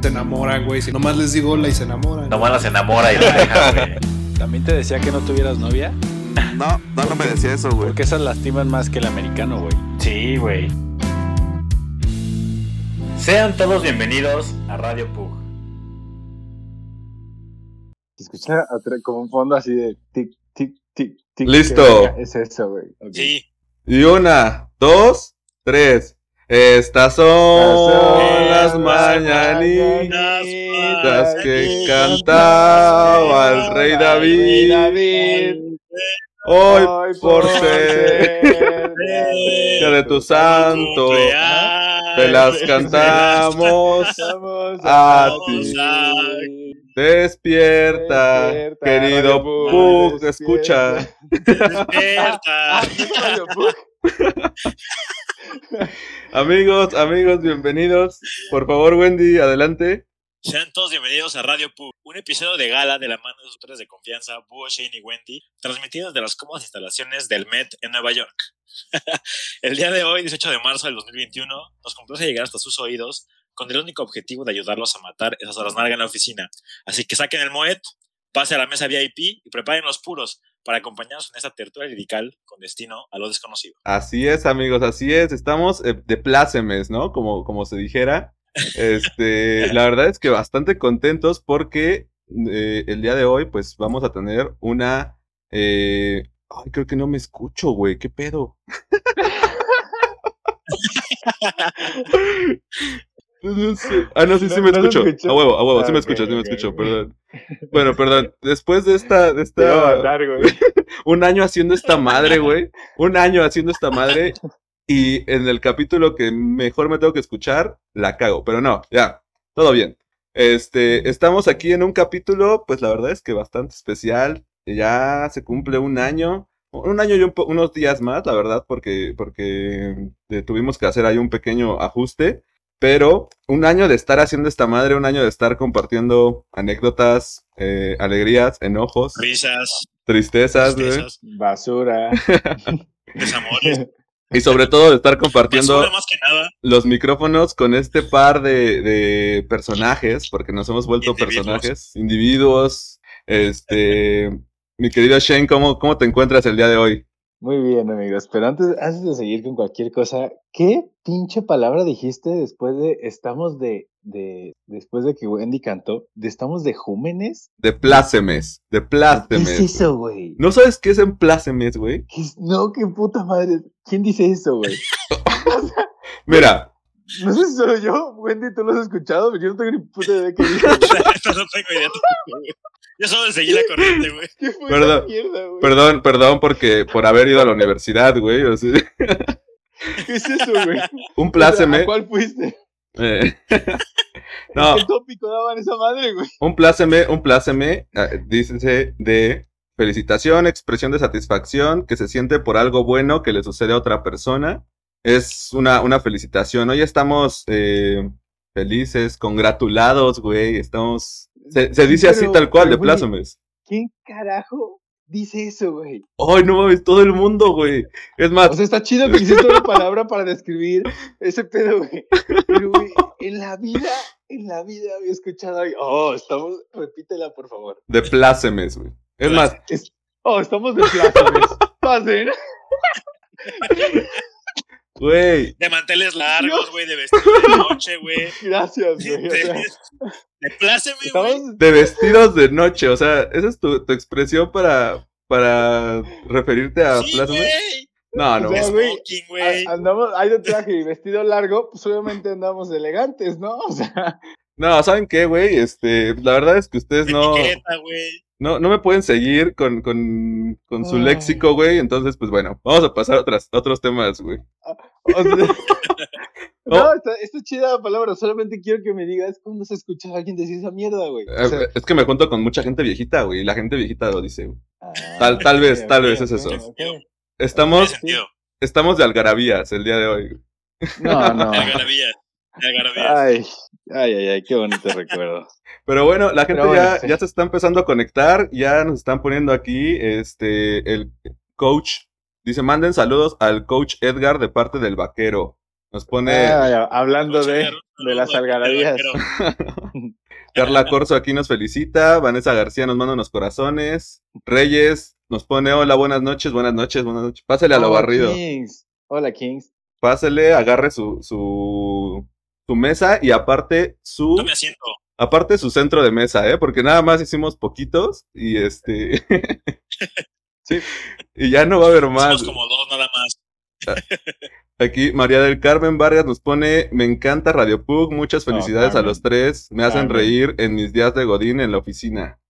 Se enamoran, güey. Si nomás les digo hola y se enamoran. Nomás las enamora y las deja, güey. También te decía que no tuvieras novia, No, no, no me decía eso, güey. porque esas lastiman más que el americano, güey. Sí, güey. Sean todos bienvenidos a Radio Pug. Se escucha atra- como un fondo así de tic, tic, tic, tic. Listo. ¿Qué verga Es eso, güey. Ok. Sí. Y una, dos, tres. Estas son Oh, las mañanitas que cantaba el rey David. Hoy por ser día de tu santo, te las cantamos a ti. Despierta, querido Pug, escucha. Amigos, amigos, bienvenidos. Por favor, Wendy, adelante. Sean todos bienvenidos a Radio Pug, un episodio de gala de la mano de sus tres de confianza, Búho, Shane y Wendy, transmitidos de las cómodas instalaciones del Met en Nueva York. el día de hoy, 18 de marzo del 2021, nos complace llegar hasta sus oídos con el único objetivo de ayudarlos a matar esas horas largas en la oficina. Así que saquen el Moet, pase a la mesa VIP y preparen los puros para acompañarnos en esta tertulia lirical con destino a lo desconocido. Así es, amigos, así es. Estamos eh, de plácemes, ¿no? Como, como se dijera. Este, la verdad es que bastante contentos porque eh, el día de hoy, pues, vamos a tener una. eh, Ay, creo que no me escucho, güey. ¿Qué pedo? No sé. Ah, no, sí, sí No, me no se escucho. escuchó. A huevo, a huevo, sí Ah, me ok, escucho, sí me ok, escucho, ok. perdón. Bueno, perdón. Después de esta, de Te iba a esta, matar, güey. un año haciendo esta madre, güey. Un año haciendo esta madre. Y en el capítulo que mejor me tengo que escuchar, la cago. Pero no, ya, todo bien. Este, estamos aquí en un capítulo, pues la verdad es que bastante especial. Ya se cumple un año. Un año y un po- unos días más, la verdad, porque, porque eh, tuvimos que hacer ahí un pequeño ajuste. Pero un año de estar haciendo esta madre, un año de estar compartiendo anécdotas, eh, alegrías, enojos, Risas, tristezas, güey. tristezas, Basura. desamores, Y sobre todo de estar compartiendo basura más que nada. los micrófonos con este par de, de personajes, porque nos hemos vuelto Individuos. personajes, individuos. Este, mi querido Shane, ¿cómo, ¿cómo te encuentras el día de hoy? Muy bien, amigos. Pero antes, antes de seguir con cualquier cosa, ¿qué pinche palabra dijiste después de estamos de, de después de que Wendy cantó? De estamos de Júmenes. De plácemes, de ¿Qué es plácemes. eso, güey? ¿No sabes qué es en plácemes, güey? ¿Qué es- No, qué puta madre. ¿Quién dice eso, güey? Mira, No sé si solo yo, Wendy, tú lo has escuchado, pero yo no tengo ni puta idea de qué dice. Esto no tengo idea. güey. Yo solo seguí la corriente, güey. ¿Qué fue Perdón, esa mierda, güey? perdón, perdón porque por haber ido a la universidad, güey. o sea, ¿Qué es eso, güey? un ¿A pláceme. ¿Cuál fuiste? eh, no, ¿Qué tópico daban esa madre, güey? Un pláceme, un pláceme, eh, dícese de felicitación, expresión de satisfacción que se siente por algo bueno que le sucede a otra persona. Es una, una felicitación. Hoy estamos eh, felices, congratulados, güey. Estamos. Se, se dice Sí, así pero- tal cual, pero, de güey. plácemes. ¿Quién carajo dice eso, güey? ¡Ay, no mames! Todo el mundo, güey. Es más, O sea, está chido que hiciste una palabra para describir ese pedo, güey. Pero, güey, en la vida, en la vida había escuchado. ahí, Oh, estamos. Repítela, por favor. de plácemes, güey. Es más, Oh, estamos de plácemes. Pasen. güey. De manteles largos, güey, de vestido de noche, güey. Gracias, güey. o sea, De, de pláceme, güey. estamos. De vestidos de noche. O sea, esa es tu, tu expresión para, para referirte a Sí, plácemes. güey. Pues, No, no. O sea, güey, Ah, Smoking, güey. a- Andamos, hay de traje y vestido largo, pues obviamente andamos elegantes, ¿no? O sea, No, ¿saben qué, güey? Este, la verdad es que ah, ustedes De no, etiqueta, güey. no, no me pueden seguir con, con, con su Ay. léxico, Ah, güey. Entonces, pues bueno, vamos a pasar a otras, a otros temas, güey. o sea, No, está, está chida la palabra, solamente quiero que me digas cuando se escucha a alguien decir esa mierda, güey. O sea, Eh, Es que me junto con mucha gente viejita, güey. Y la gente viejita lo dice, güey. ah, tal- tal vez, ok, tal ok, vez es ok, eso. ok. Tiene Estamos, sentido. estamos de algarabías el día de hoy. güey. No, no. La garabía. La garabía. Ay, ay, ay, ay, qué bonito recuerdo. Pero bueno, la gente Pero bueno, ya, sí. ya se está empezando a conectar, ya nos están poniendo aquí, este, el coach, dice, manden saludos al coach Edgar de parte del vaquero. Nos pone Ay, hablando de, de las algarabías. Uh. Carla Corso aquí nos felicita, Vanessa García nos manda unos corazones, Reyes nos pone hola, buenas noches, buenas noches, buenas noches. Pásele a lo Oh, barrido, Kings. Hola, Kings. pásele, agarre su, su, su mesa y aparte su... No me asiento. Aparte su centro de mesa, ¿eh? Porque nada más hicimos poquitos y este... sí. Y ya no va a haber más. Somos como dos nada más. Aquí María del Carmen Vargas nos pone, me encanta Radio Pug, muchas No, felicidades a Carmen. los tres, me hacen Carmen. reír en mis días de Godín en la oficina.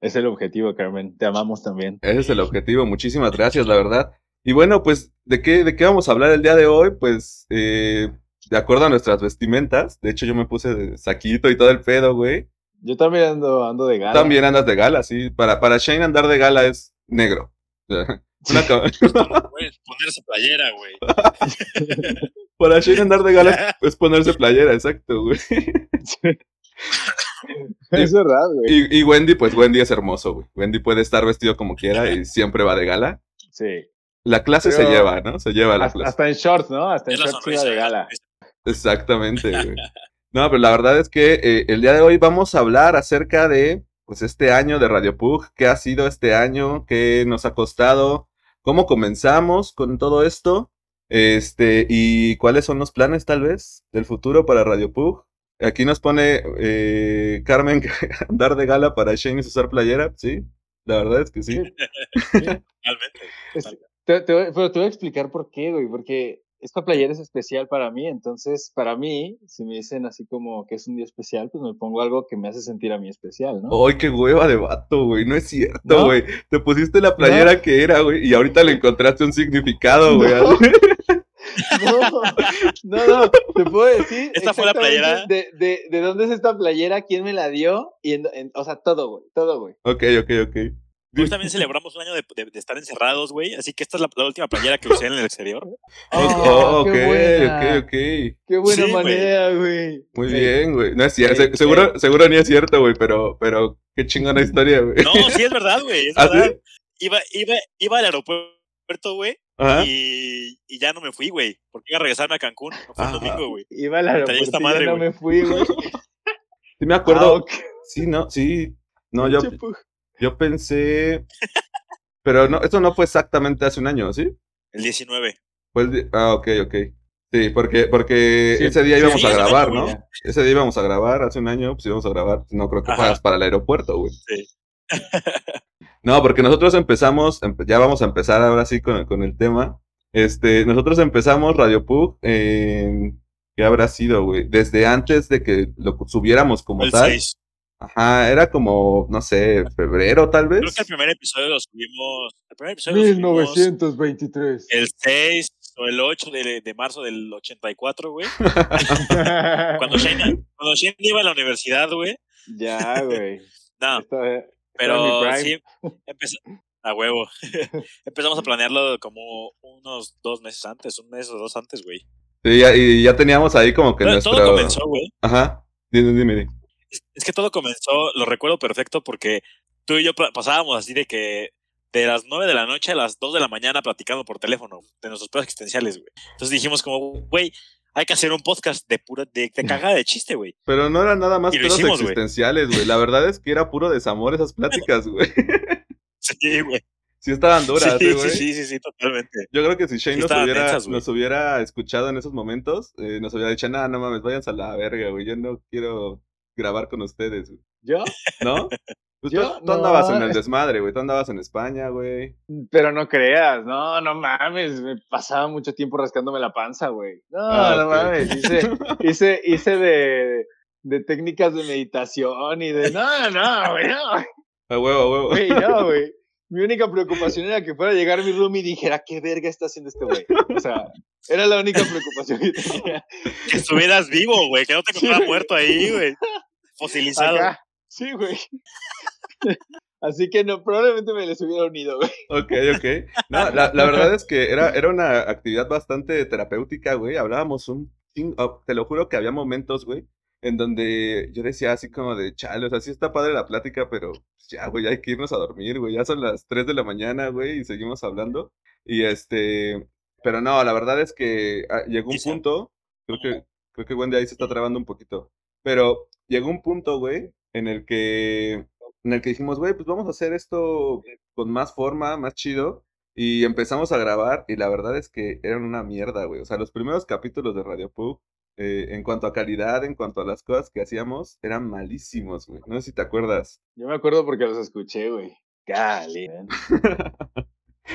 Es el objetivo, Carmen. Te amamos también. Ese es el objetivo, muchísimas gracias, la verdad. Y bueno, pues, ¿de qué, de qué vamos a hablar el día de hoy? Pues, eh, de acuerdo a nuestras vestimentas, de hecho yo me puse de saquito y todo el pedo, güey. Yo también ando, ando de gala. También andas de gala, sí. Para, para Shane andar de gala es negro. Una ca- Güey, ponerse playera, güey. para Shane andar de gala es- es ponerse playera, exacto, güey. Es verdad, güey. Y, y Wendy, pues Wendy es hermoso, güey. Wendy puede estar vestido como quiera y siempre va de gala. Sí. La clase Pero- se lleva, ¿no? Se lleva la Hasta, clase. hasta en shorts, ¿no? Hasta en Es la shorts iba sonrisa. de gala. Exactamente, güey. No, pero la verdad es que eh, el día de hoy vamos a hablar acerca de, pues, este año de Radio Pug. ¿Qué ha sido este año? ¿Qué nos ha costado? ¿Cómo comenzamos con todo esto? Este, y cuáles son los planes, tal vez, del futuro para Radio Pug. Aquí nos pone eh, Carmen que andar de gala para Shane y usar playera, sí. La verdad es que sí. Realmente. Te- te voy- pero te voy a explicar por qué, güey, porque esta playera es especial para mí, entonces para mí, si me dicen así como que es un día especial, pues me pongo algo que me hace sentir a mí especial, ¿no? Ay, qué hueva de vato, güey. No es cierto, ¿No? güey. Te pusiste la playera que era, güey, y ahorita le encontraste un significado, güey. No. No, no, no, te puedo decir. Esta fue la exactamente playera. De, de, de dónde es esta playera? ¿Quién me la dio? Y en- en- o sea, todo, güey, todo, güey. Ok, ok, ok. Hoy también celebramos un año de, de- de estar encerrados, güey. Así que esta es la, la última playera que usé en el exterior. Oh, Ah, ok, qué buena. ok, ok. Qué buena Sí, güey. manera, güey. Muy Sí. bien, güey. No es cierto. Sí, se- seguro, seguro ni es cierto, güey, pero, pero qué chingona historia, güey. No, sí es verdad, güey. Es ¿Ah, verdad. Iba, iba, iba al aeropuerto, güey. Ajá. Y, y ya no me fui, güey. Porque iba a regresarme a Cancún. No fue el Ajá. domingo, güey. Iba al Traía aeropuerto esta y madre, yo no güey. me fui, güey. Sí me Ah, acuerdo. ok. Sí, no, sí. No, yo, Pinche pu- yo pensé. Pero no, esto no fue exactamente hace un año, ¿sí? El 19. Fue el di- Ah, ok, ok. Sí, porque, porque Sí, ese día sí, íbamos sí, a sí, grabar, sí, ¿no? güey. Ese día íbamos a grabar, hace un año, pues íbamos a grabar. No creo que Ajá. fueras para el aeropuerto, güey. Sí. no, porque nosotros empezamos, empe- ya vamos a empezar ahora sí con, el- con el tema. Este, nosotros empezamos Radio Pug en. ¿Qué habrá sido, güey? Desde antes de que lo subiéramos como el tal. 6. Ajá, era como, no sé, febrero tal vez. Creo que el primer episodio lo subimos. El primer episodio lo subimos 1923. el 6 o el 8 de, de marzo del 84, güey. Cuando Shane, cuando Shane iba a la universidad, güey. Ya, güey. No, Está- pero Prime. sí. empeza- a huevo. Empezamos a planearlo como unos dos meses antes, un mes o dos antes, güey. Sí, ya- y ya teníamos ahí como que Todo- nuestro. Todo comenzó, güey. Ajá. Dime, dime. dime. Es- Es que todo comenzó, lo recuerdo perfecto, porque tú y yo pla- pasábamos así de que de las 9 de la noche a las 2 de la mañana platicando por teléfono de nuestros pedos existenciales, güey. Entonces dijimos como, güey, hay que hacer un podcast de pura, de, de cagada de chiste, güey. Pero no eran nada más Y lo pedos hicimos, güey. existenciales, güey. La verdad es que era puro desamor esas pláticas, güey. Sí, güey. Sí estaban duras, Sí, eh, güey. sí, sí, sí, sí, totalmente. Yo creo que si Shane Sí nos, estaban hubiera, densas, güey. nos hubiera escuchado en esos momentos, eh, nos hubiera dicho, nada, no mames, váyanse a la verga, güey. Yo no quiero grabar con ustedes, güey". ¿Yo? ¿no? Pues Yo, tú, tú no. andabas en el desmadre, güey. Tú andabas en España, güey. Pero no creas, no, no mames, me pasaba mucho tiempo rascándome la panza, güey. No, Ah, no ok. mames, hice, hice, hice de, de técnicas de meditación y de, no, no, güey, no, A huevo, a huevo. güey, no, güey. Mi única preocupación era que fuera a llegar mi room y dijera, ¿qué verga está haciendo este güey? O sea, era la única preocupación que tenía. Que estuvieras vivo, güey. Que no te encontrara muerto ahí, güey. Fosilizado. Acá. Sí, güey. Así que no, probablemente me les hubiera unido, güey. Ok, ok. No, la, la verdad es que era, era una actividad bastante terapéutica, güey. Hablábamos un chin- oh, Te lo juro que había momentos, güey, en donde yo decía así como de, chale, o sea, sí está padre la plática, pero ya, güey, hay que irnos a dormir, güey. Ya son las 3 de la mañana, güey, y seguimos hablando. Y este, pero no, la verdad es que ah, llegó un Dice. punto, creo que, creo que Wendy ahí se está trabando un poquito, pero llegó un punto, güey, en el que, en el que dijimos, güey, pues vamos a hacer esto con más forma, más chido. Y empezamos a grabar y la verdad es que eran una mierda, güey. O sea, los primeros capítulos de Radio Pug, eh, en cuanto a calidad, en cuanto a las cosas que hacíamos, eran malísimos, güey. No sé si te acuerdas. Yo me acuerdo porque los escuché, güey. Cali.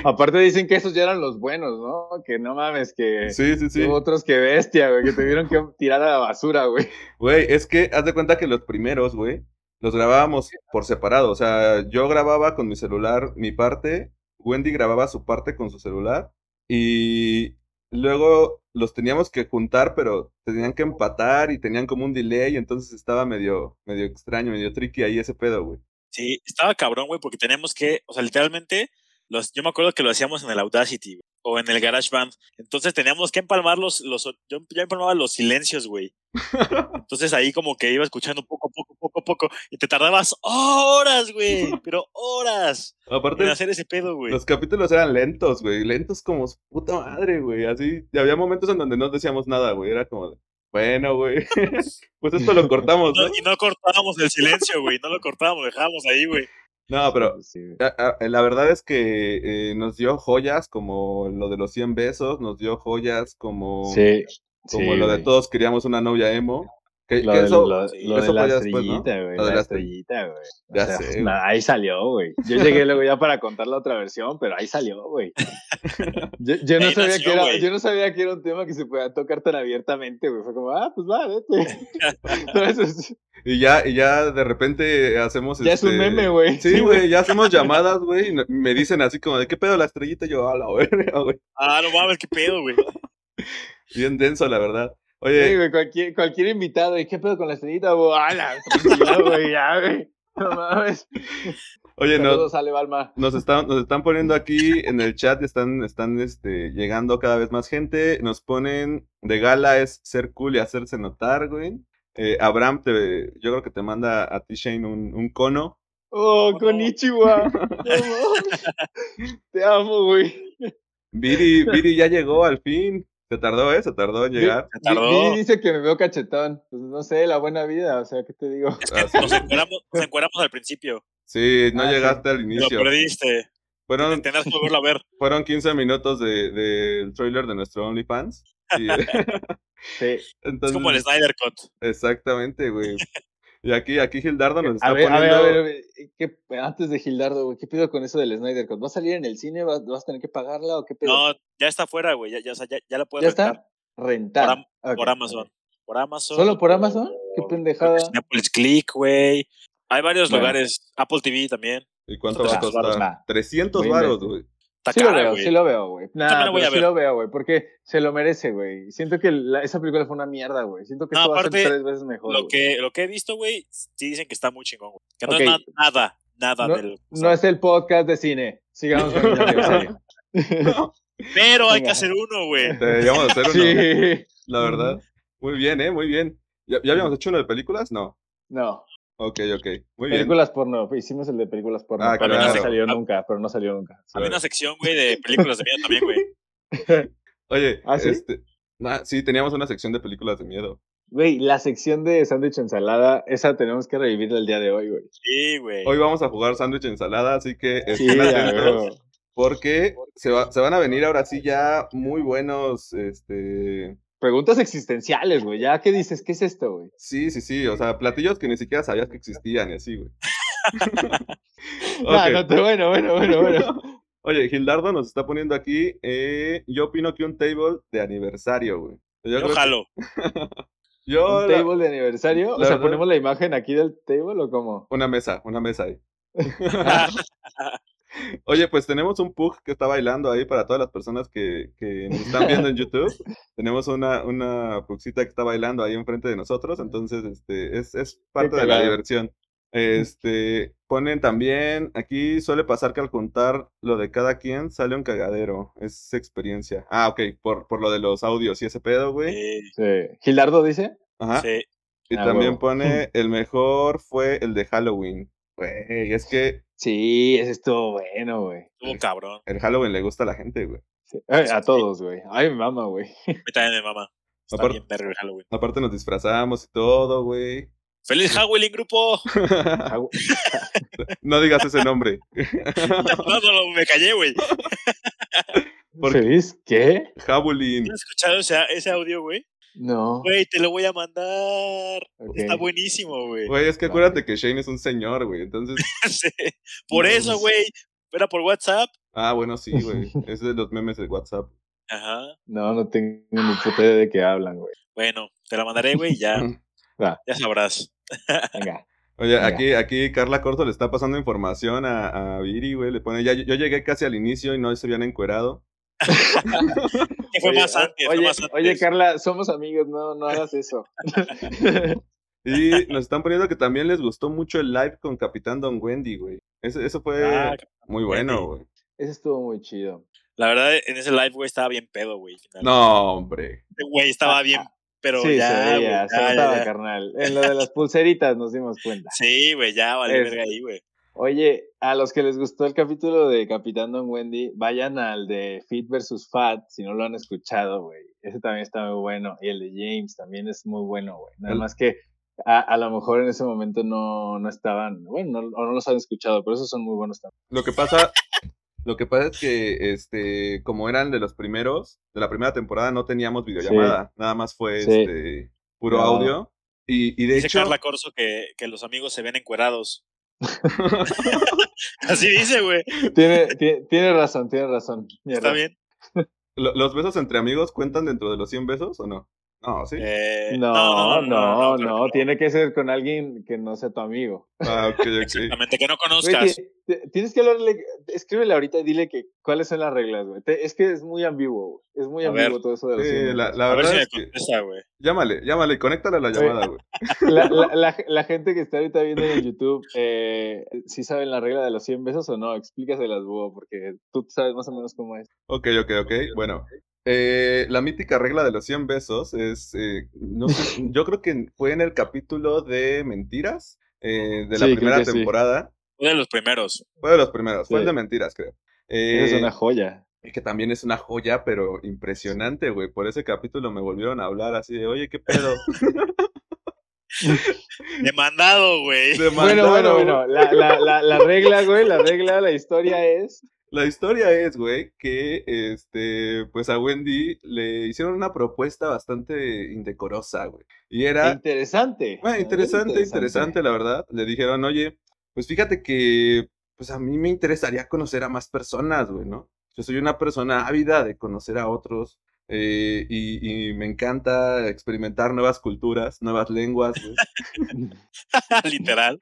Aparte dicen que esos ya eran los buenos, ¿no? Que no mames, Eh, que Sí, sí, sí. hubo otros que bestia, güey, que tuvieron que tirar a la basura, güey. Güey, es que haz de cuenta que los primeros, güey, los grabábamos por separado. O sea, yo grababa con mi celular mi parte, Wendy grababa su parte con su celular y luego los teníamos que juntar, pero tenían que empatar y tenían como un delay, entonces estaba medio, medio extraño, medio tricky ahí ese pedo, güey. Sí, estaba cabrón, güey, porque teníamos que, o sea, literalmente, los, yo me acuerdo que lo hacíamos en el Audacity güey, o en el GarageBand. Entonces teníamos que empalmar los, los yo, yo empalmaba los silencios, güey. Entonces ahí como que iba escuchando poco, poco, poco, poco, y te tardabas horas, güey, pero horas en Aparte, hacer ese pedo, güey. los capítulos eran lentos, güey, lentos como su puta madre, güey. Así, y había momentos en donde no decíamos nada, güey. Era como, de, bueno, güey, pues esto lo cortamos, ¿no? No- y no cortábamos el silencio, güey, no lo cortábamos, lo dejábamos ahí, güey. No, pero Sí, güey. a- a- Ah, eh, la verdad es que eh, nos dio joyas como lo de los 100 besos, nos dio joyas como, Sí, como lo de güey. todos queríamos una novia emo. Que, Lo, que de, eso, lo- lo sí, de eso la fue ya después, ¿no? estrellita, güey. Lo de la la estrellita, güey. O Ya sea, sé, na- ahí salió, güey. Yo llegué luego ya para contar la otra versión, pero ahí salió, güey. Yo, yo no Ahí sabía nació, que era, güey. yo no sabía que era un tema que se podía tocar tan abiertamente, güey. Fue como, ah, pues va, vete. Entonces, y ya, y ya de repente hacemos ya es un este- meme, güey. Sí, güey, ya hacemos llamadas, güey, y no- me dicen así como, ¿de qué pedo la estrellita? Y Yo, a la verga, güey, Ah, no mames, qué pedo, güey. bien denso, la verdad. Sí, Oye, güey, cualquier, cualquier invitado, ¿y qué pedo con la estrellita? güey? Ah, la chingada, güey, ya, güey. No mames. oye, no, Saludos, Ale Balma. Nos están, nos están poniendo aquí en el chat, están, están este, llegando cada vez más gente. Nos ponen de gala es ser cool y hacerse notar, güey. Eh, Abraham, te, yo creo que te manda a ti, Shane, un, un cono. Oh, Oh. konnichiwa. No mames. Te amo, güey. Viri, Viri ya llegó al fin. Se tardó, ¿eh? Se tardó en llegar. Se tardó. Vi- Vi dice que me veo cachetón. Pues no sé, la buena vida, o sea, ¿qué te digo? Así- Nos encueramos, nos encueramos al principio. Sí, no Ah, sí. Este llegaste al Lo inicio. perdiste. Fueron, Tendrás que volverlo a ver. fueron 15 minutos del de, del trailer de nuestro OnlyFans. Y- Sí. Es como el entonces, Snyder Cut. exactamente, güey. Y aquí, aquí Gildardo nos está A ver, a ver, poniendo... a ver, a ver, eh, ¿qué- antes de Gildardo, güey, ¿qué pido con eso del Snyder Cut? ¿Va a salir en el cine? ¿Vas, vas a tener que pagarla o qué pedo? No, ya está fuera, güey. Ya, ya, o sea, ya- ya la puedes ¿Ya rentar está? Rentar. Por Am- Ok. por Amazon. Por Amazon. ¿Solo por Amazon? Qué pendejada. Apple's Click, güey. Hay varios Bueno. lugares. Apple TV también. ¿Y cuánto va a Otros costar? varos, va. 300 Voy a varos, invertir. güey. Está Sí lo cara, veo, güey. sí lo veo, güey. también Nah, la voy pero a sí ver. lo veo, güey, porque se lo merece, güey. Siento que la- esa película fue una mierda, güey. Siento que No, esto va a ser aparte, tres veces mejor. Lo güey. que, lo que he visto, güey, sí dicen que está muy chingón, güey. Que no Ok. es na- nada, nada no, del. o sea, no es el podcast de cine. Sigamos con el serio. Pero hay que Venga. hacer uno, güey. Deberíamos hacer uno, Sí. la verdad. Muy bien, ¿eh? Muy bien. ¿Ya, ya habíamos hecho uno de películas? No. No. Ok, ok. Muy bien. Películas porno, hicimos el de películas porno, Ah, pero claro. no salió nunca, pero no salió nunca. Sí. Había una sección, güey, de películas de miedo también, güey. Oye, ¿Ah, sí? este... nah, sí, teníamos una sección de películas de miedo. Güey, la sección de sándwich ensalada, esa tenemos que revivirla el día de hoy, güey. Sí, güey. Hoy vamos a jugar sándwich ensalada, así que Sí, estén ya, atentos güey. porque se, va- se van a venir ahora sí ya muy buenos, este... Preguntas existenciales, güey. Ya, ¿qué dices? ¿Qué es esto, güey? Sí, sí, sí, o sea, platillos que ni siquiera sabías que existían y así, güey. No, Ok. no te- bueno, bueno, bueno, bueno. Oye, Gildardo nos está poniendo aquí. eh, yo opino que un table de aniversario, güey. Yo, Yo creo que- jalo. yo la- ¿Un table de aniversario? o la sea, verdad- ¿ponemos la imagen aquí del table o cómo? Una mesa, una mesa ahí. Oye, pues tenemos un pug que está bailando ahí para todas las personas que, que nos están viendo en YouTube. tenemos una, una pugcita que está bailando ahí enfrente de nosotros, entonces este, es, es parte de la cagado. diversión. Este, ponen también, aquí suele pasar que al juntar lo de cada quien sale un cagadero, es experiencia. Ah, ok, por, por lo de los audios y ese pedo, güey. Eh, Sí. Gilardo dice. Ajá. sí. Y Ah, también huevo. pone, el mejor fue el de Halloween. Güey, es que Sí, ese estuvo bueno, güey. Estuvo cabrón. el Halloween le gusta a la gente, güey. Sí. Ay, a todos, güey. Ay, mi mamá, güey. Me también me mama. Está Aparte- bien verga el Halloween. Aparte nos disfrazamos y todo, güey. ¡Feliz Halloween, grupo! Hago- no digas ese nombre. No, no, no, me callé, güey. ¿Por qué? ¿Feliz qué? Halloween. ¿No has escuchado ese, ese audio, güey? No. Güey, te lo voy a mandar. ok. Está buenísimo, güey. Güey, es que acuérdate que Shane es un señor, güey. Entonces, Sí. Por eso, güey. Era por WhatsApp. ah, bueno, sí, güey. Es de los memes de WhatsApp. Ajá. No, no tengo ni puta idea de qué hablan, güey. Bueno, te la mandaré, güey, y ya. Va. Ya sabrás. Venga. Oye, Venga. aquí, aquí Carla Corto le está pasando información a, a Viri, güey. Le pone, ya, yo yo llegué casi al inicio y no se habían encuerado. Que fue Oye, más antes, fue Oye, más antes. oye, Carla, somos amigos, no, no hagas eso. Y nos están poniendo que también les gustó mucho el live con Capitán Don Wendy, güey. Ese- eso fue Ah, muy bueno, güey. Ese estuvo muy chido. la verdad, en ese live, güey, estaba bien pedo, güey. al final. No, hombre. Güey, estaba bien, pero sí, se ya, güey. veía, Ya, se ya, notaba, ya. carnal. En lo de las pulseritas nos dimos cuenta. Sí, güey, ya, vale, Es- verga ahí, güey. Oye, a los que les gustó el capítulo de Capitán Don Wendy, vayan al de Fit versus Fat, si no lo han escuchado, güey. Ese también está muy bueno. Y el de James también es muy bueno, güey. Nada El- más que a, a lo mejor en ese momento no, no estaban, bueno, no, o no los han escuchado, pero esos son muy buenos también. Lo que pasa, lo que pasa es que, este, como eran de los primeros, de la primera temporada, no teníamos videollamada. Nada más fue Sí. este puro Grabado. audio. Y, y de Dice hecho, Carla Corso que, que los amigos se ven encuerados. Así dice, güey. Tiene, tiene, tiene razón, tiene razón. Está bien. lo- ¿los besos entre amigos cuentan dentro de los 100 besos o no? No, sí. Eh, No, no, no, no, claro que tiene que ser con alguien que no sea tu amigo. Ah, ok, ok. Exactamente, que no Güey, conozcas. ti- ti- tienes que hablarle, escríbele ahorita y dile que cuáles son las reglas, güey. Te- Es que es muy ambiguo, güey. Es muy A ver. ambiguo todo eso de los Sí, símbolos. la, la A ver verdad si me es que contesta, güey. llámale, llámale, conéctala a la Sí. llamada, güey. La, la- la- la gente que está ahorita viendo en YouTube, eh, ¿sí saben la regla de los 100 besos o no? Explícaselas, Búho, porque tú sabes más o menos cómo es. Ok, ok, ok. Bueno, eh, la mítica regla de los 100 besos es, eh, no sé, yo creo que fue en el capítulo de Mentiras eh, de la Sí, creo primera que sí. temporada. Uno de los primeros. Fue de los primeros, fue el Sí. de Mentiras, creo. Esa Eh, es una joya. Que también es una joya, pero impresionante, güey. Por ese capítulo me volvieron a hablar así de, oye, qué pedo. Demandado, güey. Te Bueno, mandaron, bueno, güey. bueno. La, la- la- la regla, güey, la regla, la historia es... La historia es, güey, que este, pues a Wendy le hicieron una propuesta bastante indecorosa, güey. Y era Interesante. Bueno, Ah, interesante, interesante, la verdad. Le dijeron, oye, pues fíjate que pues a mí me interesaría conocer a más personas, güey, ¿no? Yo soy una persona ávida de conocer a otros eh, y, y me encanta experimentar nuevas culturas, nuevas lenguas, güey. Literal.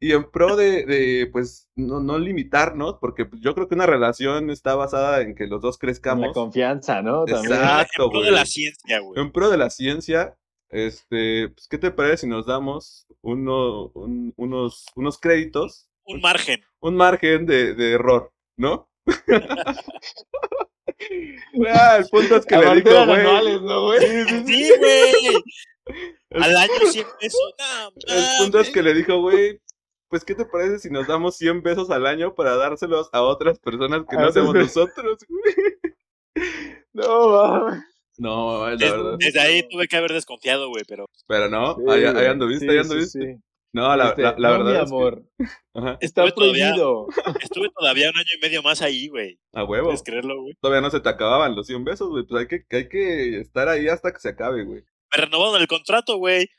Y en pro de, de, pues, no, no limitarnos, porque pues, yo creo que una relación está basada en que los dos Con crezcamos. la confianza, ¿no? También. Exacto, Todo güey. de la ciencia, güey. En pro de la ciencia, este, pues, ¿qué te parece si nos damos uno, un- unos, unos créditos Un margen. un margen de, de error, ¿no? Ah, el punto es que le Aparte digo, eran güey. anuales, ¿no, güey? sí, sí, sí. Sí, güey. Al año 100 pesos. No, El punto es que le dijo, güey, pues ¿qué te parece si nos damos 100 besos al año para dárselos a otras personas que A no otras seamos nosotros? güey? No, mames. No, la Desde, verdad. desde ahí tuve que haber desconfiado, güey, pero Pero no, Sí, Ah, ahí, ahí güey. anduviste, Sí, ahí sí, anduviste. sí. No, la, Este, la- la no, verdad. Mi es que- amor, Ajá, está Estuve todavía- pues prohibido. estuve todavía un año y medio más ahí, güey. a huevo. ¿Puedes creerlo, güey? Todavía no se te acababan los 100 besos, güey. Pues hay que, hay que estar ahí hasta que se acabe, güey. Me renovaron el contrato, güey.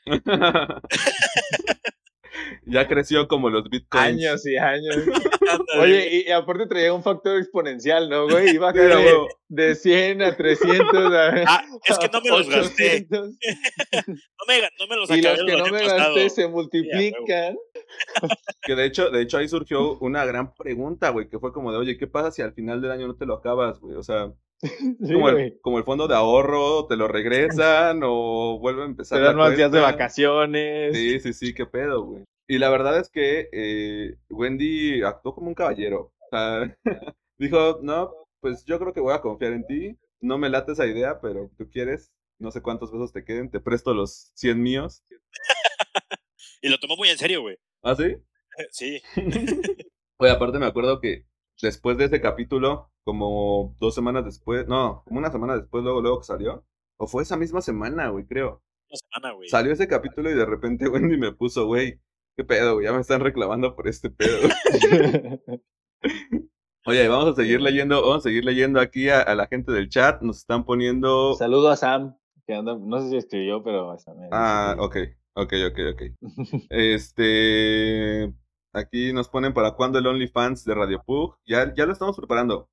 ya creció como los bitcoins. Años y años. Ándale. Oye, y, y aparte traía un factor exponencial, ¿no, güey? Iba a Sí, a caer huevo. de 100 a 300 a... Ah, es que no me los gasté. 800. No me, ga- no me los Y acabé los que el no año me pasado. gasté se multiplican Que de hecho, de hecho ahí surgió una gran pregunta, güey, que fue como de, oye, ¿qué pasa si al final del año no te lo acabas, güey? O sea, Sí, como, güey. el, como el fondo de ahorro, te lo regresan o vuelve a Te empezar. dan la más días de cuenta. vacaciones. Sí, sí, sí, qué pedo, güey. Y la verdad es que eh, Wendy actuó como un caballero. O sea, dijo, no, pues yo creo que voy a confiar en ti. No me late esa idea, pero tú quieres. No sé cuántos besos te queden. Te presto los 100 míos. Y lo tomó muy en serio, güey. ¿Ah, sí? Sí. Oye, aparte me acuerdo que después de ese capítulo, como dos semanas después, no, como una semana después, luego, luego que salió, o fue esa misma semana, güey, creo. Una semana, güey. Salió ese capítulo y de repente Wendy me puso, güey, qué pedo, güey, ya me están reclamando por este pedo. Oye, vamos a seguir leyendo, vamos a seguir leyendo aquí a, a la gente del chat, nos están poniendo... Saludo a Sam, que anda, no sé si escribió, pero hasta me- Ah, ok, ok, ok, ok. Este, aquí nos ponen para cuándo el OnlyFans de Radio Pug. Ya, ya lo estamos preparando.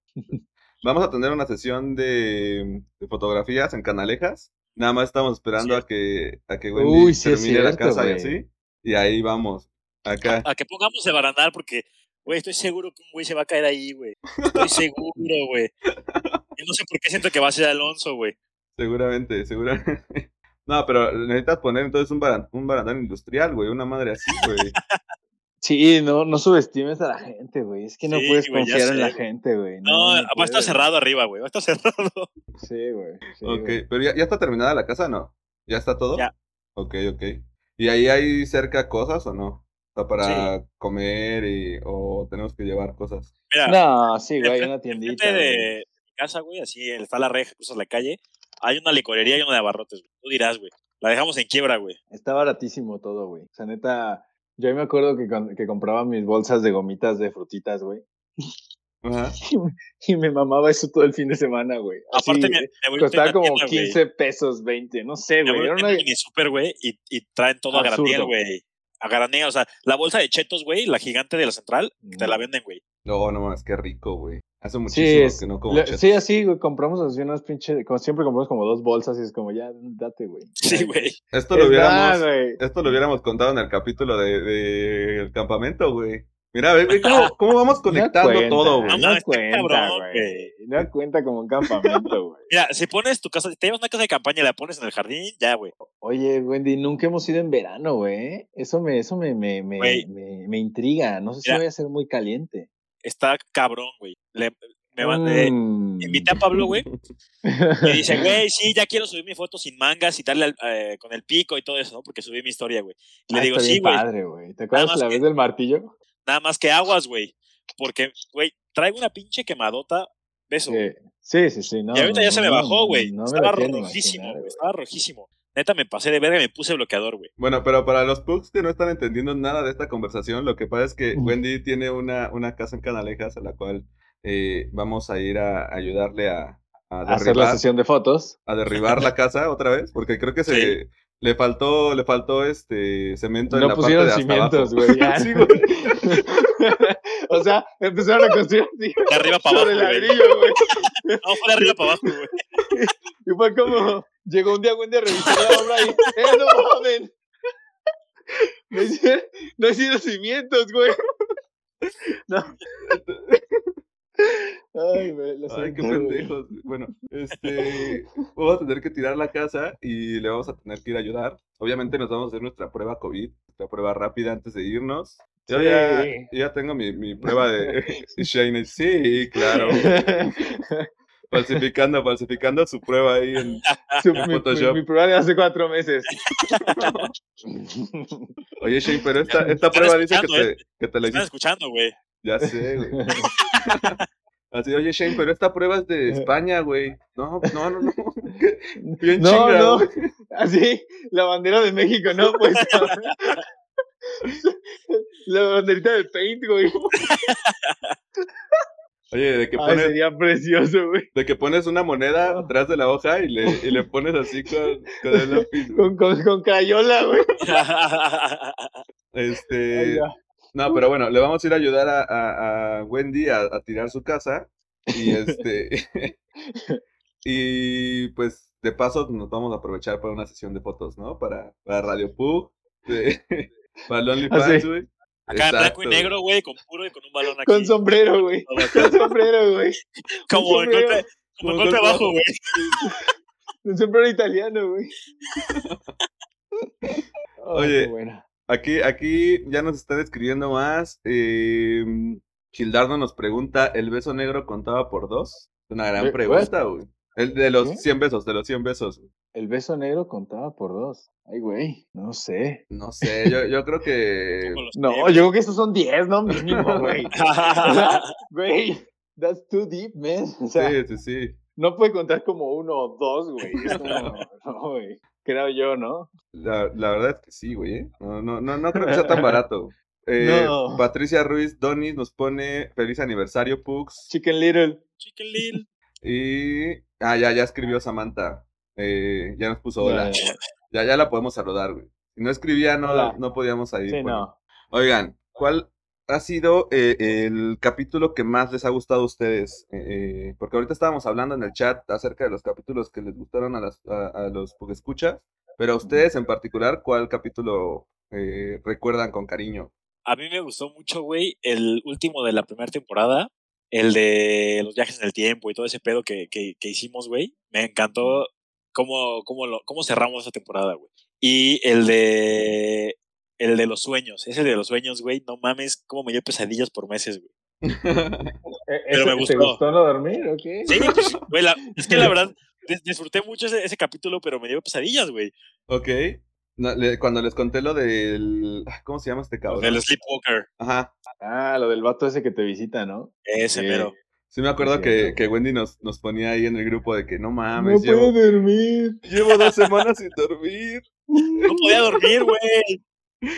Vamos a tener una sesión de, de fotografías en Canalejas. Nada más estamos esperando a que a que Wendy Uy, sí es termine la cierto, casa y güey. así. Y ahí vamos. Acá. A que pongamos el barandal porque, güey, estoy seguro que un güey se va a caer ahí, güey. Estoy seguro, güey. Y no sé por qué siento que va a ser Alonso, güey. Seguramente, seguramente. No, pero necesitas poner entonces un, baran- un barandal industrial, güey. Una madre así, güey. Sí, no, no subestimes a la gente, güey. Es que no Sí, puedes güey, ya confiar en sé, la güey. gente, güey. No, no va a estar puedes. cerrado arriba, güey. Va a estar cerrado. Sí, güey. sí, ok, güey. pero ya, ya está terminada la casa, ¿no? ¿Ya está todo? Ya. Ok, ok. ¿Y ahí hay cerca cosas o no? O sea, para comer y, o tenemos que llevar cosas. Mira, No, sí, güey, hay una enfrente tiendita. güey. de mi casa, güey, así está la reja, cruzas la calle. Hay una licorería y una de abarrotes, güey. Tú dirás, güey. La dejamos en quiebra, güey. Está baratísimo todo, güey. O sea, neta, yo ahí me acuerdo que, con- que compraba mis bolsas de gomitas de frutitas, güey. Ajá. Y me mamaba eso todo el fin de semana, güey. Así, Aparte, me, eh, me voy costaba una como tienda, güey. 15 pesos, 20, no sé, Me güey. voy Era a una... una... mini super, güey, y, y traen todo Absurdo. a granel, güey. A granel, o sea, la bolsa de chetos, güey, la gigante de la central, te la venden, güey. No, no mames, qué rico, güey. Hace Sí, muchísimo es- que no como la- chetos. sí, así, güey, compramos así unas pinches, como siempre compramos como dos bolsas y es como, ya, date, güey. Sí, güey. Esto Esto lo hubiéramos, esto lo hubiéramos contado en el capítulo de, de el campamento, güey. Mira, ve, ve cómo, cómo vamos conectando todo, güey. No, No, está cuenta, cabrón, güey. No cuenta como un campamento, güey. Mira, si pones tu casa, si te llevas una casa de campaña y la pones en el jardín, ya, güey. Oye, Wendy, nunca hemos ido en verano, güey. Eso me, eso me, me, me, Güey. me, me intriga. No sé si Mira. voy a ser muy caliente. Está cabrón, güey. Le- Me van, eh, Mm. invité a Pablo, güey, y dice, güey, sí, ya quiero subir mi foto sin mangas y darle al- eh, con el pico y todo eso, ¿no? Porque subí mi historia, güey. Y Le Ah, digo, está bien sí, güey, padre, güey. ¿Te acuerdas más la que- vez del martillo? nada más que aguas, güey. Porque, güey, traigo una pinche quemadota. Beso, Sí, sí, sí. sí, no, y ahorita no, ya se me no, bajó, güey. no me lo Estaba quiero ni rojísimo, imaginar, güey. güey. Estaba rojísimo. Neta, me pasé de verga y me puse bloqueador, güey. Bueno, pero para los pugs que no están entendiendo nada de esta conversación, lo que pasa es que Wendy tiene una, una casa en Canalejas a la cual eh, vamos a ir a ayudarle a, a Hacer la derribar, sesión de fotos. a derribar la casa otra vez, porque creo que se Sí. le faltó, le faltó este cemento en No la pusieron parte de hasta cimientos, abajo. güey. ya. Sí, güey. o sea, empezaron a construir así, De arriba para sobre abajo, güey. ladrillo, güey. No, fue de arriba para abajo, güey. Y fue como, llegó un día Wendy a revisar la obra y, ¡eh, no mamen! No hicieron, no hicieron cimientos, güey. No. Ay, güey, lo Ay, siento, qué güey. pendejos. Bueno, este, vamos a tener que tirar la casa y le vamos a tener que ir a ayudar. Obviamente nos vamos a hacer nuestra prueba COVID, nuestra prueba rápida antes de irnos. Yo ya, Sí. yo ya tengo mi, mi prueba de Shane. Sí, claro. Falsificando, falsificando su prueba ahí. en- Su- mi, Photoshop. mi- mi prueba de hace cuatro meses. Oye, Shane, pero esta, esta Están prueba dice que escuchando, te, que te la Me están hiciste. escuchando, güey. Ya sé, güey. Así, oye, Shane, pero esta prueba es de España, güey. No, no, no, no. Bien No, chinga, no. güey. Así, la bandera de México, ¿no? Pues. la banderita de Paint, güey. Oye, de que Ay, pones, sería precioso, güey. de que pones una Ah. moneda atrás de la hoja y le, y le pones así con, con el lápiz. güey. Con, con, con crayola, güey. Ay, Este, ya. no, pero bueno, le vamos a ir a ayudar a, a- a Wendy a, a tirar su casa. Y este, y pues de paso nos vamos a aprovechar Ah, para una sesión de fotos, ¿no? Para, para Radio Pug, de- para el OnlyFans, Así. güey. Acá en Exacto, blanco y negro, güey, con puro y con un balón aquí. Con sombrero, güey. Todo acá. Con sombrero, güey. Como el sombrero. golpe, como Como el golpe golpe abajo, bajo. güey. Un sombrero italiano, güey. Oye. qué bueno. Aquí, aquí ya nos están escribiendo más. Eh, Gildardo nos pregunta, ¿el beso negro contaba por dos? Es Una gran Eh, pregunta, güey. El de los ¿Qué? 100 besos, de los 100 besos. El beso negro contaba por dos. Ay, güey. No sé. No sé, yo, yo creo que... Con los No, pies. yo creo que estos son 10, no mínimo, güey. O sea, Güey, that's too deep, man. O sea, Sí, sí, sí. no puede contar como uno o dos, güey. Es como, no, güey. Creo yo, ¿no? La, la verdad es que sí, güey. ¿eh? No, no, no, no creo que sea tan barato. Eh, No. Patricia Ruiz Donis nos pone feliz aniversario, Pux. Chicken Little. Chicken Little. Y. Ah, ya, ya escribió Samantha. Eh, ya nos puso hola. Ya, Ya, ya la podemos saludar, güey. Si no escribía, no, la- Hola. no podíamos ahí. Sí, poner. no. Oigan, ¿cuál ha sido eh, el capítulo que más les ha gustado a ustedes? Eh, eh, porque ahorita estábamos hablando en el chat acerca de los capítulos que les gustaron a, las, a, a los escucha, pero a ustedes en particular, ¿cuál capítulo eh, recuerdan con cariño? A mí me gustó mucho, güey, el último de la primera temporada, el de los viajes en el tiempo y todo ese pedo que, que, que hicimos, güey. Me encantó cómo, cómo, lo, cómo cerramos esa temporada, güey. Y el de, el de los sueños, ese de los sueños, güey, no mames, cómo me dio pesadillas por meses, güey. Pero me Eh, ¿Te gustó. gustó no dormir? Ok. Sí, pues, güey, la- es que la verdad, dis- disfruté mucho ese, ese capítulo, pero me dio pesadillas, güey. Ok. No, le- cuando les conté lo del. ah, ¿Cómo se llama este cabrón? Del Sleepwalker, Ajá. Ah, lo del vato ese que te visita, ¿no? ese Sí. mero. Sí, me acuerdo Sí, que, cierto. que Wendy nos, nos ponía ahí en el grupo de que no mames, no llevo, puedo dormir. llevo dos semanas sin dormir. No podía dormir, güey.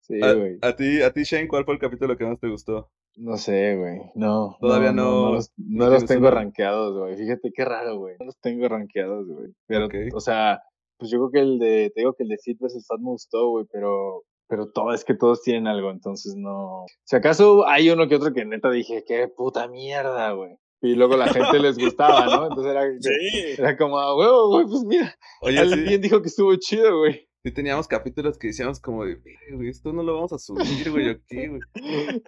Sí, A, güey. a ti, a ti, Shane, ¿cuál fue el capítulo que más te gustó? No sé, güey. No. Todavía no- No, los, no no los tienes tengo uno. rankeados, güey. Fíjate qué raro, güey. No los tengo rankeados, güey. Pero, Ok. o sea, pues yo creo que el de. Te digo que el de Fit vs. Fat me gustó, güey. Pero. Pero todo, es que todos tienen algo, entonces no. Si acaso hay uno que otro que neta dije, qué puta mierda, güey. Y luego la gente les gustaba, ¿no? Entonces era, Sí. era como, ah, huevo, güey, pues mira. Oye, Alguien sí, dijo que estuvo chido, güey. sí teníamos capítulos que decíamos como de, "Verga, güey, esto no lo vamos a subir, güey, ¿o qué, güey?"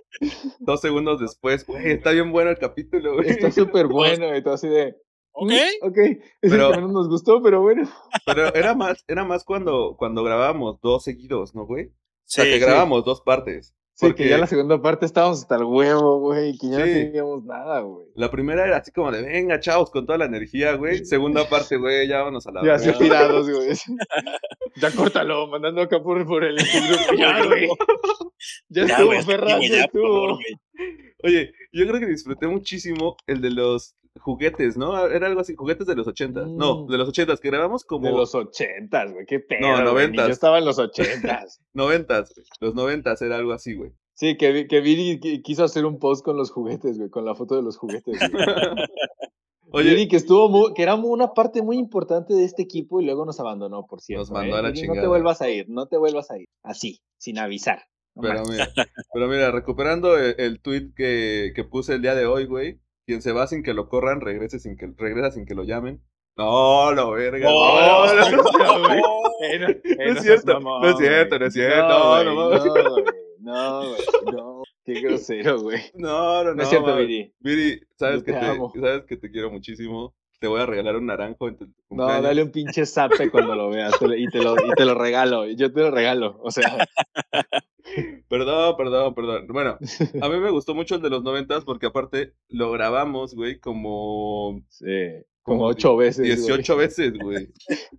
Dos segundos después, güey, está bien bueno el capítulo, güey. Está súper bueno, y todo así de. Ok. "Mm, Ok, ese Pero- que menos nos gustó, pero bueno. Pero era más, era más cuando, cuando grabábamos dos seguidos, ¿no, güey? O Sí, sea, que grabábamos dos partes. Sí, Porque- que ya la segunda parte estábamos hasta el huevo, güey, que ya Sí. no teníamos nada, güey. La primera era así como de, venga, chavos, con toda la energía, güey. Segunda parte, güey, ya vámonos a la Ya verga. así tirados, güey. ya córtalo, mandando acá por, por el grupo, ya, güey. Ya Ya, estuvo, güey, Ferraz, güey, ya ya, por favor, estuvo. güey. Oye, yo creo que disfruté muchísimo el de los juguetes, ¿no? Ah, Era algo así, juguetes de los ochentas. No, Mm. de los ochentas, que grabamos como De los ochentas, güey, qué pedo. No, güey, ni noventas. Yo estaba en los ochentas. noventas, güey. Los noventas era algo así, güey. Sí, que, vi- que Viri qui- quiso hacer un post con los juguetes, güey, con la foto de los juguetes. güey. Oye, eh, Viri, que estuvo mu- que era mu- una parte muy importante de este equipo y luego nos abandonó, por cierto. Nos mandó a la Viri, No chingada. te vuelvas a ir, no te vuelvas a ir. Así, sin avisar. No pero manches. mira, pero mira, recuperando el, el tweet que, que puse el día de hoy, güey. Quien se va sin que lo corran, regrese sin que, regresa sin que lo llamen. No, no, verga. No, ¡Oh, no, no, no. Eh, no, eh, es seas cierto, mamón, no es cierto, güey. no es cierto, no, no güey, mames. No, güey, no, güey, no. Qué grosero, güey. No, no, No, es cierto, mames. Viri. Viri, sabes Yo que te te, amo. sabes que te quiero muchísimo. Te voy a regalar un naranjo en tu No, cumpleaños. dale un pinche zape cuando lo veas te lo- y, te lo, y te lo regalo. y Yo te lo regalo. O sea, Perdón, perdón, perdón. Bueno, a mí me gustó mucho el de los noventas porque aparte lo grabamos, güey, como sí, Como como ocho veces. güey. 18 veces, güey.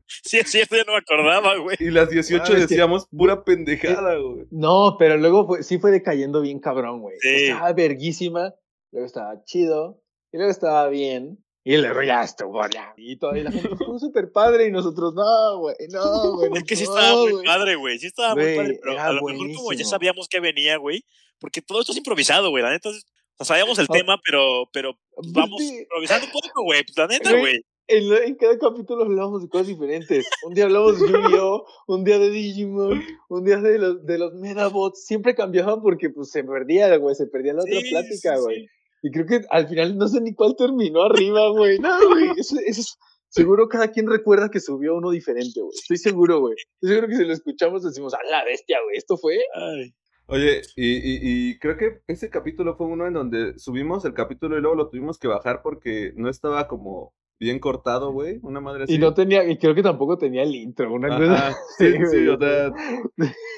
Sí, es cierto, ya no me acordaba, güey. Y las 18 Mames, Ah, que- eh, decíamos pura pendejada, güey. No, pero luego fue- sí fue decayendo bien cabrón, güey. Sí. Estaba verguísima, luego estaba chido, y luego estaba bien, y luego ya estuvo ya. Y todo, y la gente estuvo súper padre, y nosotros, no, güey, no, güey. Es que sí no, estaba muy güey". padre, güey. Sí estaba muy Güey, padre, pero a era lo mejor como ya buenísimo. sabíamos que venía, güey. Porque todo esto es improvisado, güey. La neta, es- o sea, sabíamos el Ah. tema, pero, pero Pues vamos sí, improvisando un poco, güey. pues, La neta, Güey. güey. En, lo- en cada capítulo hablábamos de cosas diferentes. Un día hablábamos de Yu-Gi-Oh, un día de Digimon, un día de los, de los Medabots. Siempre cambiaban porque pues, se perdía, güey, se perdía la otra Sí, plática, sí, güey. sí. Y creo que al final no sé ni cuál terminó arriba, güey. No, güey. Eso, eso es- seguro cada quien recuerda que subió uno diferente, güey. Estoy seguro, güey. Estoy seguro que si lo escuchamos decimos, a la bestia, güey. Esto fue. Ay. Oye, y, y- y creo que ese capítulo fue uno en donde subimos el capítulo y luego lo tuvimos que bajar porque no estaba como bien cortado, güey. Una madre así. Y no tenía, y creo que tampoco tenía el intro, una cosa. Ajá, sí, así, sí, güey. o sea,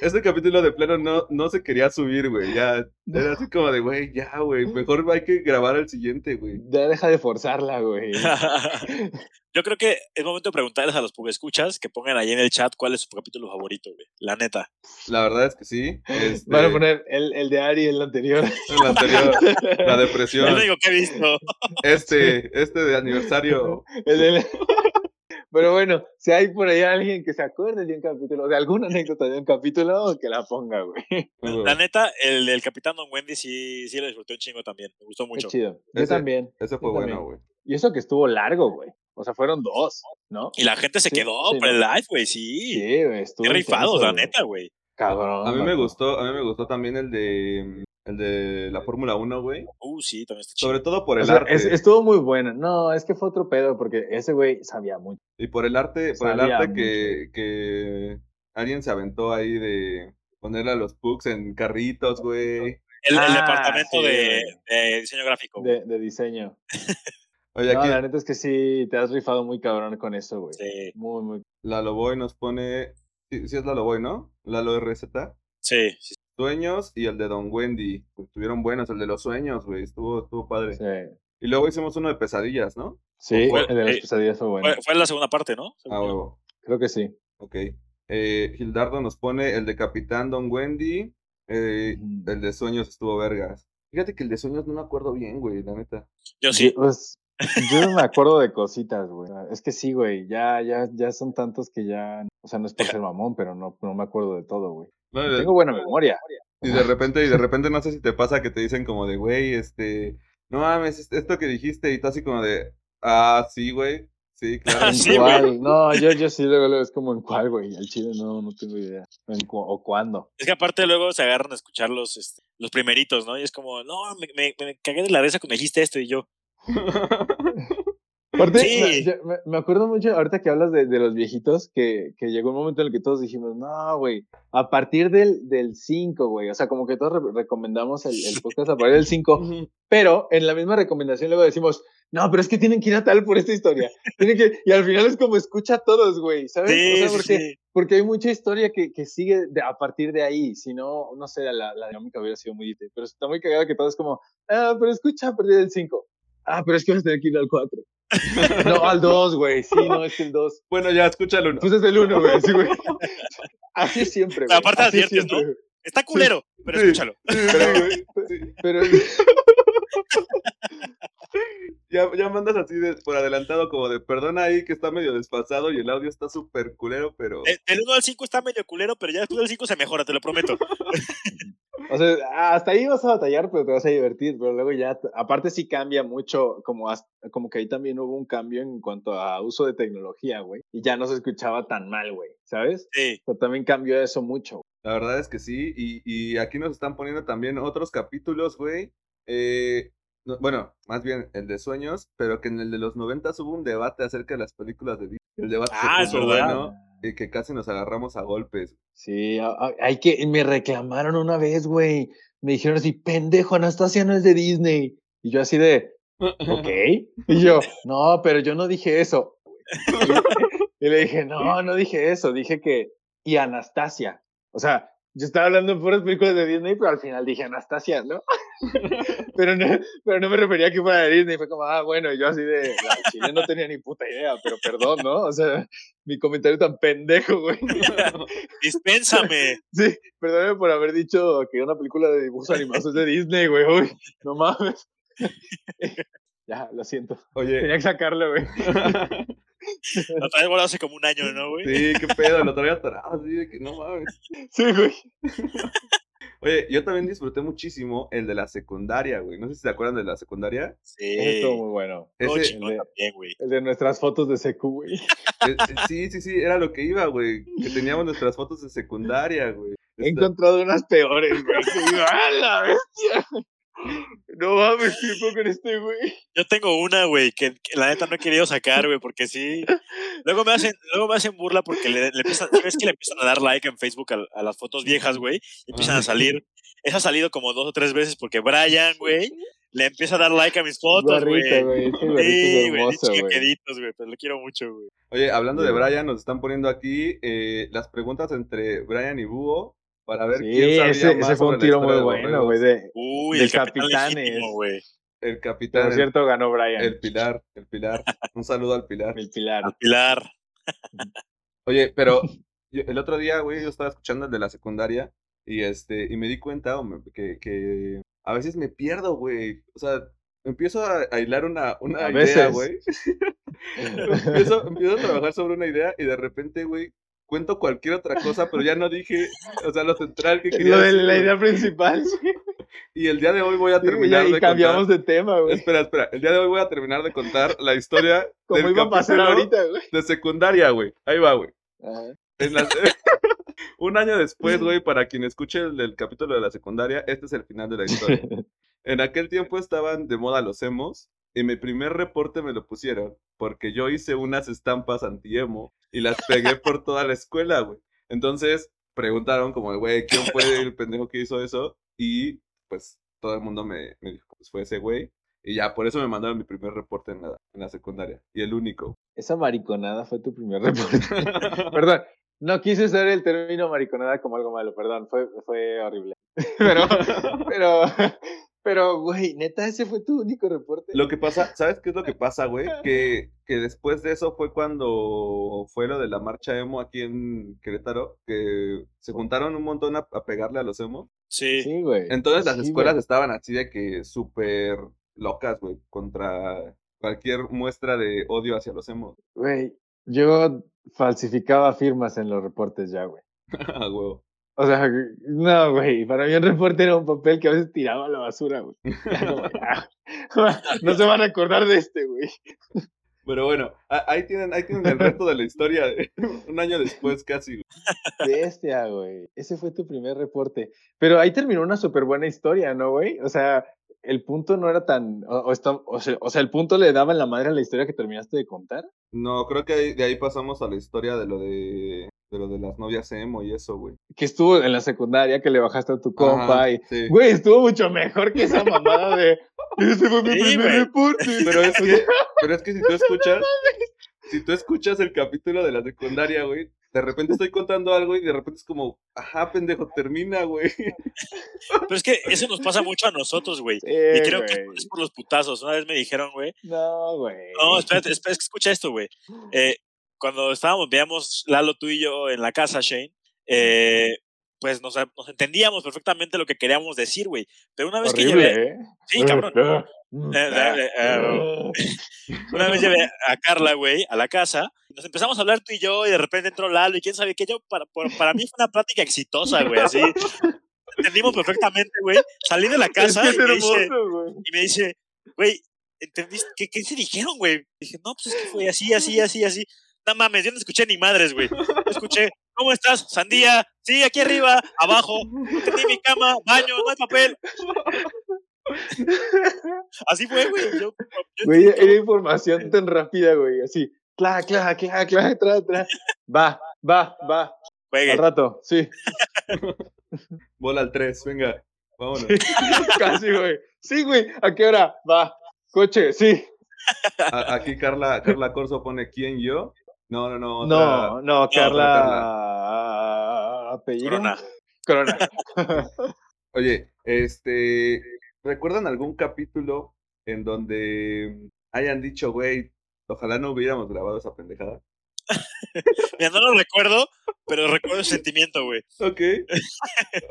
este capítulo de plano no, no se quería subir, güey. Ya, era así como de, güey, ya, güey, mejor hay que grabar al siguiente, güey. Ya deja de forzarla, güey. Yo creo que es momento de preguntarles a los escuchas que pongan ahí en el chat cuál es su capítulo favorito, güey. La neta. La verdad es que sí. este, Van a poner el, el de Ari, el anterior. el anterior, la depresión. Es lo único que he visto. Este, este de aniversario. El del- Pero bueno, si hay por ahí alguien que se acuerde de un capítulo, de alguna anécdota de un capítulo, que la ponga, güey. pues, La neta, el del Capitán Don Wendy sí, sí lo disfruté un chingo también. Me gustó Qué mucho. chido. Yo Ese- también. Ese fue Yo también. bueno, güey. Y eso que estuvo largo, güey. O sea, fueron dos, ¿no? Y la gente se Sí, quedó sí, por el ¿no? live, güey, sí. Sí, güey, estuvo Qué rifados, intenso, la güey. neta, güey. Cabrón. A mí me vato. gustó, a mí me gustó también el de el de la Fórmula 1, güey. Uh, sí, también está chido. Sobre todo por O el sea, arte. es- estuvo muy bueno. No, es que fue otro pedo, porque ese güey sabía mucho. Y por el arte, por el Sabía arte que, que alguien se aventó ahí de ponerle a los pugs en carritos, güey. El, el Ah, departamento sí, de, güey. de diseño gráfico, güey. De, de diseño. Oye, No, aquí la neta es que sí, te has rifado muy cabrón con eso, güey. Sí, Muy, muy. la Loboy nos pone. Sí, sí es la Loboy, ¿no? La RZ. sí, sí. Sueños y el de Don Wendy. pues, Estuvieron buenos, el de los sueños, güey. Estuvo, estuvo padre. Sí, Y luego hicimos uno de pesadillas, ¿no? Sí, Fue- el de las eh, pesadillas fue bueno. Fue, fue la segunda parte, ¿no? Según Ah, yo. huevo. Creo que sí. Ok. Eh, Gildardo nos pone el de Capitán Don Wendy. eh, Ujú. el de sueños estuvo vergas. Fíjate que el de sueños no me acuerdo bien, güey, la neta. Yo sí. Yo, pues, yo no me acuerdo de cositas, güey. Es que sí, güey. Ya, ya, ya son tantos que ya. O sea, no es por ser mamón, pero no, no me acuerdo de todo, güey. No, de- Tengo eh, buena memoria. Y de repente, y de repente no sé si te pasa que te dicen como de, güey, este, no mames, es- esto que dijiste, y tú así como de, ah, sí, güey, sí, claro. Ah, sí, güey. ¿Cuál? No, yo, yo sí, luego, luego es como en cuál, güey. Al chile no, no tengo idea. En cu- o cuándo. Es que aparte luego se agarran a escuchar los, este, los primeritos, ¿no? Y es como, no, me, me- me cagué de la risa cuando dijiste esto y yo. Aparte, Sí. me- yo- me, me acuerdo mucho ahorita que hablas de, de los viejitos, que, que llegó un momento en el que todos dijimos, no, güey, a partir del del 5, güey, o sea, como que todos re- recomendamos el, el podcast a partir del 5, pero en la misma recomendación luego decimos, no, pero es que tienen que ir a tal por esta historia. Tienen que, y al final es como escucha a todos, güey, ¿sabes? Sí, O sea, sí, porque, sí. porque hay mucha historia que, que sigue de- a partir de ahí, si no, no sé, la, la dinámica hubiera sido muy diferente, pero está muy cagada que todos como, ah, pero escucha a partir del 5. Ah, pero es que vas a tener que ir al 4. No, al 2, güey. Sí, no, es que el 2. bueno, ya, escúchalo. Pues es el 1, güey. Así, güey. Así es siempre, güey. Aparte así es adviertes, ¿no? güey. Está culero, pero Sí. escúchalo. Pero Ya, ya mandas así de- por adelantado como de, perdón ahí que está medio desfasado y el audio está súper culero, pero... De- Eh, Del 1 al 5 está medio culero, pero ya después del 5 se mejora, te lo prometo. o sea, hasta ahí vas a batallar, pero te vas a divertir. Pero luego ya, t- aparte sí cambia mucho, como, hasta- como que ahí también hubo un cambio en cuanto a uso de tecnología, güey. Y ya no se escuchaba tan mal, güey. ¿Sabes? Sí. Pero también cambió eso mucho. La verdad es que sí, y, y aquí nos están poniendo también otros capítulos, güey. Eh, no- bueno, más bien el de sueños, pero que en el de los 90 hubo un debate acerca de las películas de Disney. El debate se Ah, es puso verdad. bueno y que casi nos agarramos a golpes. Sí, a- a- hay que. Me reclamaron una vez, güey. Me dijeron así, pendejo, Anastasia no es de Disney. Y yo así de. ok. Y yo, no, pero yo no dije eso. Y le dije, no, no dije eso, dije que, y Anastasia. O sea, yo estaba hablando en puras películas de Disney, pero al final dije Anastasia, ¿no? pero ¿no? Pero no me refería a que fuera de Disney, fue como, ah, bueno, y yo así de, la chile no tenía ni puta idea, pero perdón, ¿no? O sea, mi comentario tan pendejo, güey. Dispénsame. Sí, perdóname por haber dicho que una película de dibujos animados es de Disney, güey, uy, no mames. ya, lo siento, Oye, tenía que sacarlo, güey. Lo traes guardado hace como un año, ¿no, güey? sí, qué pedo, lo traía atorado, así de que no mames. Sí, güey. Oye, yo también disfruté muchísimo el de la secundaria, güey. No sé si se acuerdan de la secundaria. Eso Sí. estuvo muy bueno. Todo Ese- chingón también, güey. El de nuestras fotos de CQ, güey. eh, sí, sí, sí, era lo que iba, güey. Que teníamos nuestras fotos de secundaria, güey. Este, He Esta- encontrado unas peores, güey. Que digo, ¡Ah, la bestia! No mames, tiempo con este, güey. Yo tengo una, güey, que, que la neta no he querido sacar, güey, porque sí. Luego me hacen, luego me hacen burla porque le, le empiezan, ¿sí ¿ves que le empiezan a dar like en Facebook a, a las fotos viejas, güey? Y empiezan a salir. Eso ha salido como dos o tres veces porque Brian, güey, le empieza a dar like a mis fotos, güey. Gorrito, güey. Ese gorrito es Sí, güey, bien hermoso, güey. chiqueditos, güey, pero lo quiero mucho, güey. Oye, hablando de Brian, nos están poniendo aquí eh, las preguntas entre Brian y Búho para ver Sí, quién sabía ese, más ese fue sobre un la tiro historia muy de bueno, Borregos. güey. de- Uy, De el capitán capitanes. legítimo, güey. El capitán, Por el, cierto, ganó Brian. el Pilar, el Pilar. Un saludo al Pilar. El pilar. Al Pilar. Oye, pero yo- el otro día, güey, yo estaba escuchando el de la secundaria y este, y me di cuenta hombre, que, que a veces me pierdo, güey. O sea, empiezo a, a hilar una, una A idea, veces. güey. empiezo, empiezo a trabajar sobre una idea y de repente, güey, cuento cualquier otra cosa, pero ya no dije, o sea, lo central que quería Lo de decir, la güey. idea principal. sí, Y el día de hoy voy a güey, terminar y de cambiamos contar... de tema, güey. Espera, espera. El día de hoy voy a terminar de contar la historia Como del iba a pasar capítulo ahorita, güey. de secundaria, güey. Ahí va, güey. Ajá. En la- Un año después, güey, para quien escuche el, el capítulo de la secundaria, este es el final de la historia. En aquel tiempo estaban de moda los emos y mi primer reporte me lo pusieron porque yo hice unas estampas anti-emo y las pegué por toda la escuela, güey. Entonces preguntaron como, güey, ¿quién fue el pendejo que hizo eso? Y pues todo el mundo me, me dijo, pues fue ese güey. Y ya, por eso me mandaron mi primer reporte en la, en la secundaria. Y el único. Esa mariconada fue tu primer reporte. perdón. No quise usar el término mariconada como algo malo, perdón, fue, fue horrible. Pero, pero, pero, güey, neta, ese fue tu único reporte. Lo que pasa, ¿sabes qué es lo que pasa, güey? Que, que después de eso fue cuando fue lo de la marcha emo aquí en Querétaro, que Oh. se juntaron un montón a, a pegarle a los emo. Sí. Sí, güey. Entonces las Sí, escuelas güey. estaban así de que súper locas, güey, contra cualquier muestra de odio hacia los emo. Güey, yo falsificaba firmas en los reportes ya, güey. Ah, huevo. O sea, no, güey, para mí un reporte era un papel que a veces tiraba a la basura, güey. Ya, como, ya. No se van a acordar de este, güey. Pero bueno, a- ahí tienen, ahí tienen el resto de la historia, de- un año después casi. güey. Bestia, güey. Ese fue tu primer reporte. Pero ahí terminó una súper buena historia, ¿no, güey? O sea, el punto no era tan. O, o está- o sea, o sea, el punto le daba en la madre a la historia que terminaste de contar. No, creo que ahí- de ahí pasamos a la historia de lo de, de lo de las novias emo y eso, güey. Que estuvo en la secundaria, que le bajaste a tu compa. Ajá, Y, sí. güey, estuvo mucho mejor que esa mamada de. Ese fue mi Sí, primer güey. reporte. Pero es que, pero es que si tú escuchas, si tú escuchas el capítulo de la secundaria, güey, de repente estoy contando algo y de repente es como, ajá, pendejo, termina, güey. Pero es que eso nos pasa mucho a nosotros, güey. Eh, Y creo que güey. es por los putazos. Una vez me dijeron, güey. No, güey. No, espérate, espérate, es que escucha esto, güey. Eh, cuando estábamos, veíamos Lalo, tú y yo en la casa, Shane, eh, pues nos, nos entendíamos perfectamente lo que queríamos decir, güey. Pero una vez que llevé. Horrible, ¿eh? Sí, cabrón. Mm, Eh, ah, eh, eh, Una vez llevé a Carla, güey, a la casa. Nos empezamos a hablar tú y yo, y de repente entró Lalo, y quién sabe qué. Yo, para, por- para mí fue una plática exitosa, güey, así. Entendimos perfectamente, güey. Salí de la Es casa "Este que y, es me dice, hermoso, güey. y me dice, güey, ¿entendiste? ¿Qué, qué se dijeron, güey? Dije, no, pues es que fue así, así, así, así. No mames, yo no escuché ni madres, güey. Yo escuché, ¿cómo estás? Sandía, sí, aquí arriba, abajo. No Tendí mi cama, baño, no hay papel. Así fue, güey. Yo, yo Güey, entendí todo. era información tan rápida, güey, así. Cla, cla, cla, cla, tra, tra. Va, va, va. Güey, Al rato, sí. Bola al 3, venga, vámonos. Casi, güey. Sí, güey. ¿A qué hora? Va. Coche, sí. A- aquí Carla, Carla Corso pone quién yo. No, no, no. otra- No, Ah, no, Carla. ah, Apellido. Corona. Corona. Oye, este, ¿recuerdan algún capítulo en donde hayan dicho, güey, ojalá no hubiéramos grabado esa pendejada? Mira, no lo recuerdo, pero recuerdo el sentimiento, güey. Ok,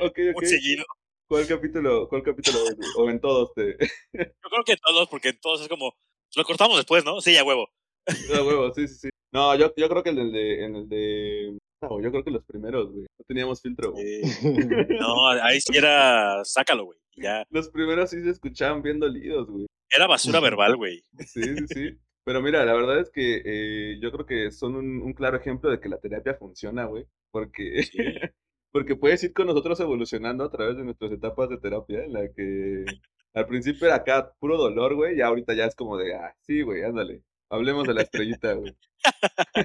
ok, ok. Muy seguido. ¿Cuál capítulo, cuál capítulo, o en todos te, Yo creo que todos, porque todos es como. Lo cortamos después, ¿no? Sí, ya huevo. Ah, huevo, sí, sí, sí. No, yo, yo creo que en el de, en el de. No, yo creo que los primeros, güey. No teníamos filtro, güey. Eh, no, ahí sí era. Sácalo, güey. Ya. Los primeros sí se escuchaban bien dolidos, güey. Era basura verbal, güey. Sí, sí, sí. Pero mira, la verdad es que eh, yo creo que son un, un claro ejemplo de que la terapia funciona, güey. Porque, porque puedes ir con nosotros evolucionando a través de nuestras etapas de terapia, en la que al principio era acá puro dolor, güey, y ahorita ya es como de, ah, sí, güey, ándale. Hablemos de la estrellita, güey.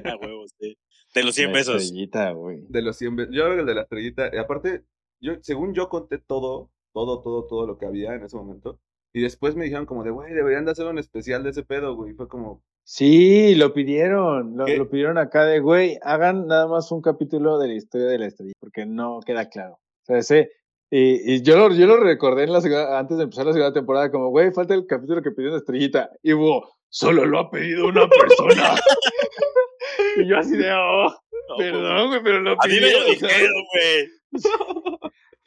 A huevo, sí. De los 100 La Este, pesos. estrellita, güey. eh, De los 100 veces. Yo creo que el de la estrellita. Y aparte, yo, según yo conté todo, todo, todo, todo lo que había en ese momento. Y después me dijeron como de, güey, deberían de hacer un especial de ese pedo, güey. Y Fue como, Sí, lo pidieron, lo, ¿Qué? lo pidieron acá de, güey, hagan nada más un capítulo de la historia de la estrella, porque no queda claro. O sea, ese, y, y yo, lo, yo lo recordé en la segunda- antes de empezar la segunda temporada como, güey, falta el capítulo que pidió la estrellita. Y hubo, solo lo ha pedido una persona. y yo así de, oh, No, pues, perdón, güey, pero lo A mí me lo pidieron. o sea, dijeron, güey.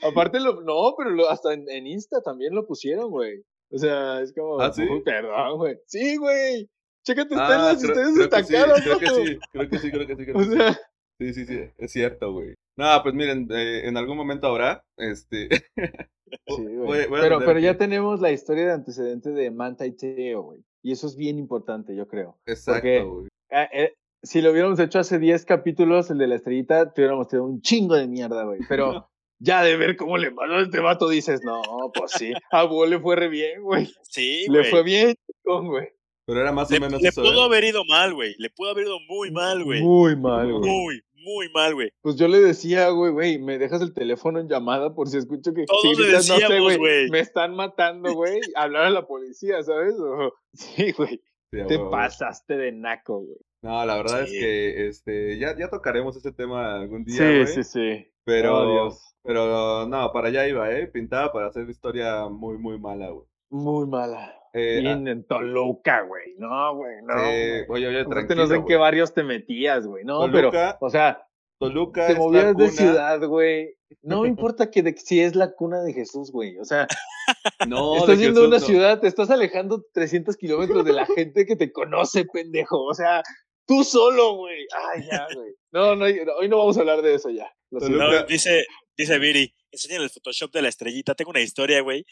Aparte, lo, no, pero lo- hasta en, en Insta también lo pusieron, güey. O sea, es como, ¿Ah, sí? "Uy, perdón, güey. Sí, güey. Chécate, están ah, las creo- historias creo que sí, destacadas, creo que vato". sí, creo que sí, creo que sí, creo que O sí. sea, Sí, sí, sí, es cierto, güey. No, pues miren, eh, en algún momento habrá, este... Sí, güey. voy- voy a pero, tener pero ya que- tenemos la historia de antecedente de Manta y Teo, güey. Y eso es bien importante, yo creo. porque- Exacto, güey. Ah, eh, si lo hubiéramos hecho hace 10 capítulos, el de la estrellita, tuviéramos tenido un chingo de mierda, güey. Pero ya de ver cómo le pasó a este vato, dices, no, pues sí, a Bo le fue re bien, güey. Sí, Le güey. fue bien, chingón, güey. Pero era más Le, o menos le eso, pudo ¿eh? haber ido mal, güey. Le pudo haber ido muy mal, güey. Muy mal, güey. Muy, muy mal, güey. Pues yo le decía, güey, güey, me dejas el teléfono en llamada por si escucho que Todos si le gritas, decíamos, güey. me están matando, güey. Hablar a la policía, ¿sabes? O- sí, güey. Sí, a Te huevo, güey. pasaste de naco, güey. No, la verdad Sí. es que este, ya, ya tocaremos ese tema algún día, Sí, güey. sí, sí. Pero, Oh, Dios. pero no, para allá iba, ¿eh? Pintaba para hacer historia muy, muy mala, güey. Muy mala. Eh, Bien en Toluca, güey. No, güey, no. ah, eh, güey. oye, oye, Aparte tranquilo, no sé en qué güey. barrios te metías, güey. No, Toluca, pero, o sea, Toluca te es la movías de cuna- ciudad, güey. No me importa que de- si es la cuna de Jesús, güey. O sea, No, de estás yendo a Jesús, una no. ciudad, te estás alejando 300 kilómetros de la gente que te conoce, pendejo. O sea, tú solo, güey. Ay, ya, güey. No, no, hoy no vamos a hablar de eso ya. Lo siento. No, Nunca- dice, dice Viri, enseñen el Photoshop de la estrellita. Tengo una historia, güey,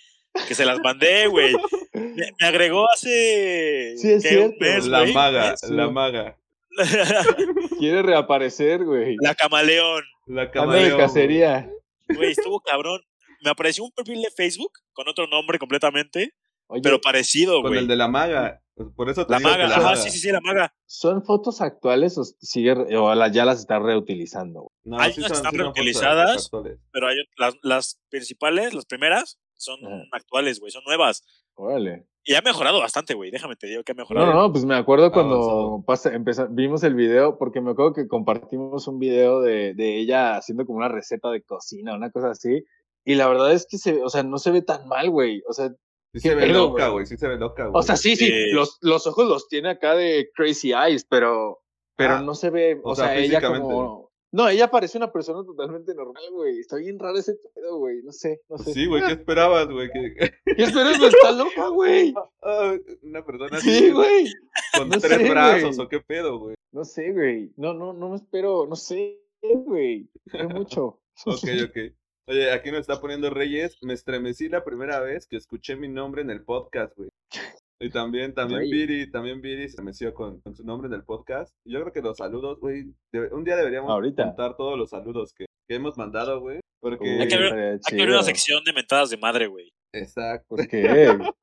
que se las mandé, güey. Me, me agregó hace. Sí, es ¿qué? Un cierto. mes, La güey. maga, Sí. la maga, Quiere reaparecer, güey. la camaleón. la Anda de camaleón, güey. cacería. Güey, estuvo cabrón. Me apareció un perfil de Facebook con otro nombre completamente, Oye, pero parecido, Con güey. el de la maga. Por eso te La digo que maga, la ajá, maga. sí, sí, sí, la maga. ¿son fotos actuales o sigue re- o la- ya las está reutilizando? güey? No, Hay sí unas que son- están sí son fotos reutilizadas. actuales. Pero hay, las, las principales, las primeras, son Ajá. actuales, güey, son nuevas. Órale. Y ha mejorado bastante, güey. Déjame te digo que ha No, mejorado. no, pues me acuerdo cuando Avanzado. pasa, empeza- vimos el video, porque me acuerdo que compartimos un video de, de ella haciendo como una receta de cocina, una cosa así. Y la verdad es que se, o sea, no se ve tan mal, güey. O sea, Sí Qué se ve pedo, loca, güey. güey, sí se ve loca, güey. o sea, sí, sí, Sí. los, los ojos los tiene acá de crazy eyes, pero, pero Ah, no se ve, o, o sea, sea, ella físicamente. como... No, ella parece una persona totalmente normal, güey. Está bien raro ese pedo, güey. No sé, no sé. pues Sí, güey, ¿qué esperabas, güey? Que... Y esperas, güey, está loca, güey. Ah, Una persona Sí, así, güey. con No tres sé, brazos, güey. o qué pedo, güey. No sé, güey. No, no, no me espero. No sé, güey. Es mucho. Ok, ok. Oye, aquí nos está poniendo Reyes. Me estremecí la primera vez que escuché mi nombre en el podcast, güey. Y también, también Reyes. Viri, también Viri se estremeció con, con su nombre en el podcast. Y Yo creo que los saludos, güey, debe- un día deberíamos Ahorita. contar todos los saludos que, que hemos mandado, güey. Porque... Hay que ver- Estaría Hay que abrir una chido. sección de mentadas de madre, güey. Exacto. ¿Por qué?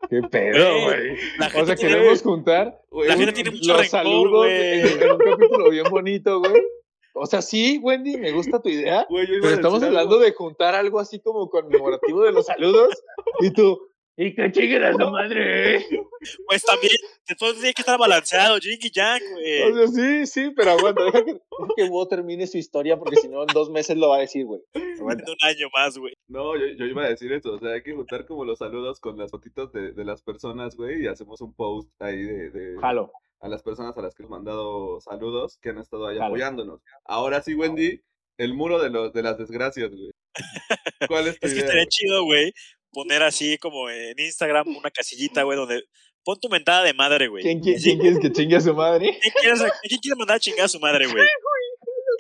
¿Qué pedo, Güey, güey? La O gente sea, tiene- queremos juntar Güey, La un- gente tiene mucho los rencor, saludos güey. en en un capítulo bien bonito, güey. O sea, sí, Wendy, me gusta tu idea. güey, yo iba a Pero estamos decir hablando algo. de juntar algo así como conmemorativo de los saludos. Y tú, y que chinguen a su madre, eh. Pues también, entonces tiene que estar balanceado, Jing y Yang, güey. O sea, sí, sí, pero aguanta, deja que, deja que Bo termine su historia porque si no en dos meses lo va a decir, güey. Aguanta. De un año más, güey. No, yo, yo iba a decir eso, o sea, hay que juntar como los saludos con las fotitos de, de las personas, güey, y hacemos un post ahí de, de- Jalo. a las personas a las que hemos mandado saludos, que han estado ahí Jalo. apoyándonos. Ahora sí, Wendy, el muro de, los, de las desgracias, güey. ¿Cuál es tu Es que idea, estaría güey? chido, güey, poner así como en Instagram una casillita, güey, donde pon tu mentada de madre, güey. ¿Quién, qui- quién quieres que chingue a su madre? ¿Quién quieres, a quién quieres mandar a chingar a su madre, güey?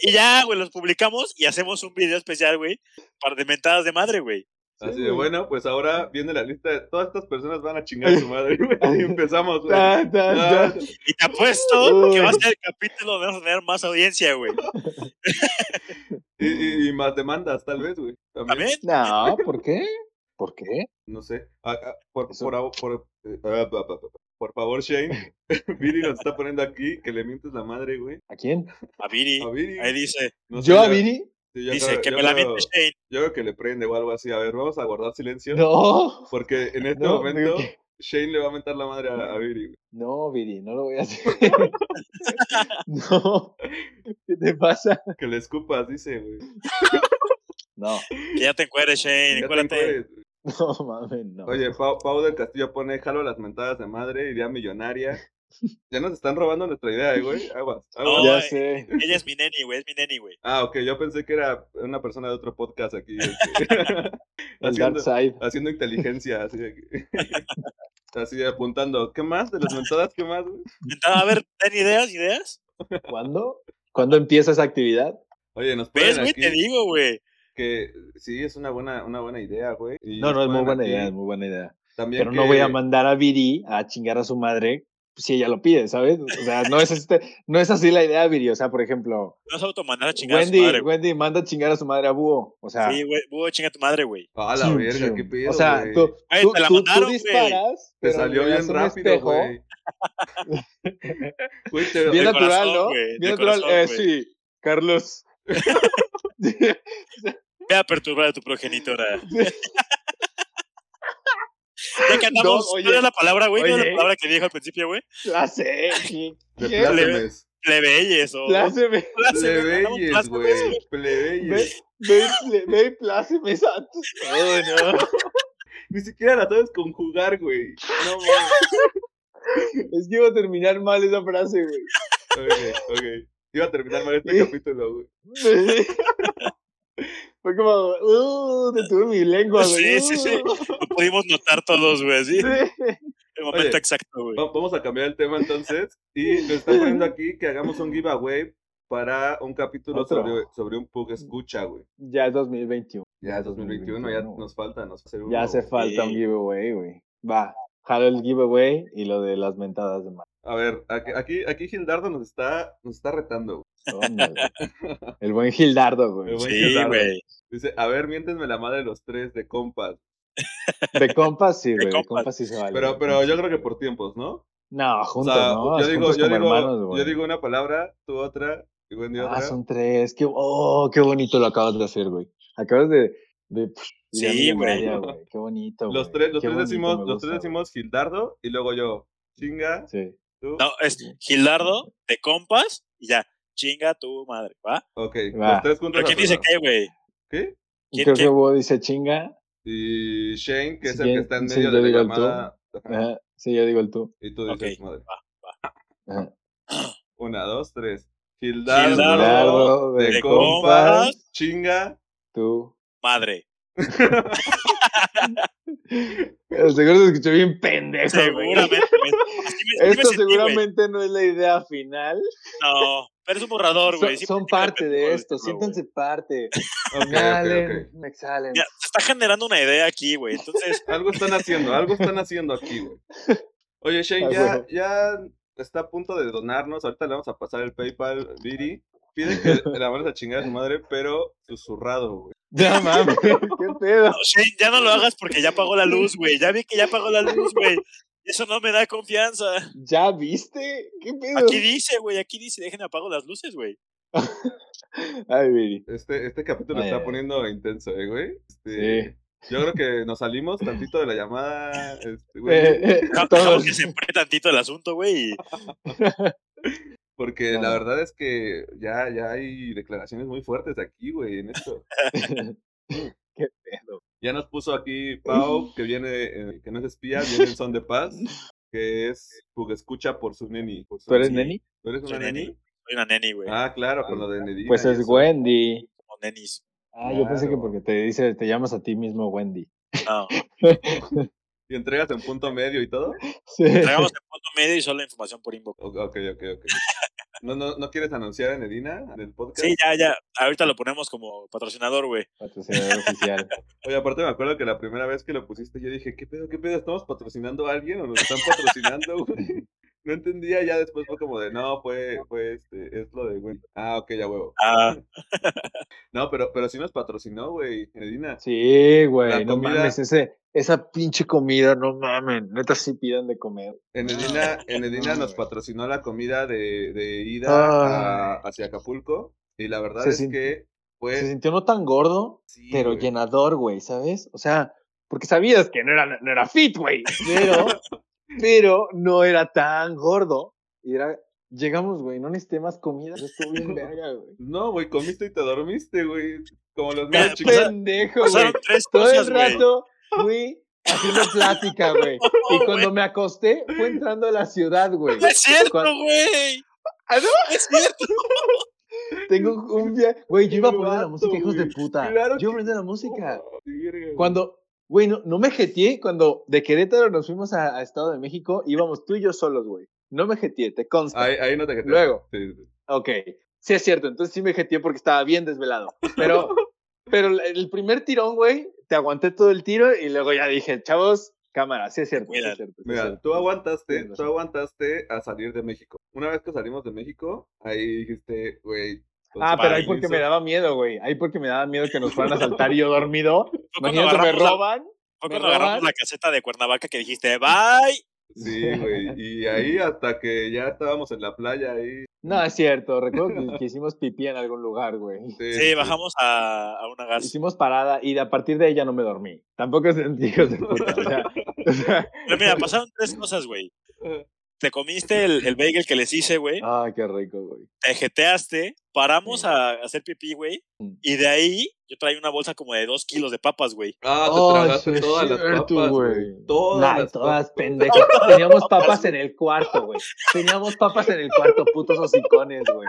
Y ya, güey, los publicamos y hacemos un video especial, güey, para de mentadas de madre, güey. Así Sí, de, güey. bueno, pues ahora viene la lista de todas estas personas van a chingar a su madre, güey. Y empezamos, güey. Ta, ta, ta. Y te apuesto que va a Uy. ser el capítulo donde vamos a tener más audiencia, güey. Y, y- y más demandas, tal vez, güey. También. También, Ah. No, ¿por qué? ¿Por qué? No sé. Ah, ah, por, Eso. por, avo- por, eh, ah, pa, pa, pa, pa. Por favor, Shane. Viri nos está poniendo aquí que le mientes la madre, güey. ¿A quién? a Viri, A Viri. ahí dice, No sé, ¿Yo a la- Viri? Sí, yo Dice creo- que yo me la creo- miente Shane. Yo creo que le prende o algo así. A ver, vamos a guardar silencio. No. Porque en este No, momento digo que- Shane le va a mentar la madre a, a Viri. güey. No, Viri, no lo voy a hacer. no. ¿Qué te pasa? Que le escupas, dice, güey. No, Que ya te encueres, Shane. Ya te encuérate. encueres. no mames, no. Oye, Pau, Pau del Castillo pone jalo las mentadas de madre, idea millonaria. Ya nos están robando nuestra idea, eh, güey. Aguas, aguas. No, ya eh. sé. Ella es mi neni, güey. Es mi neni, güey. Ah, ok, yo pensé que era una persona de otro podcast aquí. este, El Dark haciendo, Side. haciendo inteligencia, así de que- Así de apuntando. ¿Qué más de las mentadas? ¿Qué más, güey? Entonces, A ver, ¿ten ideas, ideas? ¿Cuándo? ¿Cuándo empieza esa actividad? Oye, nos ¿Ves, ponen güey? aquí Te digo, güey. que sí, es una buena, una buena idea, güey. y No, nos no, es muy ponen buena aquí idea, es muy buena idea. También Pero no voy a que- mandar a Viri a chingar a su madre si ella lo pide, ¿sabes? O sea, no es, este, no es así la idea, Viri. O sea, por ejemplo, No es automandar a chingar a Wendy, su madre, güey. Wendy manda a chingar a su madre a Búho. O sea, Sí, güey. Búho, chinga tu madre, güey. A ¡Ah, la chum, verga, chum. qué pedo. O sea, güey. tú, Güey, tú- te la tú- tú mandaron, güey. disparas, Te pero salió le bien das un rápido, espejo. güey. Güey, te- Bien De natural, corazón, ¿no? güey, de Bien natural. corazón, eh, güey. sí, Carlos. Ve a perturbar a tu progenitora. Ya que andamos, No, oye. ¿cuál es la palabra, güey? ¿Cuál es la Oye. palabra que dijo al principio, güey? La sé. ¿qué- de qué? plácemes. Plebeyes o... Pláceme. Pláceme, andamos Plebeyes, plácemes, güey. Plebeyes. Ve, ve, ve y pláceme, santo. Ay, no. Ni siquiera la sabes conjugar, güey. No mames. Es que iba a terminar mal esa frase, güey. Ok, ok. Iba a terminar mal este Sí. capítulo, güey. Fue como, uh, te tuve mi lengua, güey. Sí, sí, sí. Lo pudimos notar todos, güey, ¿sí? El momento Oye. exacto, güey. Va- Vamos a cambiar el tema entonces. Y nos están poniendo aquí que hagamos un giveaway para un capítulo Otro. sobre, sobre un Pug Escucha, güey. Ya es 2021. Ya es 2021, ya 2021. nos falta, nos hace uno, Ya hace güey. falta un giveaway, güey. Va, jalo el giveaway y lo de las mentadas de mano. A ver, aquí, aquí, aquí Gildardo nos está, nos está retando, güey. Ándale. El buen Gildardo, güey. El buen Sí, Gildardo. güey. Dice, a ver, miéntenme la madre de los tres de compas. De compas sí, güey. De compas. compas sí se vale. Pero, pero yo creo que por tiempos, ¿no? No, O juntos, sea, ¿no? yo, digo, Juntos yo, como digo, hermanos, güey. yo digo una palabra, tú otra, y Wendy Ah, otra. son tres. Qué, oh, qué bonito lo acabas de hacer, güey. Acabas de. de pff, ir a Sí, mi güey. memoria, Qué bonito. Los güey. tres, los Qué tres bonito, decimos, me los tres gusta, decimos Gildardo y luego yo. Chinga, güey. Sí. tú. No, es Gildardo, de compas, y ya. Chinga tu madre, ¿va? Ok, Va. los tres juntos. Pero ¿quién dice qué, güey? ¿Qué? ¿Quién- Creo que quién? Bo dice chinga. Y Shane, que es Sí, el que ya- está en sí, medio yo de la digo el tú. llamada. Ajá, Ajá, Sí, yo digo el tú. Y tú dices, Ok. madre. Ajá. Una, dos, tres. Gildardo, Gildardo de, de compas, compas. chinga. Tú. Madre. Pero seguro se escuchó bien pendejo, güey. Seguramente. güey. Así me- así me Esto sentí, güey. seguramente no es la idea final. No, pero es un borrador, güey. Son, sí son puede haber parte pendejo, de esto. güey. Siéntanse parte. Ok, ok, ok. Inhalen, exhalen. Ya, se está generando una idea aquí, güey. Entonces, Algo están haciendo, algo están haciendo aquí, güey. Oye, Shane, Ah, ya, huevo. ya está a punto de donarnos. Ahorita le vamos a pasar el PayPal, Viri. Pide que la vamos a chingar a su madre, pero susurrado, güey. Ya, mames. ¿Qué pedo? No, Shane, ya no lo hagas porque ya apagó la luz, güey. Ya vi que ya apagó la luz, güey. Eso no me da confianza. ¿Ya viste? ¿Qué pedo? Aquí dice, güey, aquí dice, déjenme apago las luces, güey. Ay, Viri. Este, este capítulo Ay, está ay, ay. poniendo intenso, eh, güey. Este, Ah, Sí. Yo creo que nos salimos tantito de la llamada, este, güey, Eh, eh, No, todos. Dejamos que se enfríe tantito el asunto, güey. y- porque no, la no. verdad es que ya, ya hay declaraciones muy fuertes aquí, güey, en esto. Mm. Qué pedo. Ya nos puso aquí Pau, que viene, eh, que no es espía, viene en son de paz, que es porque escucha por su neni. por su- ¿Tú eres sí. neni? ¿Tú eres una Soy neni. neni? Soy una neni, güey. Ah, claro, con lo de Nedina. Pues y es eso. Wendy. Como nenis. Ah, yo pensé que Claro. porque te dice, te llamas a ti mismo Wendy. No. ¿Y entregas en punto medio y todo? Sí. Traigamos el punto medio y solo la información por inbox. O- Ok, ok, ok. ¿No, no, ¿No quieres anunciar a Nedina en el podcast? Sí, ya, ya. Ahorita lo ponemos como patrocinador, güey. Patrocinador oficial. Oye, aparte me acuerdo que la primera vez que lo pusiste yo dije, ¿qué pedo, qué pedo? ¿Estamos patrocinando a alguien o nos están patrocinando, güey? No entendía, ya después fue como de, no, fue, fue este, es lo de, güey. Ah, ok, ya huevo. Ah, No, pero, pero sí nos patrocinó, güey, Nedina. Sí, La güey. No comida- mames, ese, esa pinche comida, no mames. Neta sí pidan de comer. En Edina, en Edina nos patrocinó la comida de, de ida a- hacia Acapulco. Y la verdad Ah. Se es sintió- que Fue- Se sintió no tan gordo, Pues sí, pero güey. llenador, güey, ¿sabes? O sea, porque sabías que no era, no era fit, güey, pero, pero no era tan gordo. Y era, llegamos, güey, no necesité más comida. Eso estuvo bien verga, güey. No, güey, comiste y te dormiste, güey. Como los Mira, niños chicos. Pendejo, güey. Pasaron tres Todo cosas, el güey. rato fui haciendo plática, güey. No, Y güey, cuando me acosté, fue entrando a la ciudad, güey. No es cierto, Cuando- güey. Ah, no, Es cierto. Tengo un- un viaje. Güey, yo iba a Qué poner la vato, música, hijos de güey. puta. Claro Yo que- iba a poner la música. Sí, verga, güey. Cuando, güey, no, no me jeteé. Cuando de Querétaro nos fuimos a, a Estado de México, íbamos tú y yo solos, güey. No me jeteé, te consta. Ahí, ahí no te quedaste. Luego, Sí, sí. ok. Sí, es cierto. Entonces sí me jeteé porque estaba bien desvelado. Pero, pero el- el primer tirón, güey, te aguanté todo el tiro y luego ya dije, chavos, cámara. Sí, es cierto. sí es Mira, cierto, sí es Mira, cierto. tú aguantaste, Tienes tú razón. aguantaste a salir de México. Una vez que salimos de México, ahí dijiste, güey. con Ah, su pero ahí permiso. porque me daba miedo, güey. Ahí porque me daba miedo que nos fueran a saltar y yo dormido. Fue cuando Imagínate, me agarramos la- roban. Fue me cuando agarramos roban. la caseta de Cuernavaca que dijiste, bye. Sí, güey. Y ahí hasta que ya estábamos en la playa ahí. No, es cierto. Recuerdo que, que hicimos pipí en algún lugar, güey. Sí, bajamos a, a una gas. Hicimos parada y de- a partir de ahí ya no me dormí. Tampoco sentí hijos de puta. O sea, o sea, Pero mira, pasaron tres cosas, güey. Te comiste el, el bagel que les hice, güey. ay, qué rico, güey. Te jeteaste. Paramos Sí. Mm. a hacer pipí, güey. Y de ahí yo traía una bolsa como de dos kilos de papas, güey. Ah, te Oh, sí tragaste es todas las cierto, papas, güey. güey. Todas Ay, las todas papas. pendejas. Teníamos papas en el cuarto, güey. Teníamos papas en el cuarto, putos hocicones, güey.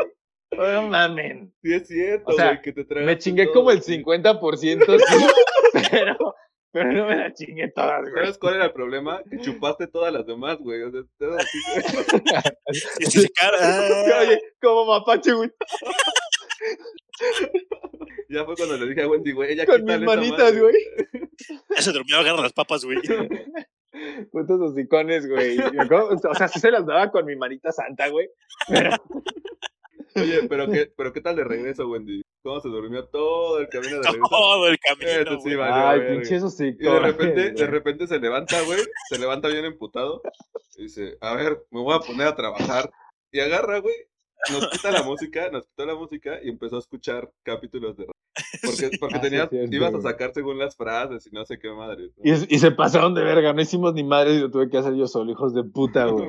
No mamen. Sí, es cierto, O sea, güey, que te tragaste Me chingué todo, como el güey. 50%, sí, pero, pero no me la chingué todas, güey. ¿Sabes cuál era el problema? Que chupaste todas las demás, güey. O sea, todas así, güey. Y se secaron. Oye, como mapache, güey, ya fue cuando le dije a Wendy, güey, ya con mis quítale esa manitas, madre. güey. Ya se durmió agarra las papas, güey. Putos hocicones, güey. Me acuerdo- O sea, sí se las daba con mi manita santa, güey. Oye, pero qué, pero qué tal de regreso, Wendy. ¿Cómo se durmió todo el camino de regreso? Todo el Este camino, sí güey. valió Ay, verga. pinches hocicones. Y de repente, de güey. repente se levanta, güey, se levanta bien emputado. Y dice, a ver, me voy a poner a trabajar. Y agarra, güey, nos quita la música, nos quitó la música y empezó a escuchar capítulos de rap. Porque, porque Ah, sí, tenías, es cierto, ibas a güey. sacar según las frases y no sé qué madre. Y, es- y se pasaron de verga, no hicimos ni madres, lo tuve que hacer yo solo, hijos de puta, güey.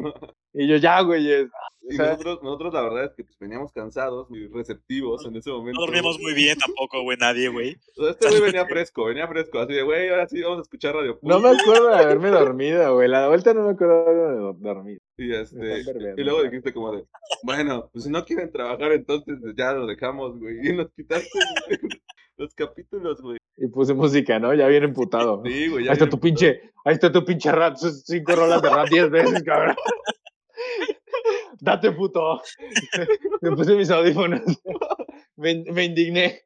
Y yo, ya, güey, es- o Y sea, nosotros, nosotros la verdad es que pues, veníamos cansados y receptivos en ese momento. No dormimos muy bien tampoco, güey, nadie, güey. O sea, Este güey venía fresco, venía fresco, así de, güey, ahora sí vamos a escuchar Radio no Pulp". me acuerdo de haberme dormido, güey. La vuelta no me acuerdo de haberme do- dormido. Y, este, Están verdes, y luego ¿no? dijiste como de, bueno, pues si no quieren trabajar, entonces pues, ya lo dejamos, güey. Y nos quitaste güey, los capítulos, güey. Y puse música, ¿no? Ya bien emputado. Sí, güey. Ahí ya está viene- tu pinche, ahí está tu pinche rap, sus cinco rolas de rap diez veces, cabrón. Date puto. Me puse mis audífonos. Me, me indigné.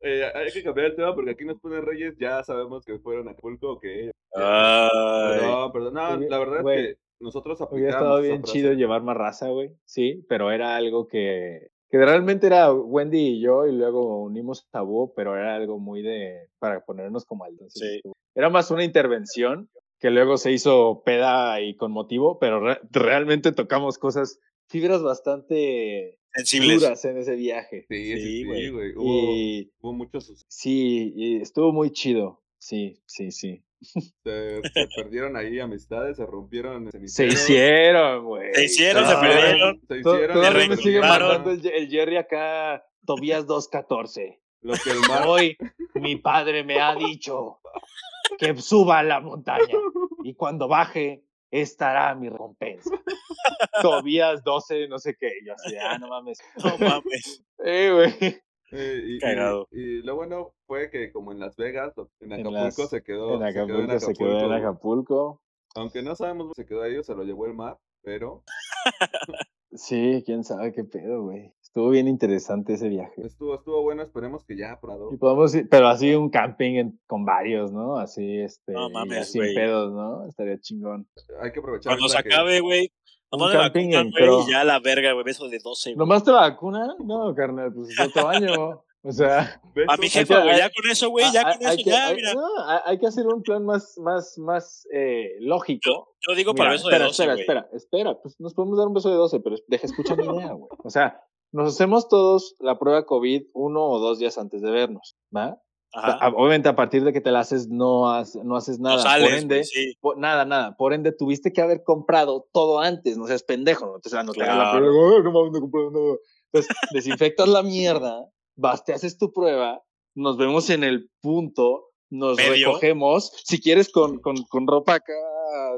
Eh, hay que cambiar el tema porque aquí nos ponen Reyes, ya sabemos que fueron a Acapulco o que... Ay. No, perdón, no, la verdad Güey, es que nosotros Hubiera aplicamos estado esa bien frase. chido llevar más raza, güey. Sí, pero era algo que, que realmente era Wendy y yo y luego unimos tabú, pero era algo muy de para ponernos como al entonces Sí. estuvo- Era más una intervención que luego se hizo peda y con motivo, pero re- realmente tocamos cosas, fibras bastante Sensibles. duras en ese viaje. Sí, Sí, sí, sí, güey. güey. Hubo, Y hubo muchos... sus- sí, y estuvo muy chido. Sí, sí, sí. Se, se perdieron ahí amistades, se rompieron... Se ceniceros. hicieron, güey. Se hicieron, se Ah, perdieron. Se To- hicieron... Todavía se me sigue reencontraron. mandando el, el Jerry acá, Tobías 214. Lo que el mar... Hoy mi padre me ha dicho que suba a la montaña y cuando baje estará mi recompensa. Tobías 12, no sé qué. Y Yo así, ah, no mames. No mames. Eh, güey. Eh, y, y- Cagado. y lo bueno fue que como en Las Vegas, lo- en En Acapulco las- se quedó. En Acapulco se Acapulco, quedó en güey. Acapulco. Aunque no sabemos dónde se quedó ahí o se lo llevó el mar, pero Sí, quién sabe qué pedo, güey. Estuvo bien interesante ese viaje. estuvo, estuvo bueno, esperemos que ya Prado. Y podemos ir- pero así un camping en- con varios, ¿no? Así, este, No mames, sin güey. pedos, ¿no? Estaría chingón. Hay que aprovechar. Cuando se ahorita que- acabe, güey. Un Nomás me camping vacunan, en güey, Cro. y ya la verga, güey. Beso de 12, güey. ¿Nomás te vacunan? No, carnal, pues es otro año. O sea, ¿Ves? A mi hay jefa, que- güey. Ya hay- con eso, güey. ha- Ya ha- con eso, que, ya, Ah, hay, mira. no, ha- hay que hacer un plan más, más, más eh, lógico. Yo digo para Mira, beso de espera, 12, espera, güey. espera, espera, pues nos podemos dar un beso de 12, pero deja, escucha mi idea, güey. O sea, Nos hacemos todos la prueba COVID uno o dos días antes de vernos, ¿va? O sea, Ajá. a- Obviamente a partir de que te la haces no, haces no haces nada. Ah. no sales, Ah, Por ende, güey, sí. po- nada, nada. Por ende tuviste que haber comprado todo antes, no seas pendejo, no te, o sea, no te hagas la Claro. prueba, "Ay, no mames, no he comprado nada". Entonces, desinfectas la mierda, vas, te haces tu prueba, nos vemos en el punto, nos Medio. recogemos, si quieres con, con, con ropa acá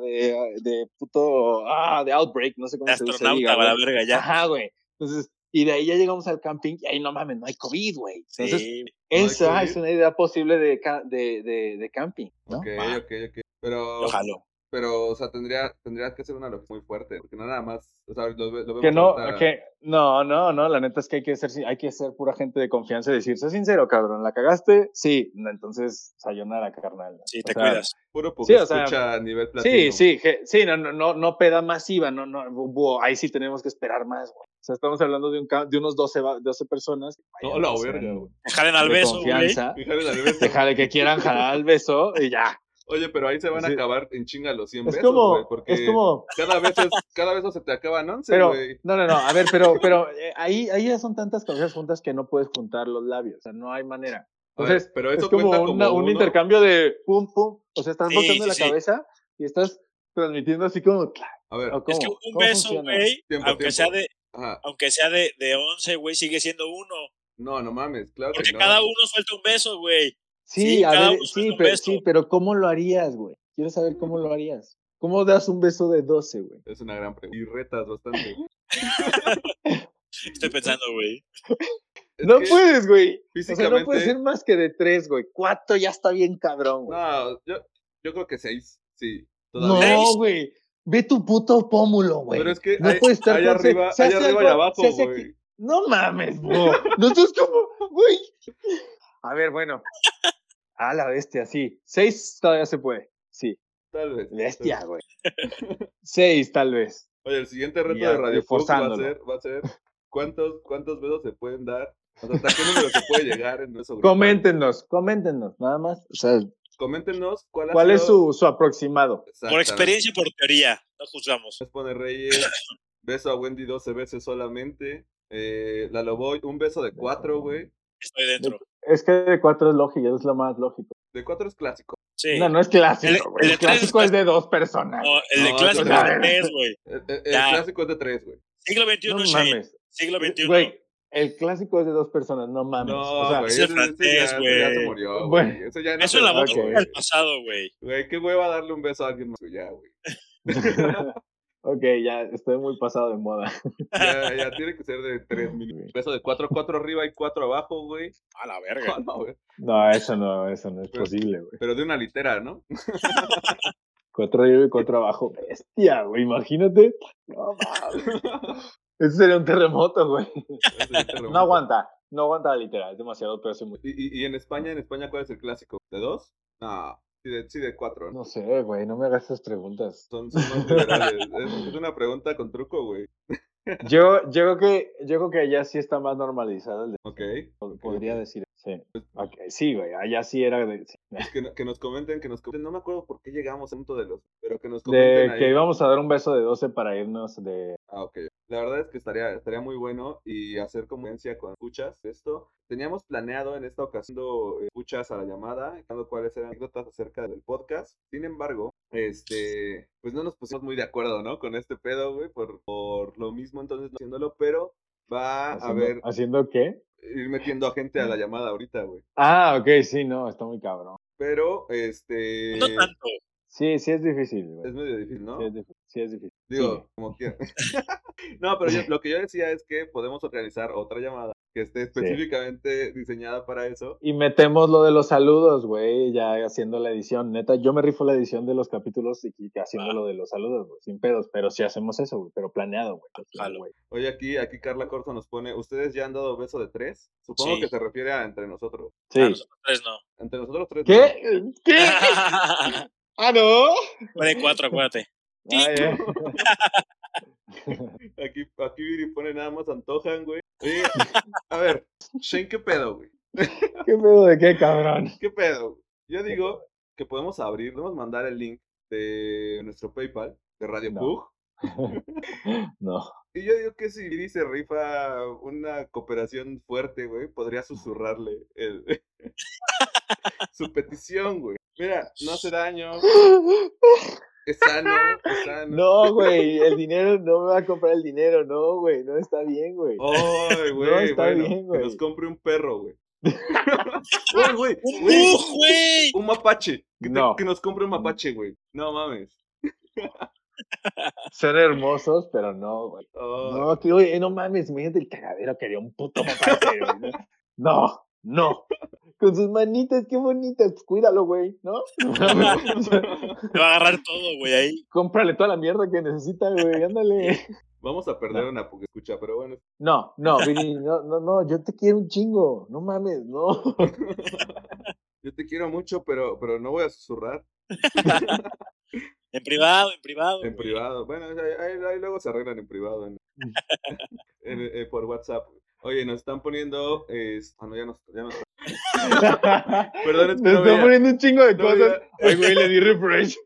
de, de puto, ah, de outbreak, no sé De cómo se dice. astronauta, va la verga ya. Ajá, güey. Entonces, y de ahí ya llegamos al camping y ahí no mames, no hay COVID, güey. Sí, Entonces, güey. esa COVID. es una idea posible de, ca- de, de, de camping, ¿no? Ok, Va. ok, ok. Pero, yo jalo. pero, o sea, tendría, tendría que ser una logística muy fuerte. Porque no nada más. O sea, lo, ve- lo vemos que no, ahorita- que no, no, no, la neta es que hay que ser, hay que ser pura gente de confianza y decir, sé sincero, cabrón, la cagaste, sí, no, entonces sayonara, carnal. Sí, O te sea, cuidas. Puro Sí, porque o sea, escucha a nivel platino. Sí, sí, je- sí, no, no, no, no peda masiva, no, no, bu- bu- ahí sí tenemos que esperar más, güey. O sea, estamos hablando de, un, ca- de unos 12, va- 12 personas. que No, vayan, la que verga, sean güey. Jalen al de beso, güey. confianza, Fíjate la nivel- Déjale que quieran jalar al beso y ya. Oye, pero ahí se van a Sí. acabar en chinga los 100 Es besos, como, güey, porque es como, cada vez es- cada beso se te acaban 11, Pero, güey. no, no, no, a ver, pero, pero eh, ahí, ahí ya son tantas cosas juntas que no puedes juntar los labios, o sea, no hay manera. A ver, Entonces, pero es eso como, cuenta una- un uno- intercambio de pum, pum, o sea, estás Sí, volteando sí, la sí. cabeza y estás transmitiendo así como, cla- A ver, o Es que cómo- un cómo beso, funciona. güey, Tiempo, aunque tiempo. sea de ajá. aunque sea de, de 11, güey, sigue siendo uno. No, no mames, claro Porque que no. cada uno suelta un beso, güey. Sí, Sí, a cada ver, uno suelta sí, un pero, beso. sí, pero ¿cómo lo harías, güey? Quiero saber cómo lo harías. ¿Cómo das un beso de 12, güey? Es una gran pregunta. Y retas bastante. Estoy pensando, güey. Es no que puedes, güey. O sea, Físicamente. no puede ser más que de 3, güey. 4 ya está bien cabrón, güey. No, yo, yo creo que seis, sí. Todavía. Seis. No, güey. Ve tu puto pómulo, güey. pero es que no hay, puede estar hay con- arriba, se hay hace arriba y algo- abajo, se hace aquí. güey. No mames, bro. No estás como, güey. A ver, bueno. A la bestia, sí. Seis todavía se puede. Sí. Tal vez. Bestia, güey. Seis, tal vez. Oye, el siguiente reto Ya, de Radio Funk va a forzándolo. ser, va a ser cuántos, cuántos besos se pueden dar. O sea, hasta qué número se puede llegar en eso. Coméntenos, coméntenos, nada más. O sea, Coméntenos cuál, ha ¿cuál es sido- su, su aproximado? Por Exactamente. experiencia y por teoría, no juzgamos. Nos pone Reyes. Beso a Wendy 12 veces solamente. Eh, la Loboy, un beso de 4, güey. Estoy dentro. Es que de cuatro es lógico, es lo más lógico. De 4 es clásico. Sí. No, No, no es clásico, El- güey. El, el de tres clásico es- es de dos personas. el de No, clásico yo- es tres, güey. El, el- el Ya. clásico es de 3, güey. Siglo XXI, No Shane. mames. Siglo XXI. Güey, el clásico es de dos personas, no mames. No, O sea, güey. ese ese- ese francés, ya- ese ya, güey. se murió, güey. Bueno. Eso ya no Eso se es la da, voz ok. güey. del pasado, güey. Güey, qué hueva darle un beso a alguien más. güey, Ya, güey. ok, ya estoy muy pasado de moda. Ya, ya tiene que ser de 3 mil. Beso de 4, 4 arriba y 4 abajo, güey. A la No, verga. no, güey. No, eso no, eso no es Pero- posible, güey. Pero de una litera, ¿no? Cuatro arriba y cuatro Eh. abajo. Bestia, güey, imagínate. No mames. Ese sería un terremoto, güey. No aguanta, no aguanta literal, es demasiado peso. muy- Y, y- y en España, en España, ¿cuál es el clásico? ¿De 2? No, sí de, sí de 4. No sé, güey, no me hagas esas preguntas. Son, son más liberales. Es, es una pregunta con truco, güey. Yo, yo creo que, yo creo que allá sí está más normalizado el de- Ok. ok, podría ok. decir. Sí. Ok, sí, güey, allá sí era de, sí. pues Que, no- que nos comenten, que nos comenten. No me acuerdo por qué llegamos al punto de los. Pero que nos comenten de ahí. que íbamos a dar un beso de 12 para irnos de Ah, ok. La verdad es que estaría, estaría muy bueno y hacer convivencia con escuchas esto. Teníamos planeado en esta ocasión eh, escuchas a la llamada, contando cuáles eran anécdotas acerca del podcast. Sin embargo, este, pues no nos pusimos muy de acuerdo, ¿no? Con este pedo, güey, por, por lo mismo, entonces no haciéndolo, pero va a haciendo, haber haciendo qué. ir metiendo a gente a la llamada ahorita, güey. Ah, ok, sí, no, está muy cabrón. Pero, este, No tanto. Sí, sí es difícil, güey. es medio difícil, ¿no? Sí es difícil. Sí es difícil. Digo, Sí. como quieran. no, pero yo- lo que yo decía es que podemos organizar otra llamada que esté específicamente diseñada para eso. Y metemos lo de los saludos, güey, ya haciendo la edición. Neta, yo me rifo la edición de los capítulos y y haciendo Ah. Va. lo de los saludos, güey, sin pedos. Pero sí hacemos eso, güey, pero planeado, güey. al final, Jalo. güey. Oye, aquí, aquí Carla Corso nos pone, ¿ustedes ya han dado beso de tres? Supongo Sí. que se refiere a entre nosotros. A Sí. nosotros tres no. Entre nosotros tres. ¿Qué? ¿Qué? ¿Ah, no? Fue de cuatro, acuérdate. Ay, eh. no. Aquí, aquí Viri pone nada más antojan, güey. Oye, a ver, Shane, ¿qué pedo, güey? ¿Qué pedo de qué, cabrón? ¿Qué pedo? güey? Yo digo que podemos abrir, podemos mandar el link de nuestro PayPal de Radio No. Pug No. Y yo digo que si Viri se rifa una cooperación fuerte, güey, podría susurrarle el- su petición, güey. Mira, no hace daño, es sano, es sano. No, güey, el dinero no me va a comprar el dinero, no, güey, no está bien, güey. Ay, güey, está bueno, bien, güey. que nos compre un perro, güey. Uy, güey, ¡Un güey, bug, güey! un mapache. Que, te- No. que nos compre un mapache, güey. No mames. Son hermosos, pero no, güey. Ay. No, que, oye, no mames, imagínate el cagadero que haría un puto mapache, güey. No, no. Con sus manitas, qué bonitas, pues cuídalo, güey, ¿no? Te va a agarrar todo, güey, ahí. Cómprale toda la mierda que necesita, güey, ándale. Vamos a perder una porque escucha, pero bueno. No, no, Viri, no, no, no, yo te quiero un chingo, no mames, no. Yo te quiero mucho, pero, pero no voy a susurrar En privado, en privado. en güey. privado. Bueno, ahí, ahí- ahí luego se arreglan en privado. en- en- eh, por WhatsApp. Oye, nos están poniendo. eh, ah, no, ya nos. Ya nos Perdón, es que Me no está veía. poniendo un chingo de No cosas. veía. Ay, güey, le di refresh.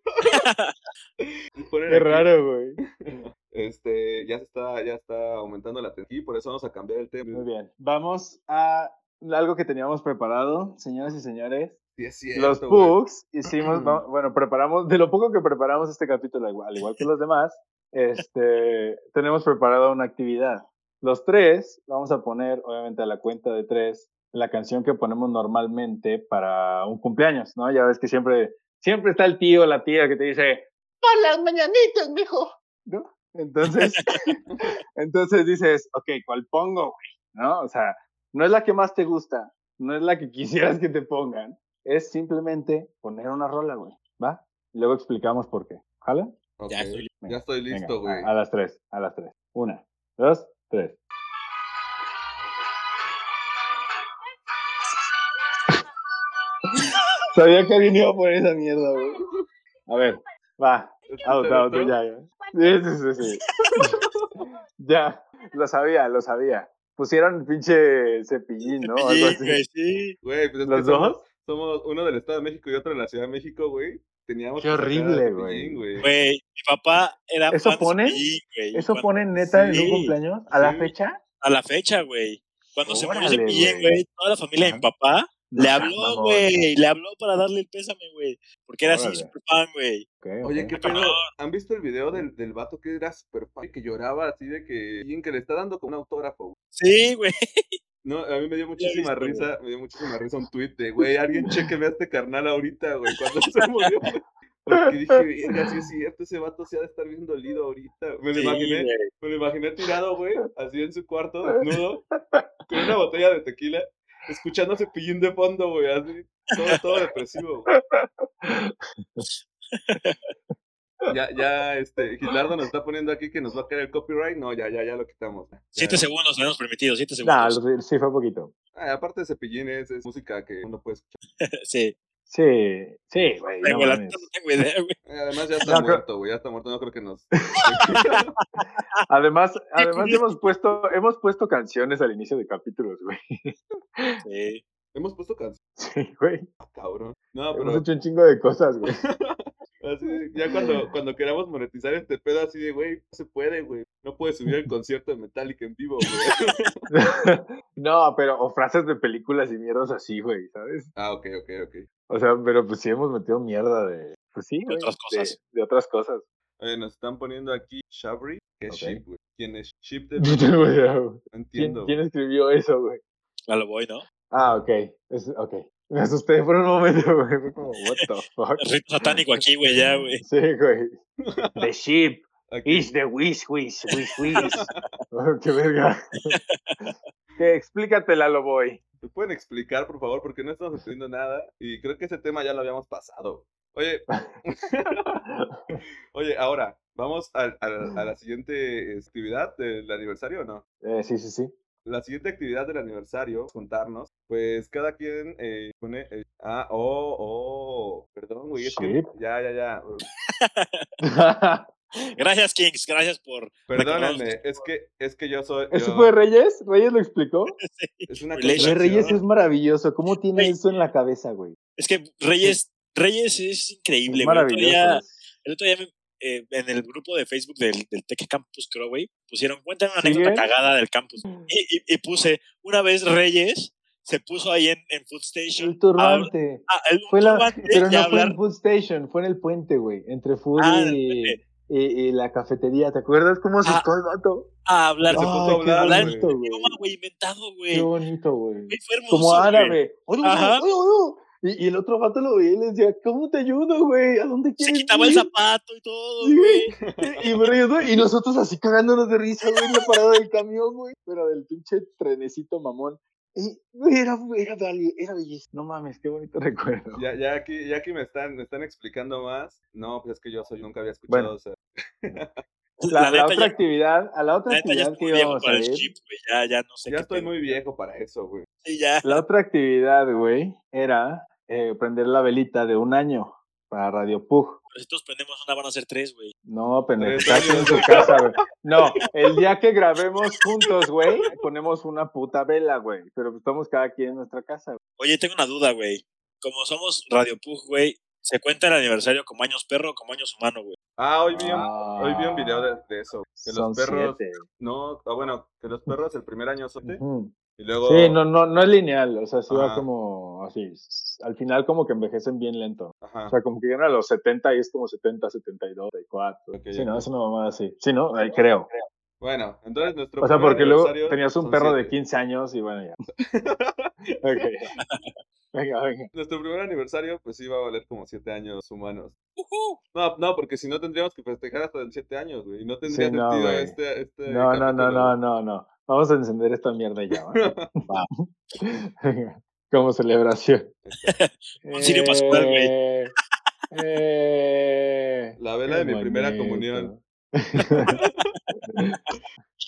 Ponen Qué aquí, raro, güey. Este, ya se está, ya está aumentando la tensión. Y por eso vamos a cambiar el tema. Muy bien. Vamos a algo que teníamos preparado, señoras y señores. Sí, es cierto, Los güey. books hicimos, va- bueno, preparamos, de lo poco que preparamos este capítulo, igual- al igual que los demás, este, tenemos preparada una actividad. Los tres, vamos a poner, obviamente, a la cuenta de tres, la canción que ponemos normalmente para un cumpleaños, ¿no? Ya ves que siempre, siempre está el tío o la tía que te dice, por las mañanitas, mijo, ¿no? Entonces, entonces dices, ok, ¿cuál pongo, güey? ¿No? O sea, no es la que más te gusta, no es la que quisieras que te pongan, es simplemente poner una rola, güey. ¿Va? Y luego explicamos por qué. ¿Jala? Ok, Ya estoy ya estoy Venga, listo, güey. A, a las tres, a las tres. Una, dos, tres. Sabía que alguien iba a poner esa mierda, güey. A ver, va. Out, ¿Te out, gustó? ya, ya. Sí, sí, sí, sí. ya, lo sabía, lo sabía. Pusieron pinche cepillín, ¿no? Algo Sí, así. güey, sí. Güey, pues es ¿Los que somos- dos? Somos uno del Estado de México y otro de la Ciudad de México, güey. Teníamos. Qué que sacar a horrible, Cepillín, güey. Güey, mi papá era ¿Eso fan de pone? Cepillín, güey. ¿Eso Cuando- ponen neta en Sí. un cumpleaños? ¿A la Sí. fecha? A la fecha, güey. Cuando se murió Órale, Cepillín, güey. güey, toda la familia de mi papá le Ajá, habló, mamón. güey. Le habló para darle el pésame, güey. Porque era así Órale. super fan, güey. Ok, Oye, ok. ¿qué pedo? ¿Han visto el video del, del vato que era super fan, que lloraba así de que. Alguien que le está dando como un autógrafo, güey? Sí, güey. No, a mí me dio muchísima visto, güey. risa, me dio muchísima risa un tuit de, güey, alguien chequeme a este carnal ahorita, güey, cuando se murió. güey. Porque dije, verga, sí es cierto, ese vato se ha de estar bien dolido ahorita. Me lo Sí, imaginé, güey. me lo imaginé tirado, güey, así en su cuarto, desnudo, con una botella de tequila, escuchando cepillín de fondo, güey, así, todo, todo depresivo, güey. Ya, ya, este, Gilardo nos está poniendo aquí que nos va a caer el copyright. No, ya, ya, ya lo quitamos. Ya, Siete ya. segundos le hemos permitido, siete Nah, segundos. lo- sí, fue poquito. Ah, aparte de cepillín, es, es música que uno puede escuchar. sí. Sí, sí, güey. No, Tengo la mames. no tengo idea, güey. Eh, Además ya está No, creo- muerto, güey, ya está muerto, no creo que nos... además, además curioso. hemos puesto, hemos puesto canciones al inicio de capítulos, güey. Sí. Hemos puesto canción, Sí, güey. cabrón. No, Hemos pero hecho un chingo de cosas, güey. así, ya cuando, cuando queramos monetizar este pedo así de, güey, no se puede, güey. No puedes subir el concierto de Metallica en vivo, güey. no, pero, o frases de películas y mierdas así, güey, ¿sabes? Ah, ok, ok, ok. O sea, pero pues sí hemos metido mierda de. Pues sí, güey, otras cosas. De, de otras cosas. Oye, nos están poniendo aquí Shabri, que es Ok. Ship, güey. ¿Quién es Ship de... No tengo idea, güey. No ¿Quién, entiendo. quién escribió eso, güey? A lo voy, ¿no? Ah, ok. Es, ok. Me asusté por un momento, güey. Fue como, what the fuck. El ritmo satánico aquí, güey, ya, güey. Sí, güey. The ship Aquí- is the wish, wish, wish, wish. Oh, qué verga. Que explícatela, lo voy. ¿Me pueden explicar, por favor? Porque no estamos entendiendo nada y creo que ese tema ya lo habíamos pasado. Oye, oye, ahora, ¿vamos al- al- a la siguiente este, actividad del aniversario o no? Eh, sí, sí, sí. La siguiente actividad del aniversario, juntarnos, pues cada quien eh, pone... eh, ah, oh, oh, perdón, güey, es que... Shit. Ya, ya, ya. uh, Gracias, Kings. Gracias por. Perdónenme, es que, es que yo soy... ¿Eso yo- fue Reyes? ¿Reyes lo explicó? es una Relation. Güey, contracción. Reyes es maravilloso. ¿Cómo tiene Güey. eso en la cabeza, güey? Es que Reyes, Reyes es increíble, Es güey. El otro día- maravilloso. El otro día me- eh, en el grupo de Facebook del, del Tech Campus Crow, güey, pusieron, cuentan una ¿Siguen? anécdota cagada del campus. Y, y- y puse, una vez Reyes se puso ahí en, en Food Station. El a- turbante. a- a- un Fue la, turbante y a pero no fue hablar en Food Station, fue en el puente, güey. Entre Food Ah, en el y, puente. y- y la cafetería. ¿Te acuerdas cómo asustó el vato? a hablar. Ay, Se puso a qué hablar en Ah. bonito, Ah, güey. idioma, güey, inventado, güey. Qué bonito, güey. Güey, Fue hermoso, Como güey. árabe. Oye, oye, Ajá. oye, oye. Y, y el otro vato lo veía y le decía, ¿cómo te ayudo, güey? ¿A dónde Se quieres quitaba el ir?" zapato y todo, Sí, güey. Y, y me reí, ¿no? Y nosotros así cagándonos de risa, güey, en la parada del camión, güey. Pero del pinche trenecito mamón. Y güey, era, era, belle- era bellísimo. No mames, qué bonito recuerdo. Ya, ya aquí, ya aquí me están, me están explicando más. No, pues es que yo soy, nunca había escuchado. Bueno. o sea, La, la neta, otra ya- actividad, a la otra la neta, ya actividad estoy que muy viejo íbamos a para el ir, chip, güey. Ya, ya no sé ya qué estoy pedo. muy viejo para eso, güey. Sí, ya. la otra actividad, güey, era eh, prender la velita de un año para Radio Pug. Pero si todos prendemos una, van a ser tres, güey. No, pendejo, Tres cada quien en su casa, güey. No, el día que grabemos juntos, güey, ponemos una puta vela, güey. Pero pues, estamos cada quien en nuestra casa, güey. Oye, tengo una duda, güey. Como somos Radio Pug, güey, ¿se cuenta el aniversario como años perro o como años humano, güey? Ah, hoy vi un, hoy vi un video de, de eso. Que los perros, siete. no, ah, bueno, que los perros el primer año son Ujú. y luego Sí, no, no, no es lineal, o sea, sí va Oh. Ajá. como así. s- Al final como que envejecen bien lento. Ajá. O sea, como que llegan a los 70 y es como 70, 72, 74. Ok, sí, ok. no, es una mamada así. Sí, no, Ay, creo. Bueno, entonces nuestro O sea, primer porque luego aniversario tenías un son perro de siete. 15 años y bueno, ya. Ok. Venga, venga. Nuestro primer aniversario, pues sí va a valer como siete años humanos. Ujú. No, no, porque si no tendríamos que festejar hasta en siete años, güey. y No tendría no, sentido güey. este, este. No, no, no, capítulo, no, güey. no, no. Vamos a encender esta mierda ya. ¿va? Va. Venga, Como celebración. Un cirio pascual, güey. Eh, eh, La vela de mi primera comunión.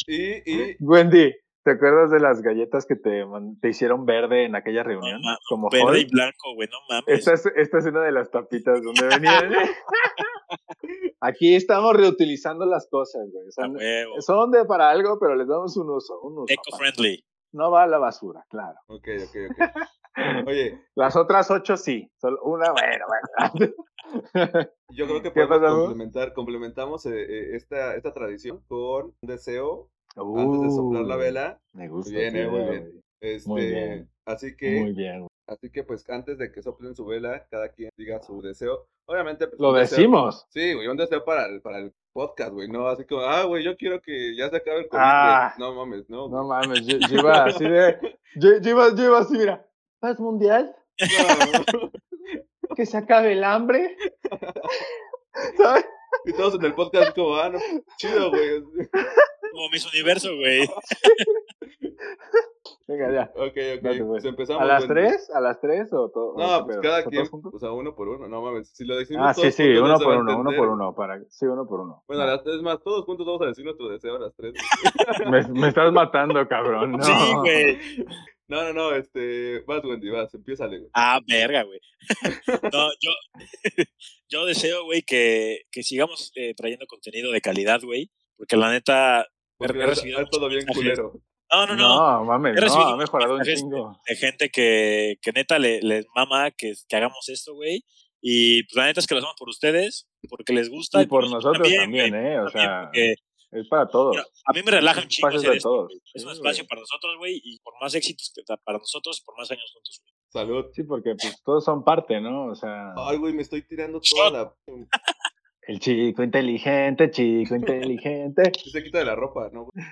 Y, y Wendy, ¿te acuerdas de las galletas que te, man- te hicieron verde en aquella reunión? mames, Como Verde y Hulk. blanco, güey, no mames. Esta es, esta es una de las tapitas donde venían. Aquí estamos reutilizando las cosas, güey. A Son, huevo. son de para algo, pero les damos un uso. Un uso aparte. Eco-friendly. no va a la basura, claro. Ok, ok, ok. Oye, Las otras ocho sí. Solo una, bueno, bueno. yo creo que ¿Qué podemos pasa, Hugo? complementar, complementamos eh, eh, esta, esta tradición con un deseo antes de soplar la Uh, vela. Me gusta. Muy bien, tu eh, muy idea, bien. güey. Este, Muy bien. Así que, Muy bien. güey. así que pues antes de que soplen su vela, cada quien diga su deseo. Obviamente, pues, Lo un deseo- decimos. Sí, güey, un deseo para el, para el podcast, güey, no así como, ah, güey, yo quiero que ya se acabe el COVID, Ah. güey. No mames, no. No güey. mames, yo, yo iba así de. Yo, yo iba, yo iba así, mira. Paz mundial, No. que se acabe el hambre. ¿Sabes? y todos en el podcast como, ah, no, chido, güey. Como mis universo, güey. Venga, Ah, ya. Ok, ok. Date, güey. pues empezamos. ¿A las güey. tres? ¿a las tres o todo? o No, qué pues pedo? cada ¿Son quien, todos juntos? o sea, uno por uno, no mames. Si lo decimos Ah, todos sí, sí, juntos, no uno se va por a uno, uno entender. por uno. Ah. Para... Sí, uno por uno. Bueno, Va. a las tres más, todos juntos vamos a decir nuestro deseo a las tres. me, me estás matando, cabrón. No. Sí, güey. No, no, no, este, vas, Wendy, vas, empiézale, güey. Ah, verga, güey. No, yo, yo deseo, güey, que, que sigamos eh, trayendo contenido de calidad, güey. Porque la neta. Porque he ahora- recibido ahora todo muchos bien mensajes. culero. No, no, no. mames, He no, recibido ha mejorado un mensajes chingo. de gente que, que neta le, les mama que, que hagamos esto, güey. Y pues, la neta es que lo hacemos por ustedes, porque les gusta. Y por nosotros también, güey, ¿eh? O también, sea, porque, es para todos. mira, a mí me relaja un chingo espacio hacer de esto, todos. güey. Es un Sí, espacio güey. para nosotros, güey, y por más éxitos que da para nosotros, por más años juntos, güey. Salud. Sí, porque pues todos son parte, ¿no? O sea, Ay, güey, me estoy tirando toda la... el chico inteligente, chico inteligente. Se quita de la ropa, ¿no? güey?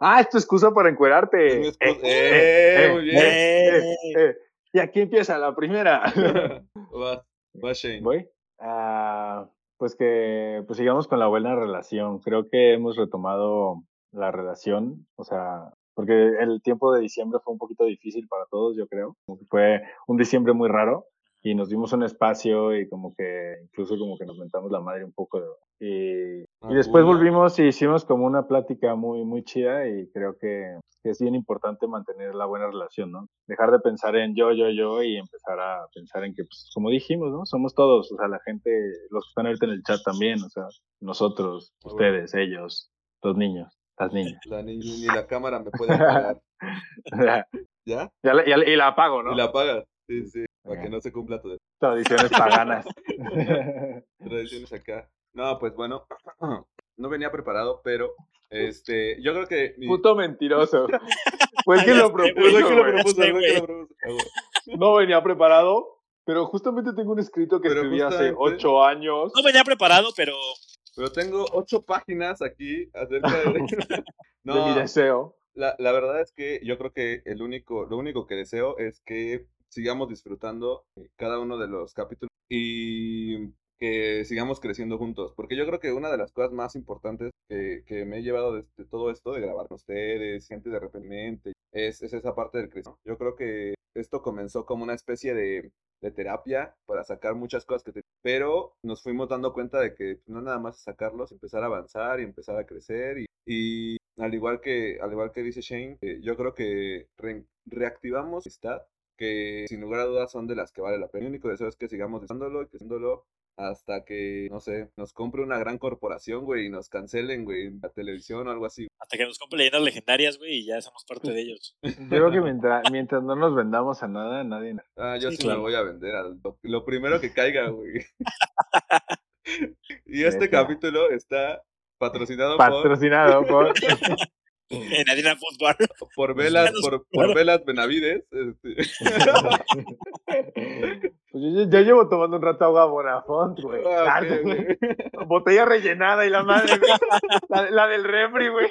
Ah, es tu excusa para Es mi encuerarte. esposa. eh, ¡Eh! eh, Muy bien. eh, ¡Eh! eh. Y aquí empieza la primera. Vas, vas, Shane. Voy. Ah, pues que pues sigamos con la buena relación. Creo que hemos retomado la relación, o sea, porque el tiempo de diciembre fue un poquito difícil para todos, yo creo. Como que fue un diciembre muy raro y nos dimos un espacio y como que incluso como que nos mentamos la madre un poco. Y, Ah, y después volvimos y hicimos como una plática muy, muy chida y creo que, que es bien importante mantener la buena relación, ¿no? Dejar de pensar en yo, yo, yo y empezar a pensar en que, pues, como dijimos, ¿no? Somos todos, o sea, la gente, los que están ahorita en el chat también, o sea, nosotros, Ah, bueno. ustedes, ellos, los niños, las niñas. La, ni, ni la cámara me puede apagar. ¿Ya? Ya le- ya le- y la apago, ¿no? Y la apagas. Sí, sí. Para Ok. que no se cumpla tu Tradiciones paganas. tradiciones acá. No, pues bueno, no venía preparado, pero este, yo creo que mi- Puto mentiroso. Fue el que lo Pues, propuso. güey, que lo güey. propuso, Este, güey, que güey. lo propuso. Ah, güey. No venía preparado, pero justamente tengo un escrito que Pero escribí hace justamente- ocho años. No venía preparado, pero Pero tengo ocho páginas aquí acerca de. de mi No, deseo. la, la verdad es que yo creo que el único, lo único que deseo es que sigamos disfrutando eh, cada uno de los capítulos y que sigamos creciendo juntos. Porque yo creo que una de las cosas más importantes que, que me he llevado de, de todo esto, de grabar con ustedes, gente de repente, es, es esa parte del crecimiento. Yo creo que esto comenzó como una especie de, de terapia para sacar muchas cosas que te... Pero nos fuimos dando cuenta de que no nada más es sacarlos, empezar a avanzar y empezar a crecer. Y, y al, igual que, al igual que dice Shane, eh, yo creo que re- reactivamos amistad que sin lugar a dudas son de las que vale la pena. Mi único deseo es que sigamos usándolo y creciéndolo hasta que, no sé, nos compre una gran corporación, güey, y nos cancelen, güey, en la televisión o algo así. hasta que nos compre leyendas legendarias, güey, y ya somos parte de ellos. Yo creo que mientras, mientras no nos vendamos a nada, nadie. Ah, yo sí, Sí, me claro. voy a vender al lo, lo primero que caiga, güey. y este Neta. capítulo está patrocinado por, Patrocinado por. En Arena Football. por Velas, Nos por, por compraron. Velas Benavides. este. Pues yo, yo- yo llevo tomando un rato agua Bonafont, güey. Ah, ok, Harto, güey. güey. Botella rellenada y la madre, güey. La, la del refri, güey.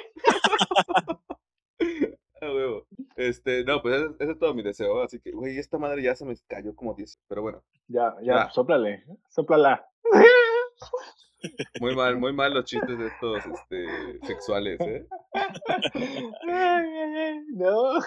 Ah, huevo. Este, no, pues ese, ese es todo mi deseo. Así que, güey, esta madre ya se me cayó como 10. Pero bueno, Ya, Ya. ya, sóplale, sóplala. muy mal, muy mal los chistes de estos este, sexuales, ¿eh? No.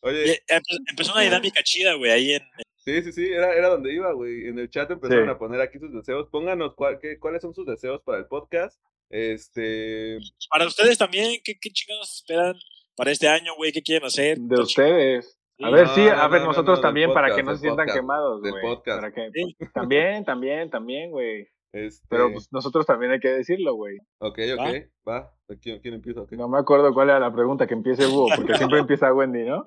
Oye, Eh, empe- Empezó una dinámica chida, güey, ahí en. Sí, sí, sí, era, era donde iba, güey. En el chat empezaron Sí. a poner aquí sus deseos. Pónganos cuál- qué- cuáles son sus deseos para el podcast. Este, Para ustedes también, ¿qué, qué chingados esperan para este año, güey? ¿Qué quieren hacer? De ustedes. A Sí, ver, no, sí, a no, ver, no, no, nosotros no, del también, para podcast, que no del se sientan podcast, quemados, del güey. podcast. Para que- Sí. También, también, también, güey. este. Pero pues nosotros también hay que decirlo, güey. ok, ok, va. ¿Quién, quién empieza? Ok. No me acuerdo cuál era la pregunta que empiece Hugo, porque siempre empieza Wendy, ¿no?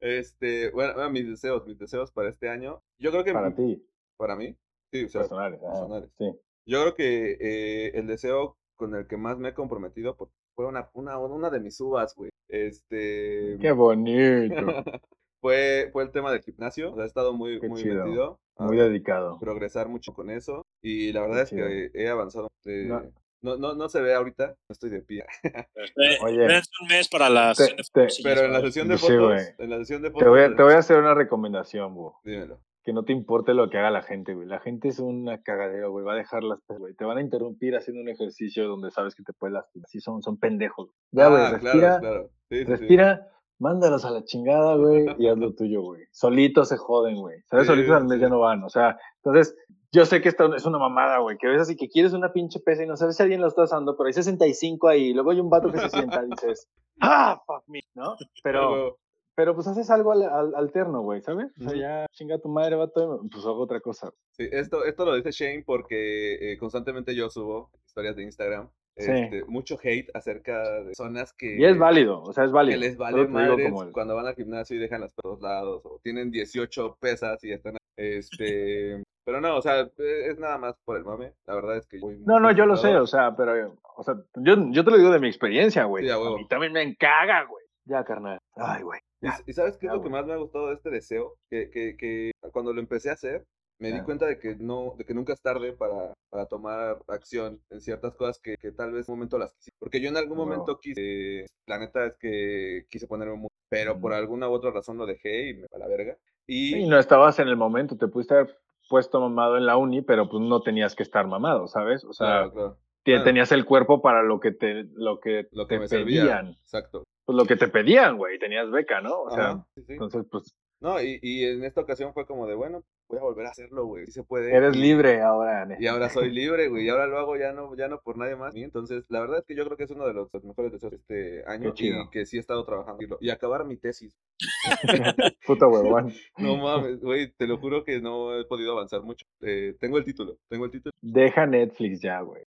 Este, bueno, bueno, mis deseos, mis deseos para este año. Yo creo que. Para ti, Para mí. Sí, o sea, personales. ah, personales. sí. Yo creo que eh, el deseo con el que más me he comprometido porque fue una, una, una de mis uvas, güey. Este. Qué bonito. Fue, fue el tema del gimnasio. O sea, he estado muy, Qué muy chido. metido. Ah, Muy dedicado. progresar mucho con eso. Y la verdad Qué es que he avanzado. eh, No. no. No, no se ve ahorita, no estoy de pie. Eh, Oye. espérense un mes para la Te- sesión de te- fotos y ya Pero en la saben. sesión de Sí, fotos, güey. en la sesión de fotos, Te voy, a, te voy a hacer una recomendación, Hugo. dímelo. que no te importe lo que haga la gente, güey. La gente es una cagadera, güey. Va a dejar las güey. Te van a interrumpir haciendo un ejercicio donde sabes que te puedes lastimar. Sí, son, son pendejos. Ya, güey, Ah, respira, claro. Sí, sí, sí. respira, mándalos a la chingada, güey, y haz lo tuyo, güey. Solitos se joden, güey. ¿Sabes? Sí, Solitos al mes sí. ya no van. O sea, entonces, yo sé que esta es una mamada, güey. Que ves así que quieres una pinche pesa y no sabes si alguien lo está usando, pero hay 65 ahí. y Luego hay un vato que se sienta y dices, ah, fuck me, ¿no? Ah, Pero... huevo. Pero pues haces algo al, al- alterno, güey, ¿sabes? O sea, Ujú. ya chinga tu madre, vato, y pues hago otra cosa. Sí, esto, esto lo dice Shane porque eh, constantemente yo subo historias de Instagram. Sí. este, mucho hate acerca de personas que, Y es válido, o sea, es que válido. les vale Solo te digo madres como el- cuando van al gimnasio y dejan las por todos lados o tienen 18 pesas y están este pero no, o sea, e, es nada más por el mame. La verdad es que voy No, no, yo lo sé, concentrado. o sea, pero, o sea, yo, yo te lo digo de mi experiencia, güey. Sí, a a huevo. mí también me encaga, güey. Ya, carnal. Ay, güey. Y, Ya, s- y sabes qué es ya, lo que güey. más me ha gustado de este deseo, que, que, que cuando lo empecé a hacer, me di Ya. cuenta de que no, de que nunca es tarde para, para tomar acción en ciertas cosas que, que tal vez en un momento las quise. Porque yo en algún A huevo. momento quise, eh, la neta es que quise ponerme muy, pero por Mm. alguna u otra razón lo dejé y me va la verga. Y Y no estabas en el momento, te pudiste haber puesto mamado en la uni, pero pues no tenías que estar mamado, ¿sabes? O sea, claro, claro, te- claro. tenías el cuerpo para lo que te, lo que lo que te me pedían. servía. Exacto. Pues lo que te pedían, güey, tenías beca, ¿no? O sea, Ajá, sí, sí. entonces pues No, y, y en esta ocasión fue como de, bueno, voy a volver a hacerlo, güey. Si se puede. eres Y- libre ahora. neta. Y ahora soy libre, güey. Y ahora lo hago ya no, ya no por nadie más. Y entonces, la verdad es que yo creo que es uno de los, los mejores deseos de este año. Qué chido. Y que sí he estado trabajando. Y lo- Y acabar mi tesis. Puto huevón. No mames, güey. Te lo juro que no he podido avanzar mucho. Eh, tengo el título. Tengo el título. Deja Netflix ya, güey.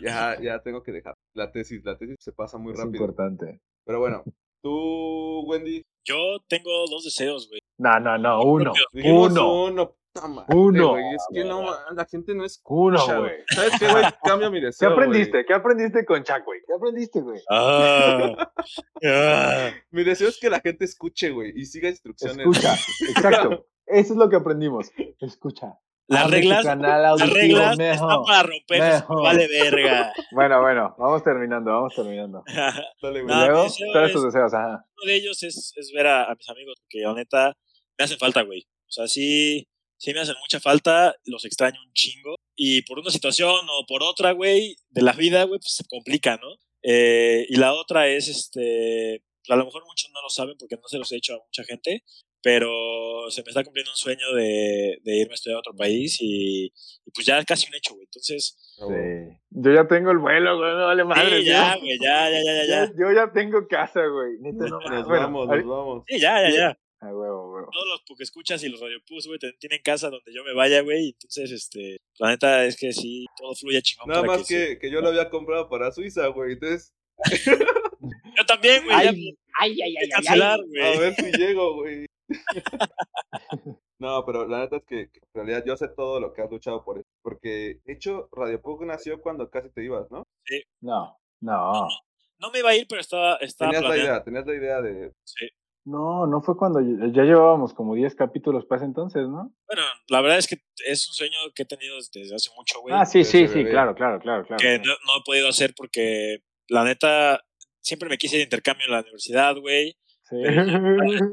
Ya, ya tengo que dejar. La tesis, la tesis se pasa muy Es rápido. importante. Pero bueno, tú, Wendy. Yo tengo dos deseos, güey. No, no, no, uno. Propio. Dijimos Uno. uno. No mames, Uno. güey, Es que no ma- la gente no es. Uno, Chao. güey. ¿Sabes qué, güey? Cambia mi ¿Qué deseo. aprendiste? ¿Qué aprendiste con Chuck, güey? ¿Qué aprendiste, güey? Ah, ah. güey. Mi deseo es que la gente escuche, güey, y siga instrucciones. Escucha, exacto. Eso es lo que aprendimos. Escucha. Las Abre tu reglas, canal las auditivo, reglas mijo. están para romper, pues, Mejo. vale verga. Bueno, bueno, vamos terminando, vamos terminando. Dale, Y güey. No, luego, mi deseo ¿cuáles es- tus deseos? Ajá. uno de ellos es, es ver a, a mis amigos, porque la neta me hacen falta, güey. O sea, sí, sí me hacen mucha falta, los extraño un chingo. Y por una situación o por otra, güey, de la vida, güey, pues se complica, ¿no? Eh, y la otra es, este, a lo mejor muchos no lo saben porque no se los he hecho a mucha gente, pero se me está cumpliendo un sueño de, de irme a estudiar a otro país y, y pues ya es casi un hecho, güey. Entonces, Oh. Sí. Yo ya tengo el vuelo, güey, no vale madre. sí, ya, güey, ya, ya, ya, ya, ya. Yo- Yo ya tengo casa, güey. Neta, no mames. Nos Bueno, vamos, ahorita- nos vamos. Sí, ya, ya, ya. A huevo, huevo. todos los que escuchas y los radiopus, güey, te- tienen casa donde yo me vaya, güey. Entonces, este, la neta es que sí, todo fluye chingón. Nada para más que, que yo lo había comprado para Suiza, güey. Entonces, sí. Yo también, güey, ya me Ay, ay, ay, voy a cancelar, a güey. ver si llego, güey. No, pero la neta es que, que en realidad yo sé todo lo que has luchado por eso. Porque, de hecho, Radio Pug nació cuando casi te ibas, ¿no? No, no. No me iba a ir, pero estaba, estaba Tenías la planeando. idea, tenías la idea de. sí. No, no fue cuando ya ya llevábamos como 10 capítulos para ese entonces, ¿no? Bueno, la verdad es que es un sueño que he tenido desde hace mucho, güey. ah, sí, desde sí, sí, bebé. claro, claro, claro, claro. que no, no he podido hacer porque, la neta, siempre me quise ir de intercambio en la universidad, güey. Sí.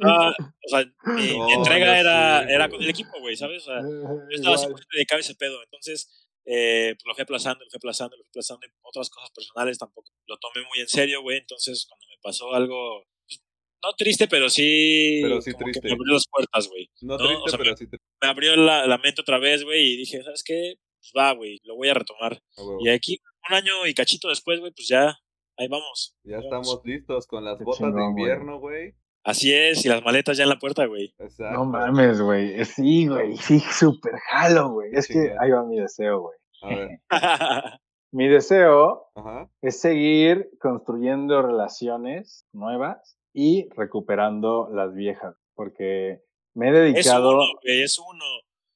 Ah, o sea, mi, mi No, entrega ya era, sé, era güey. con el equipo, güey, ¿sabes? O sea, Igual. Yo estaba 100% dedicado a ese pedo, entonces eh, pues, lo fui aplazando, lo fui aplazando, lo fui aplazando. y Otras cosas personales tampoco lo tomé muy en serio, güey. Entonces, cuando me pasó algo, pues, no triste, pero sí. Pero sí como que triste. me abrió las puertas, güey. No No, triste, o sea, pero me- sí triste. Me abrió la, la mente otra vez, güey, y dije, ¿sabes qué? Pues va, güey, lo voy a retomar. a huevo. Y aquí, un año y cachito después, güey, pues ya, ahí vamos. Ya Ahí estamos vamos. listos con las Qué botas de chingón, güey. invierno, güey. Así es, y las maletas ya en la puerta, güey. Exacto. No mames, güey. Eh, Sí, güey. Sí, súper jalo, güey. Es que chingón. ahí va mi deseo, güey. A ver, Mi deseo ajá. es seguir construyendo relaciones nuevas y recuperando las viejas. Porque me he es dedicado. uno, güey, es uno.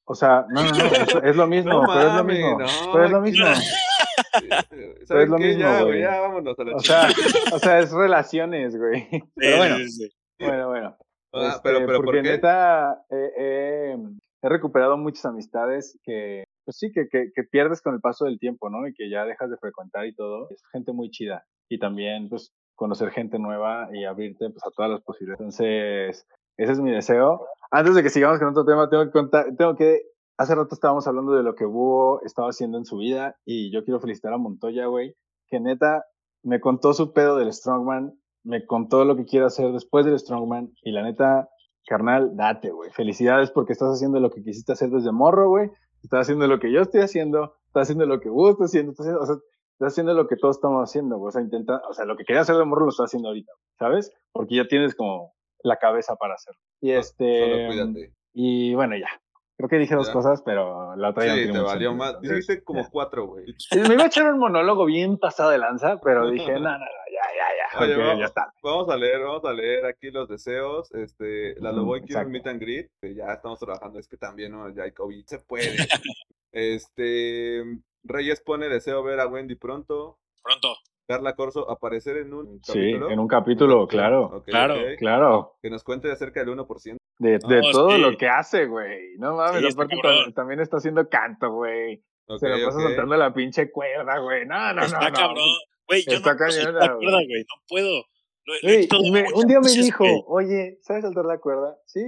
O sea, no, no, no, es, es lo mismo, No pero es lo mames, mismo. no, pero es lo mismo. ¿Sabes lo qué? mismo, ya, güey. güey, ya vámonos a la O chingada. sea, o sea, es relaciones, güey. Pero bueno, Sí, sí, sí. bueno, bueno. Ah, Este, pero, pero, ¿por porque qué? neta eh, eh, he recuperado muchas amistades que, pues sí, que, que, que pierdes con el paso del tiempo, ¿no? Y que ya dejas de frecuentar y todo. Es gente muy chida. Y también, pues, conocer gente nueva y abrirte pues, a todas las posibilidades. Entonces, ese es mi deseo. Antes de que sigamos con otro tema, tengo que contar, tengo que. Hace rato estábamos hablando de lo que Búho estaba haciendo en su vida y yo quiero felicitar a Montoya, güey, que neta me contó su pedo del Strongman, me contó lo que quiere hacer después del Strongman y la neta, carnal, date, güey. Felicidades porque estás haciendo lo que quisiste hacer desde morro, güey. Estás haciendo lo que yo estoy haciendo, estás haciendo lo que vos estás haciendo, estás haciendo, o sea, estás haciendo lo que todos estamos haciendo, güey. O sea, intenta, o sea, lo que quería hacer de morro lo estás haciendo ahorita, ¿sabes? Porque ya tienes como la cabeza para hacerlo. Y Solo este... cuídate. Y bueno, ya. Creo que dije dos Ya. cosas, pero la otra ya no Sí, tiene te mucho valió sentido, más. entonces. Dijiste como cuatro, güey. Me iba a echar un monólogo bien pasado de lanza, pero dije, no, no, no, ya, ya, Ah, ya. Oye, porque vamos. ya está. Vamos a leer, vamos a leer aquí los deseos. Este, la Ujú, Loboy quiere un exacto. meet and greet. que ya estamos trabajando, es que también ¿no? ya hay COVID, se puede. este, Reyes pone deseo ver a Wendy pronto. Pronto. Carla Corso aparecer en un Sí, capítulo. en un capítulo, claro. Ok, Claro. ok. Claro. Que nos cuente acerca del 1%. De, No, de sí. todo lo que hace, güey. No mames, Sí, está aparte cabrón. tam- también está haciendo canto, güey. Ok, Se la pasa ok. soltando la pinche cuerda, güey. No, no, no. está no. cabrón. Güey, yo Está no puedo soltar cañona, la cuerda, güey. güey. No puedo. Lo- lo he Güey, intentado y me- muchas un día me veces, dijo, güey. oye, ¿sabes saltar la cuerda? Sí,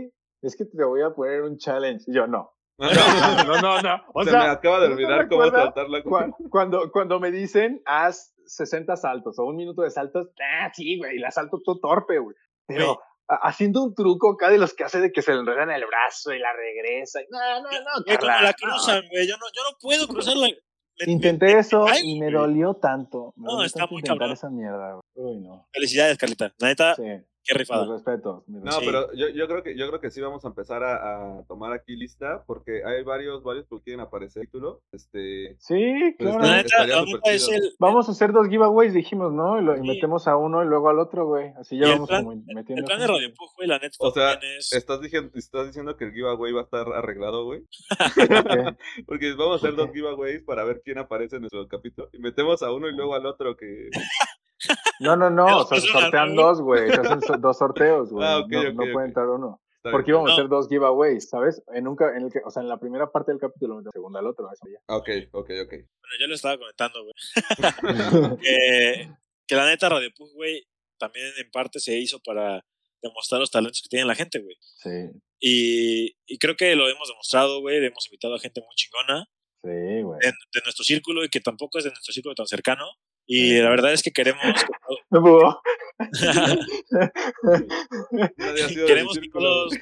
es que te voy a poner un challenge. Y yo, no. Se No, no, no. O me sea, acaba de ¿no te olvidar cómo recuerdas saltar la Cu- cuando, cuando me dicen, haz 60 saltos o un minuto de saltos, ah, sí, güey, la salto todo torpe, güey. Pero a- haciendo un truco acá de los que hace de que se le enredan el brazo y la regresa. y- No, no, no, Güey, Carla, como la no. cruzan, güey. Yo no, yo no puedo cruzarla. Me- me- "Ah, Intenté eso Ay, y me güey. dolió tanto. Me No, dolió está tanto muy intentar cabrón. Ah, esa mierda, güey. Uy, no. Felicidades, Carlita. La neta, Sí. Qué rifada. Mis respetos. mis No, Sí. pero yo, yo creo que yo creo que sí vamos a empezar a, a tomar aquí lista porque hay varios varios que quieren aparecer título. Este, respetos. Sí, Pues claro. está- La neta, estaría la súper neta es chido. el, Vamos a hacer dos giveaways, dijimos, ¿no? Y, lo, y Sí. metemos a uno y luego al otro, güey. Así Y ya el vamos plan- como metiendo. el plan de gente. Radio Pug, güey, la neta O sea, también es- ¿Estás, dije- estás diciendo que el giveaway va a estar arreglado, güey. Ok. Porque vamos a hacer Ok. dos giveaways para ver quién aparece en nuestro capítulo. Y metemos a uno y luego al otro que. No, no, no. Dos o sea, se personas, sortean ¿no? dos, güey. Se hacen so- dos sorteos, güey. Ah, ok, no ok, no ok. puede entrar uno. Está bien. Porque íbamos No. a hacer dos giveaways, ¿sabes? En un ca- en el que, o sea, en la primera parte del capítulo, en la segunda al otro. Eso ya. Ah, Ok, ok, ok. Bueno, yo lo estaba comentando, güey. que, que la neta Radio Pug, güey, también en parte se hizo para demostrar los talentos que tiene la gente, güey. sí, Y, y creo que lo hemos demostrado, güey. Hemos invitado a gente muy chingona sí, güey. de, de nuestro círculo y que tampoco es de nuestro círculo tan cercano. Y la verdad es que queremos que todo- No puedo. Nadie ha sido de mi queremos que círculo. todos, que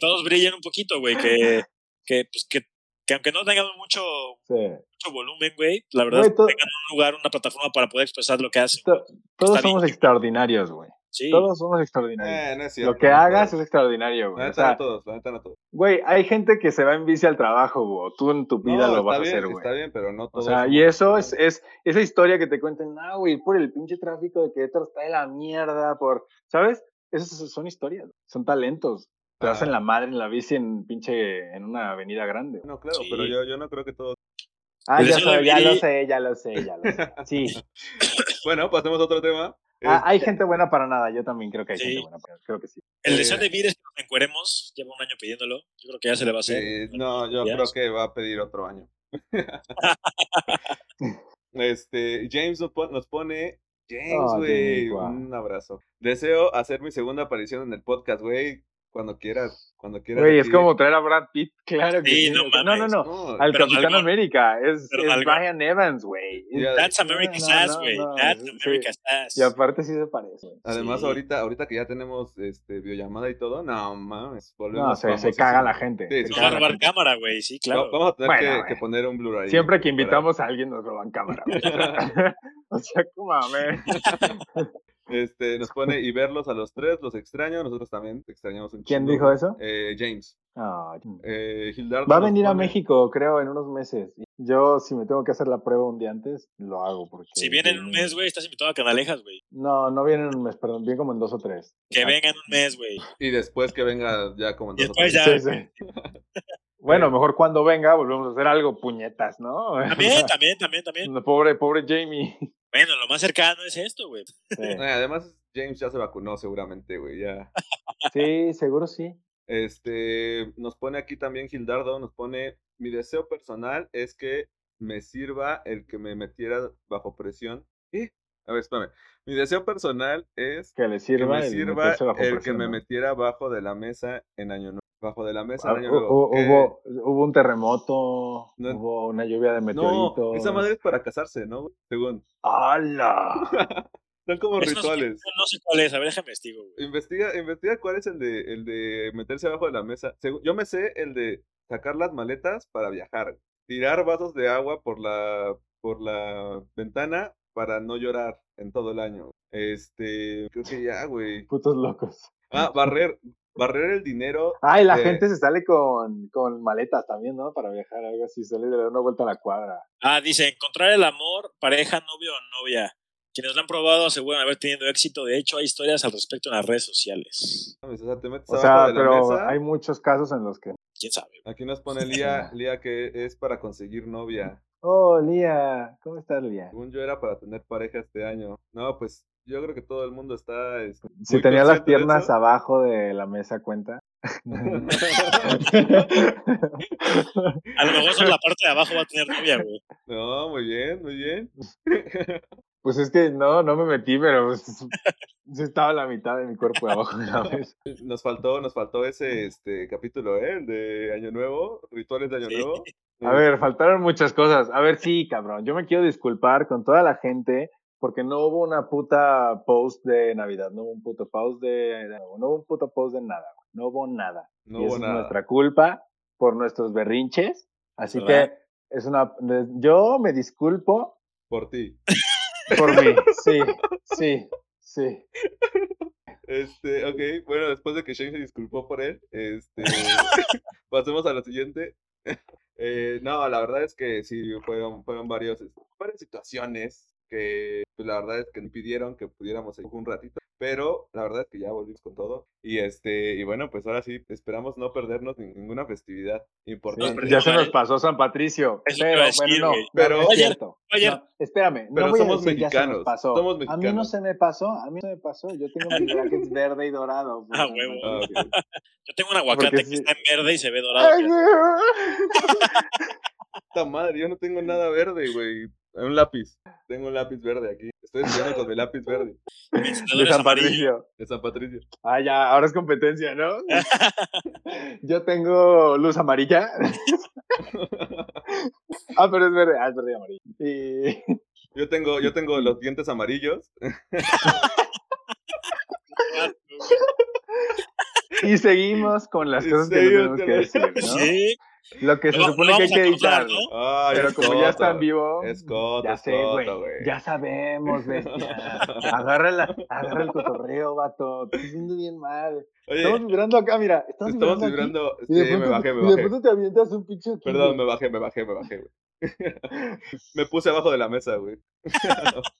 todos brillen un poquito, güey. Que, que, pues, que, que aunque no tengamos mucho, Sí. mucho volumen, güey, la verdad Güey, es que to- tengan un lugar, una plataforma para poder expresar lo que hacen. To- Todos Está bien. somos extraordinarios, güey. Sí, Todos somos extraordinarios. Eh, no es cierto, Lo que no hagas todos. es extraordinario, La Ah, güey. O neta, no sea, todos, la neta, no todos. güey, hay gente que se va en bici al trabajo, güey. Tú en tu vida No, lo vas está a hacer, bien, güey. Está bien, pero no O todos. sea, y somos- eso es, es esa historia que te cuentan, ah, güey, por el pinche tráfico de Querétaro está de la mierda, por, ¿sabes? Esas son historias, son talentos. Te Ah. hacen la madre en la bici en pinche, en una avenida grande. güey. No, claro, Sí. pero yo, yo no creo que todos. Ah, Pero ya, eso de sé, ya lo bici- sé, ya lo sé, ya lo sé. Sí, Bueno, pasemos a otro tema. Ah, hay gente buena para nada, yo también creo que hay Sí. gente buena para nada, creo que sí. el deseo de Vir es que nos encueremos. Lleva un año pidiéndolo. Yo creo que ya se le va a hacer. eh, Sí, Eh, no, yo Ya. creo que va a pedir otro año. este, James nos pon- nos pone. James, Ah, güey. James, guau. un abrazo. Deseo hacer mi segunda aparición en el podcast, güey. Cuando quieras, cuando quieras. Güey, es aquí. como traer a Brad Pitt, claro que Sí, sí. no o sea, no, no, mames. no, No, al Pero Capitán algo- América, es, pero es algo- Brian Evans, güey. Es- Ya, That's America's eh, No, no, ass, no, güey. no, That's sí. America's ass. Y aparte sí se parece, güey. Además, Sí. ahorita, ahorita que ya tenemos este videollamada y todo, no mames, volvemos. No, se, se famosísimos. caga la gente. Sí, se sí, No caga va a la robar gente. cámara, güey. Sí, Va- claro. Vamos a tener Bueno, que- que, güey. poner un blur ahí. Siempre para- que invitamos a alguien nos roban cámara. güey. o sea, como a ver. Este, nos pone y verlos a los tres, los extraño, nosotros también te extrañamos un ¿Quién chingo". dijo eso? Eh, James. Ay. Eh, Gildardo Va a nos venir a pone- México, creo, en unos meses. Yo, si me tengo que hacer la prueba un día antes, lo hago. Porque Si vienen en un mes, güey, estás invitado a Canalejas, güey. No, no vienen en un mes, perdón, bien como en dos o tres. Que Ah, vengan en un mes, güey. Y después que venga ya como en Y dos o tres después ya. Sí, sí. Bueno, mejor cuando venga volvemos a hacer algo, puñetas, ¿no? También, también, también, también. Pobre, pobre Jamie. Bueno, lo más cercano es esto, güey. Sí. Eh, además, James ya se vacunó seguramente, güey, ya. Sí, seguro sí. Este, nos pone aquí también Gildardo, nos pone, mi deseo personal es que me sirva el que me metiera bajo presión. ¿Eh? A ver, espérame. Mi deseo personal es Que le que sirva me el sirva meterse bajo el que presión, me ¿no? metiera bajo de la mesa en año nuevo. Bajo de la mesa Ah, en año hu- nuevo. hu- ¿Qué? hubo, hubo un terremoto, No- hubo una lluvia de meteoritos. Eh, No, esa madre es para casarse, ¿no? güey? Según. ¡Hala! Son como Eso no sé- rituales. No sé cuál es, a ver, déjame investigo, güey. Investiga, investiga cuál es el de, el de meterse abajo de la mesa. Según- yo me sé el de sacar las maletas para viajar, tirar vasos de agua por la, por la ventana para no llorar en todo el año. Este, creo que ya, güey. Putos locos. Ah, barrer, barrer el dinero. Ay, la Eh. gente se sale con, con maletas también, ¿no? Para viajar, algo así, sale de dar una vuelta a la cuadra. Ah, dice, encontrar el amor, pareja, novio o novia. Quienes lo han probado aseguran haber tenido éxito. De hecho, hay historias al respecto en las redes sociales. O sea, te metes O abajo sea, de la pero mesa. hay muchos casos en los que. ¿Quién sabe? Aquí nos pone Lía, Lía que es para conseguir novia. Oh, Lía, ¿cómo estás, Lía? Según yo era para tener pareja este año. No, pues yo creo que todo el mundo está... este, Si muy tenía las consciente de piernas eso. abajo de la mesa, cuenta. A lo mejor solo la parte de abajo va a tener novia, güey. No, muy bien, muy bien. Pues es que no, no me metí, pero pues, sí estaba la mitad de mi cuerpo abajo de la mesa. Nos faltó, nos faltó ese este capítulo, ¿eh? El de Año Nuevo, rituales de Año Sí. Nuevo. A ver, faltaron muchas cosas. A ver, sí, cabrón. Yo me quiero disculpar con toda la gente porque no hubo una puta post de Navidad, no hubo un puto post de, de- no hubo un puto post de nada, güey. no hubo nada. Mm, No y hubo eso nada. es nuestra culpa por nuestros berrinches. Así ¿Verdad? que es una, yo me disculpo Por ti. por mí. Sí, sí, sí. Este, ok, bueno, después de que Shane se disculpó por él, este, pasemos a lo siguiente. Eh, no, la verdad es que sí, fueron, fueron varios, este, varias situaciones que pues, la verdad es que impidieron que pudiéramos seguir un ratito, pero la verdad es que ya volvimos con todo. Y este, y bueno, pues ahora sí, esperamos no perdernos nin- ninguna festividad importante. pero ya se no, nos eh. pasó San Patricio. Eso te Pero, iba a decir, bueno, no, güey. no, Pero- no es Oye, cierto. Oye, No, espérame, no Pero voy a somos decir, ya se nos mexicanos, pasó. somos A mí no mexicanos. se me pasó, a mí no se me pasó. Yo tengo mi brackets verde y dorado. Ah, huevo. Ah, ok. yo tengo un aguacate Porque que sí. está en verde y se ve dorado. Ay, güey. Puta madre, yo no tengo nada verde, güey. Un lápiz. Tengo un lápiz verde aquí. Estoy estudiando con mi lápiz verde. De Vencedores San amarillos. Patricio. De San Patricio. Ah, ya, ahora es competencia, ¿no? Yo tengo luz amarilla. ah, pero es verde. Ah, es verde y amarillo. Y... Yo tengo, yo tengo los dientes amarillos. Y seguimos con las ¿En cosas que serio? no tenemos que decir, ¿no? Sí, Lo que se Lo- lo supone que hay vamos a que cortar, editar. ¿no? Ay, Pero es como ya Coto, está en vivo, Es Coto, ya es sé, güey. Coto, güey. Ya sabemos, bestia. Agarra, la- agarra el cotorreo, vato. Te estás viendo bien mal. Oye, Estamos vibrando acá, mira. Estamos, estamos vibrando. vibrando. aquí, y de Sí, me pronto- bajé, me y de bajé. pronto te avientas un pinche. kilo. Perdón, me bajé, me bajé, me bajé, güey. me puse abajo de la mesa, güey.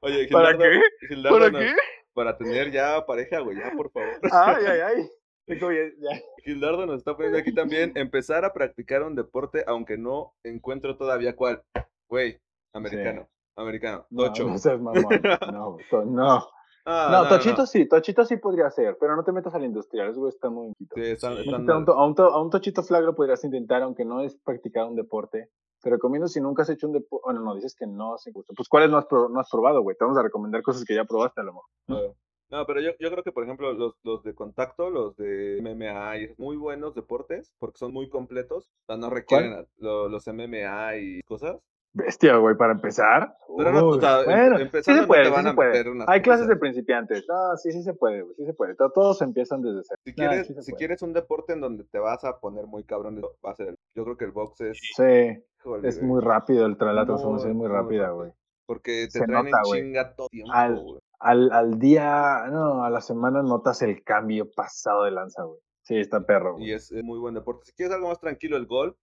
Oye, ¿Para Gildardo, qué? Gildardo, ¿Para no- qué? para tener ya pareja, güey, ya, por favor. Ay, ay, ay. Te comí- ya. Gildardo nos está poniendo aquí también empezar a practicar un deporte aunque no encuentro todavía cuál. Güey, americano, americano, Ah, No, tocho. No seas mamón. No, to- no. Ah, No, Tochito sí, Tochito sí podría ser, pero no te metas al industrial, eso está muy quito. Sí, están- Sí. están Métete a, mal. un to- a un to- a un tochito flagro podrías intentar, aunque no es practicar un deporte. Te recomiendo si nunca has hecho un deporte. Bueno, no dices que no se gusta. Pues, ¿cuáles no has, pro- no has probado, güey? Te vamos a recomendar cosas que ya probaste, a lo mejor. Claro. No, pero yo, yo creo que, por ejemplo, los, los de contacto, los de MMA, y muy buenos deportes porque son muy completos. O sea, no requieren a- lo- los MMA y cosas. Bestia, güey, para empezar. Pero no, Uy, o sea, em- bueno, sí empezando se no puede, te sí van se a puede. meter unas Hay clases de cosas. principiantes. No, sí, sí se puede, güey, sí se puede. To- Todos empiezan desde cero. Si No, sí quieres, se si puede. quieres un deporte en donde te vas a poner muy cabrón, va a ser el- Yo creo que el box es... Sí, híjole, es güey. muy rápido, el tra- la Muy, transformación es muy muy rápida, rápido. güey. Porque te Se traen nota, en güey. chinga todo tiempo, Al- güey. Al, al día, no, a la semana notas el cambio pasado de lanza, güey. Sí, está perro, güey. Y es, es muy buen deporte. Si quieres algo más tranquilo, el golf.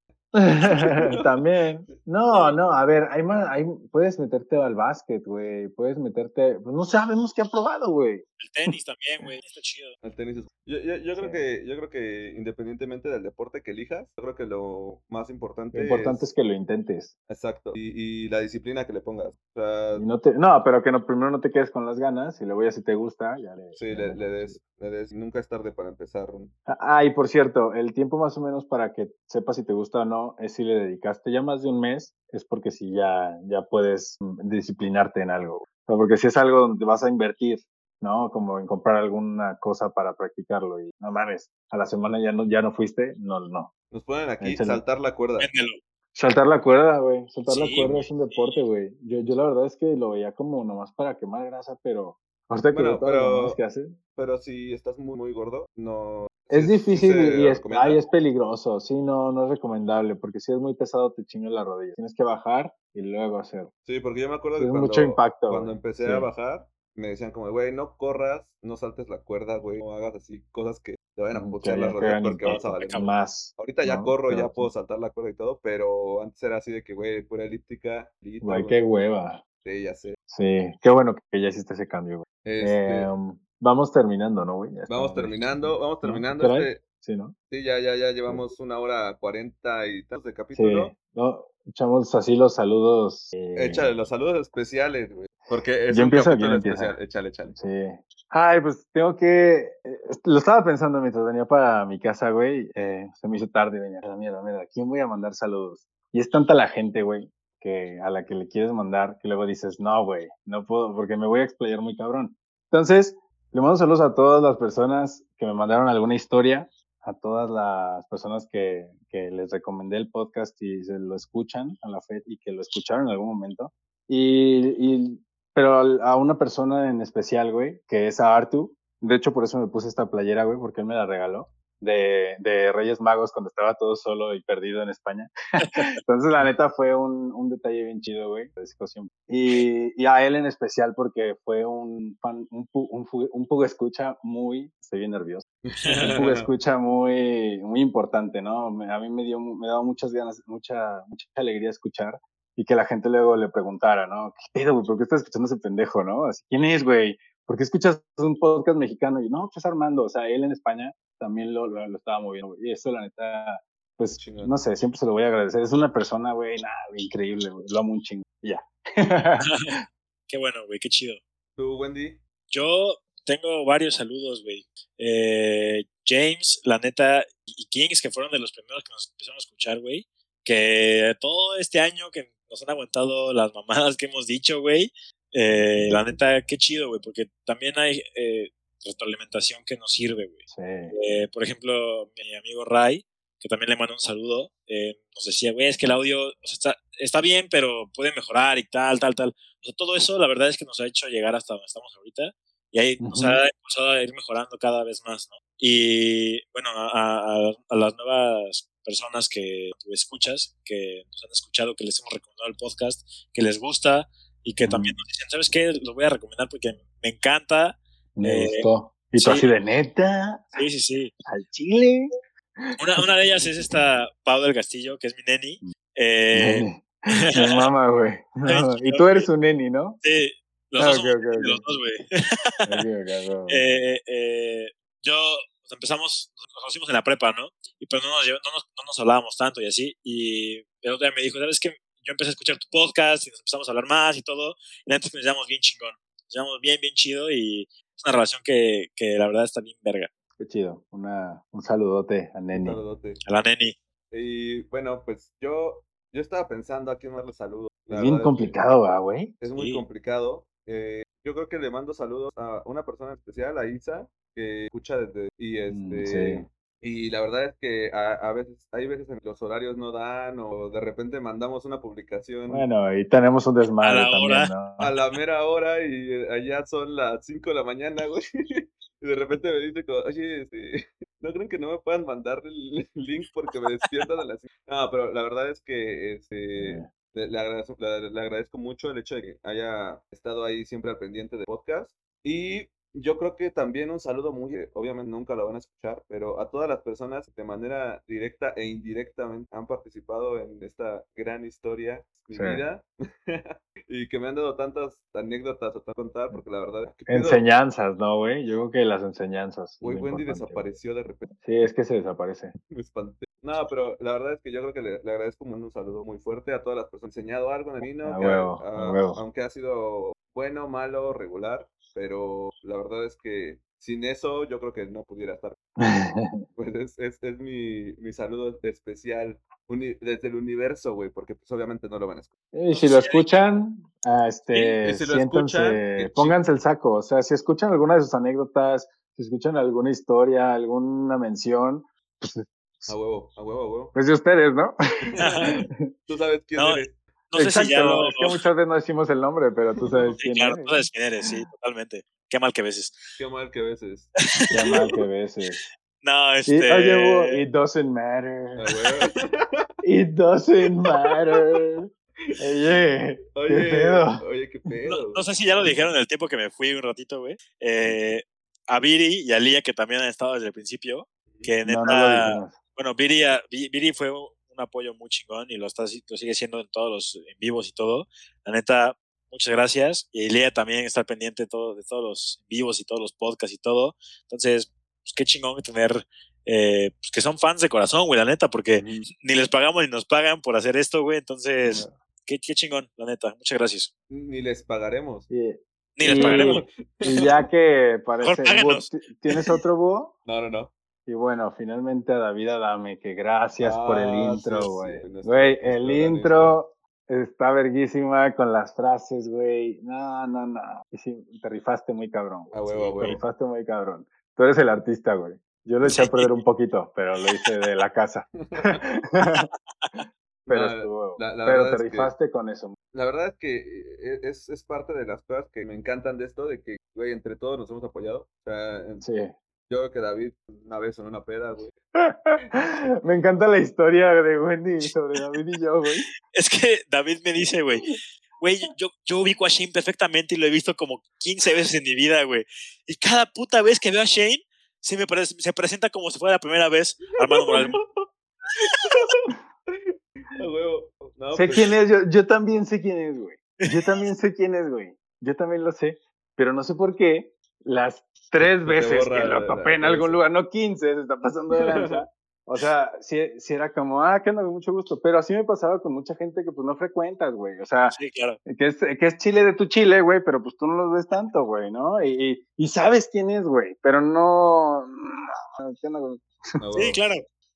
También. No, no, a ver, hay más, hay, puedes meterte al básquet, güey, puedes meterte, pues no sabemos qué ha probado, güey. El tenis también, güey. Está chido. El tenis es- Yo, yo, yo creo Sí. que, yo creo que independientemente del deporte que elijas, yo creo que lo más importante, Lo importante es que lo intentes. Exacto. Y, y la disciplina que le pongas. O sea, Y no, te, no, pero que no, primero no te quedes con las ganas y luego ya si te gusta, ya le... sí, ya le, metes. le des, le des. Nunca es tarde para empezar. un- Ah, y por cierto, el tiempo más o menos para que sepas si te gusta o no es si le dedicaste ya más de un mes, es porque si ya, ya puedes mm, disciplinarte en algo. O sea, porque si es algo donde vas a invertir, ¿no? Como en comprar alguna cosa para practicarlo y no mames, a la semana ya no, ya no fuiste, no, no. Nos ponen aquí Échale. saltar la cuerda. Véndelo. Saltar la cuerda, güey. Saltar la Sí, cuerda güey, es un deporte, güey. Yo, yo la verdad es que lo veía como nomás para quemar grasa, pero... Ahorita que Bueno, veo todas las pero- mamadas que hace. Pero si estás muy, muy gordo, no. Es sí- sí difícil se y- y es, recomienda. ay, es peligroso. Sí, no, no es recomendable porque si es muy pesado te chingas la rodilla. Tienes que bajar y luego hacer. Sí, porque yo me acuerdo Sí, que es cuando, mucho impacto, cuando güey. empecé Sí. a bajar, me decían como, güey, no corras, no saltes la cuerda, güey, no hagas así cosas Mm, que te vayan a Ujú, putear Mm, que las hagan rodillas impacto, porque vas a valer. madre". Más. Ahorita ya ¿no? corro, Pero ya sí. puedo saltar la cuerda y todo, pero antes era así de que, güey, pura elíptica, elito, Güey, qué hueva. sí, ya sé. Sí, qué bueno que ya hiciste ese cambio, eh. güey. Este, Em, vamos terminando, ¿no, güey? Ya vamos estamos. terminando, vamos ¿No? terminando ¿Caray? este, Sí, ¿no? sí, ya, ya, ya llevamos una hora cuarenta y tantos de Sí. capítulo. No, echamos así los saludos. eh, Échale los saludos especiales, güey. Porque es ¿Yo un empiezo o quién capítulo empieza? especial. Échale, échale. Sí. Ay, pues tengo que. eh, Lo estaba pensando mientras venía para mi casa, güey. eh, se me hizo tarde, venía. Mierda, mierda, mierda. ¿a ¿Quién voy a mandar saludos? Y es tanta la gente, güey, que a la que le quieres mandar, que luego dices, no, güey, no puedo, porque me voy a explayar muy cabrón. Entonces, le mando saludos a todas las personas que me mandaron alguna historia, a todas las personas que, que les recomendé el podcast y se lo escuchan a la fe y que lo escucharon en algún momento. Y, y pero al- a una persona en especial, güey, que es a Artu. De hecho, por eso me puse esta playera, güey, porque él me la regaló. de, de Reyes Magos cuando estaba todo solo y perdido en España. Entonces, la neta fue un, un detalle bien chido, güey, de situación. Y, y a él en especial porque fue un fan, un, pu- un, fu- un puga escucha muy, estoy bien nervioso, un puga escucha muy, muy importante, ¿no? Me- A mí me dio, mu- me daba muchas ganas, mucha, mucha alegría escuchar y que la gente luego le preguntara, ¿no? ¿Qué pedo, güey? ¿Por qué estás escuchando ese pendejo, no? Así, ¿Quién es, güey? ¿Por qué escuchas un podcast mexicano? Y no, pues Armando, o sea, él en España también lo, lo, lo estaba moviendo, güey. Y eso, la neta, pues, Chingón. no sé, siempre se lo voy a agradecer. Es una persona, güey, nada, increíble, güey. Lo amo un chingo. Y Ya. Qué bueno, güey, qué chido. ¿Tú, Wendy? Yo tengo varios saludos, güey. Eh, James, la neta, y Kings, que fueron de los primeros que nos empezaron a escuchar, güey. Que todo este año que nos han aguantado las mamadas que hemos dicho, güey. eh, la neta, qué chido, güey, porque también hay eh, retroalimentación que nos sirve, güey. sí. Eh, por ejemplo, mi amigo Ray, que también le mando un saludo, eh, nos decía, güey, es que el audio o sea, está, está bien, pero puede mejorar y tal, tal, tal. O sea, todo eso, la verdad es que nos ha hecho llegar hasta donde estamos ahorita y ahí nos Ujú. ha impulsado a ir mejorando cada vez más, ¿no? Y bueno, a, a- a las nuevas personas que tú escuchas, que nos han escuchado, que les hemos recomendado el podcast, que les gusta y que también nos dicen, ¿sabes qué? Lo voy a recomendar porque me encanta. Me Eh, gustó. Y sí. tú así de neta, Sí, sí, sí. al chile. Una, una de ellas es esta Pau del Castillo, que es mi neni. Mm. Eh, Nene. Me mama, güey. Me mama. Y tú eres un neni, ¿no? sí, los Ah, dos ok, somos ok, nenis, Ah. ok. los dos, güey. Ok, ok, ok. Eh, eh, yo o sea, empezamos, nos conocimos en la prepa, ¿no? Y pues no nos, llev- no nos, no nos hablábamos tanto y así. Y el otro día me dijo, ¿sabes qué? Yo empecé a escuchar tu podcast y nos empezamos a hablar más y todo. Y antes que nos llevamos bien chingón. Nos llevamos bien, bien chido y es una relación que, que la verdad está bien verga. Qué chido. Una, un saludote a neni. Saludote. A la neni. Y bueno, pues yo, yo estaba pensando a quién más le saludo. La Es bien verdad que Mm. complicado, ¿va, güey. Es muy Sí. complicado. Eh, yo creo que le mando saludos a una persona en especial, a Isa, que escucha desde... Y Mm, este... sí. Y la verdad es que a, a veces, hay veces en que los horarios no dan o de repente mandamos una publicación Bueno, y tenemos un desmadre A la hora. también, ¿no? a la mera hora y eh, allá son las 5 de la mañana, güey. Y de repente me dice, como, oye, este, ¿no creen que no me puedan mandar el link porque me despiertan a las 5? No, pero la verdad es que este, Eh, le, le agradezco, le- le agradezco mucho el hecho de que haya estado ahí siempre al pendiente del podcast. Y yo creo que también un saludo muy, eh, obviamente nunca lo van a escuchar, pero a todas las personas que de manera directa e indirectamente han participado en esta gran historia, mi Sí. vida, y que me han dado tantas anécdotas a contar, porque la verdad es que... pedo? Enseñanzas, ¿no, güey? Yo creo que las enseñanzas. es Güey, lo Wendy importante, güey. desapareció de repente. Sí, es que se desaparece. Me espanté. No, pero la verdad es que yo creo que le, le agradezco un, un saludo muy fuerte a todas las personas. que han enseñado algo en el vino, A que ha- huevo, a- a huevo. aunque ha sido bueno, malo, regular, pero la verdad es que sin eso yo creo que no pudiera estar. Pues es, es, es mi, mi saludo especial uni- desde el universo, güey, porque pues obviamente no lo van a escuchar. Y si lo escuchan, ah, este, Y- y si lo siéntanse, escuchan, qué chido. pónganse el saco. O sea, si escuchan alguna de sus anécdotas, si escuchan alguna historia, alguna mención, A huevo, a huevo, a huevo. pues de ustedes, ¿no? Tú sabes quién No, eres. No sé si ya lo... Es que muchas veces no decimos el nombre, pero tú sabes Sí, quién claro, eres. tú sabes quién eres, sí, totalmente. Qué mal que a veces. Qué mal que a veces. Qué mal que veces. No, Y, este... oye, Hugo, it doesn't A matter. huevo. It doesn't matter. Oye, Oye, pedo? oye, qué No, pedo. no sé si ya lo dijeron en el tiempo que me fui un ratito, güey. Eh, a Viri y a Lía, que también han estado desde el principio. Que neta, no, no lo dijimos. bueno, Viri, a- Vi- Viri fue un un apoyo muy chingón y lo, está, lo sigue siendo en todos los en vivos y todo. La neta, muchas gracias. Y Lía también está al pendiente de, todo, de todos los en vivos y todos los podcasts y todo. Entonces, pues qué chingón tener. eh, pues, que son fans de corazón, güey, la neta, porque ni les pagamos ni nos pagan por hacer esto, güey. Entonces, qué, qué chingón, la neta. Muchas gracias. Ni les pagaremos. Y, Ni les Y- pagaremos. y ya que parece... páganos. Hugo, ¿ti- ¿Tienes otro búho? No, no, no. Y bueno, finalmente a David Adame, que gracias por el Ah, sí, intro, sí, güey. nuestro- Güey, nuestro el gran intro está verguísima con las frases, güey. No, no, no. Y sí, te rifaste muy cabrón. güey. A huevo, a Te huevo. rifaste muy cabrón. Tú eres el artista, güey. Yo lo eché a perder un poquito, pero lo hice de la casa. pero No, estuvo. la- la pero verdad es te que- rifaste con eso. La verdad es que eh, es, es parte de las cosas que me encantan de esto, de que, güey, entre todos nos hemos apoyado. O sea, en- Sí. Yo creo que David una vez en una peda, güey. Me encanta la historia de Wendy sobre David y yo, güey. Es que David me dice, güey, güey, yo, yo ubico a Shane perfectamente y lo he visto como 15 veces en mi vida, güey. Y cada puta vez que veo a Shane, se me pare- se presenta como si fuera la primera vez Armando Morales. Ah, huevo. No, sé pues, quién es, yo, yo también sé quién es, güey. Yo también sé quién es, güey. Yo también lo sé. Pero no sé por qué las tres te veces borra que la- lo la topé en algún cabeza. lugar, no 15, se está pasando de lanza. O sea, si, era como, ah, que anda, mucho gusto. Pero así me pasaba con mucha gente que pues no frecuentas, güey. O sea, Sí, claro. que es, que es chile de tu chile, güey, pero pues tú no los ves tanto, güey, ¿no? Y, y- y sabes quién es, güey, pero no... ¿qué onda, güey? ah, huevo. Sí, claro.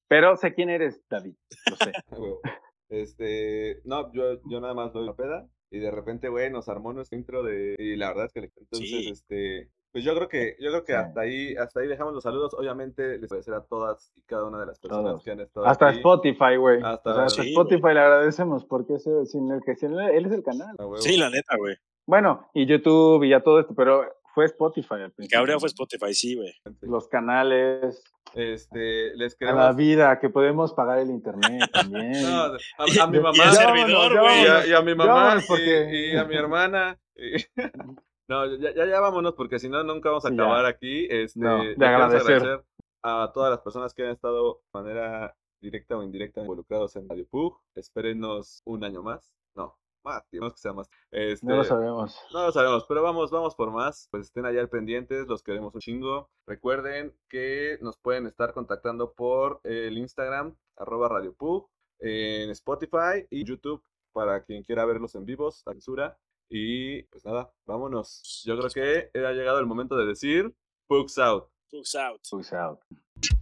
Pero sé quién eres, David, lo sé. Ah, huevo. Este, no, yo, yo nada más doy la peda y de repente, güey, nos armó nuestro intro de y la verdad es que le- entonces Sí. este pues yo creo que yo creo que Sí. hasta ahí hasta ahí dejamos los saludos. Obviamente les agradecer a todas y cada una de las personas Todos. que han estado Hasta aquí. Spotify, güey. Hasta- O sea, hasta Sí, Spotify le agradecemos porque es el- sin el que sin él, él es el canal. Ah, huevo. Sí, la neta, güey. Bueno, y YouTube y ya todo esto, pero fue Spotify al El principio. cabreo fue Spotify, sí, güey. Los canales, Este, les a la queremos vida, que podemos pagar el internet también. No, a, a mi Y- mamá Y el Ya vámonos, servidor, ya y güey. a, y a mi mamá vámonos, porque- y, y a mi hermana. y- No, ya, ya, ya vámonos porque si no nunca vamos a Sí, ya. acabar aquí. Este, No, de le queremos agradecer. a todas las personas que han estado de manera directa o indirecta involucrados en Radio Pug. Espérenos un año más. No, más, digamos que sea más. Este, no lo sabemos. no lo sabemos, pero vamos, vamos por más. Pues estén allá al pendientes, los queremos un chingo. Recuerden que nos pueden estar contactando por el Instagram, arroba Radio Pug, en Spotify y YouTube para quien quiera verlos en vivos, a censura. Y pues nada, vámonos. Yo creo que ha llegado el momento de decir Pugs out. Pugs out. Peace out.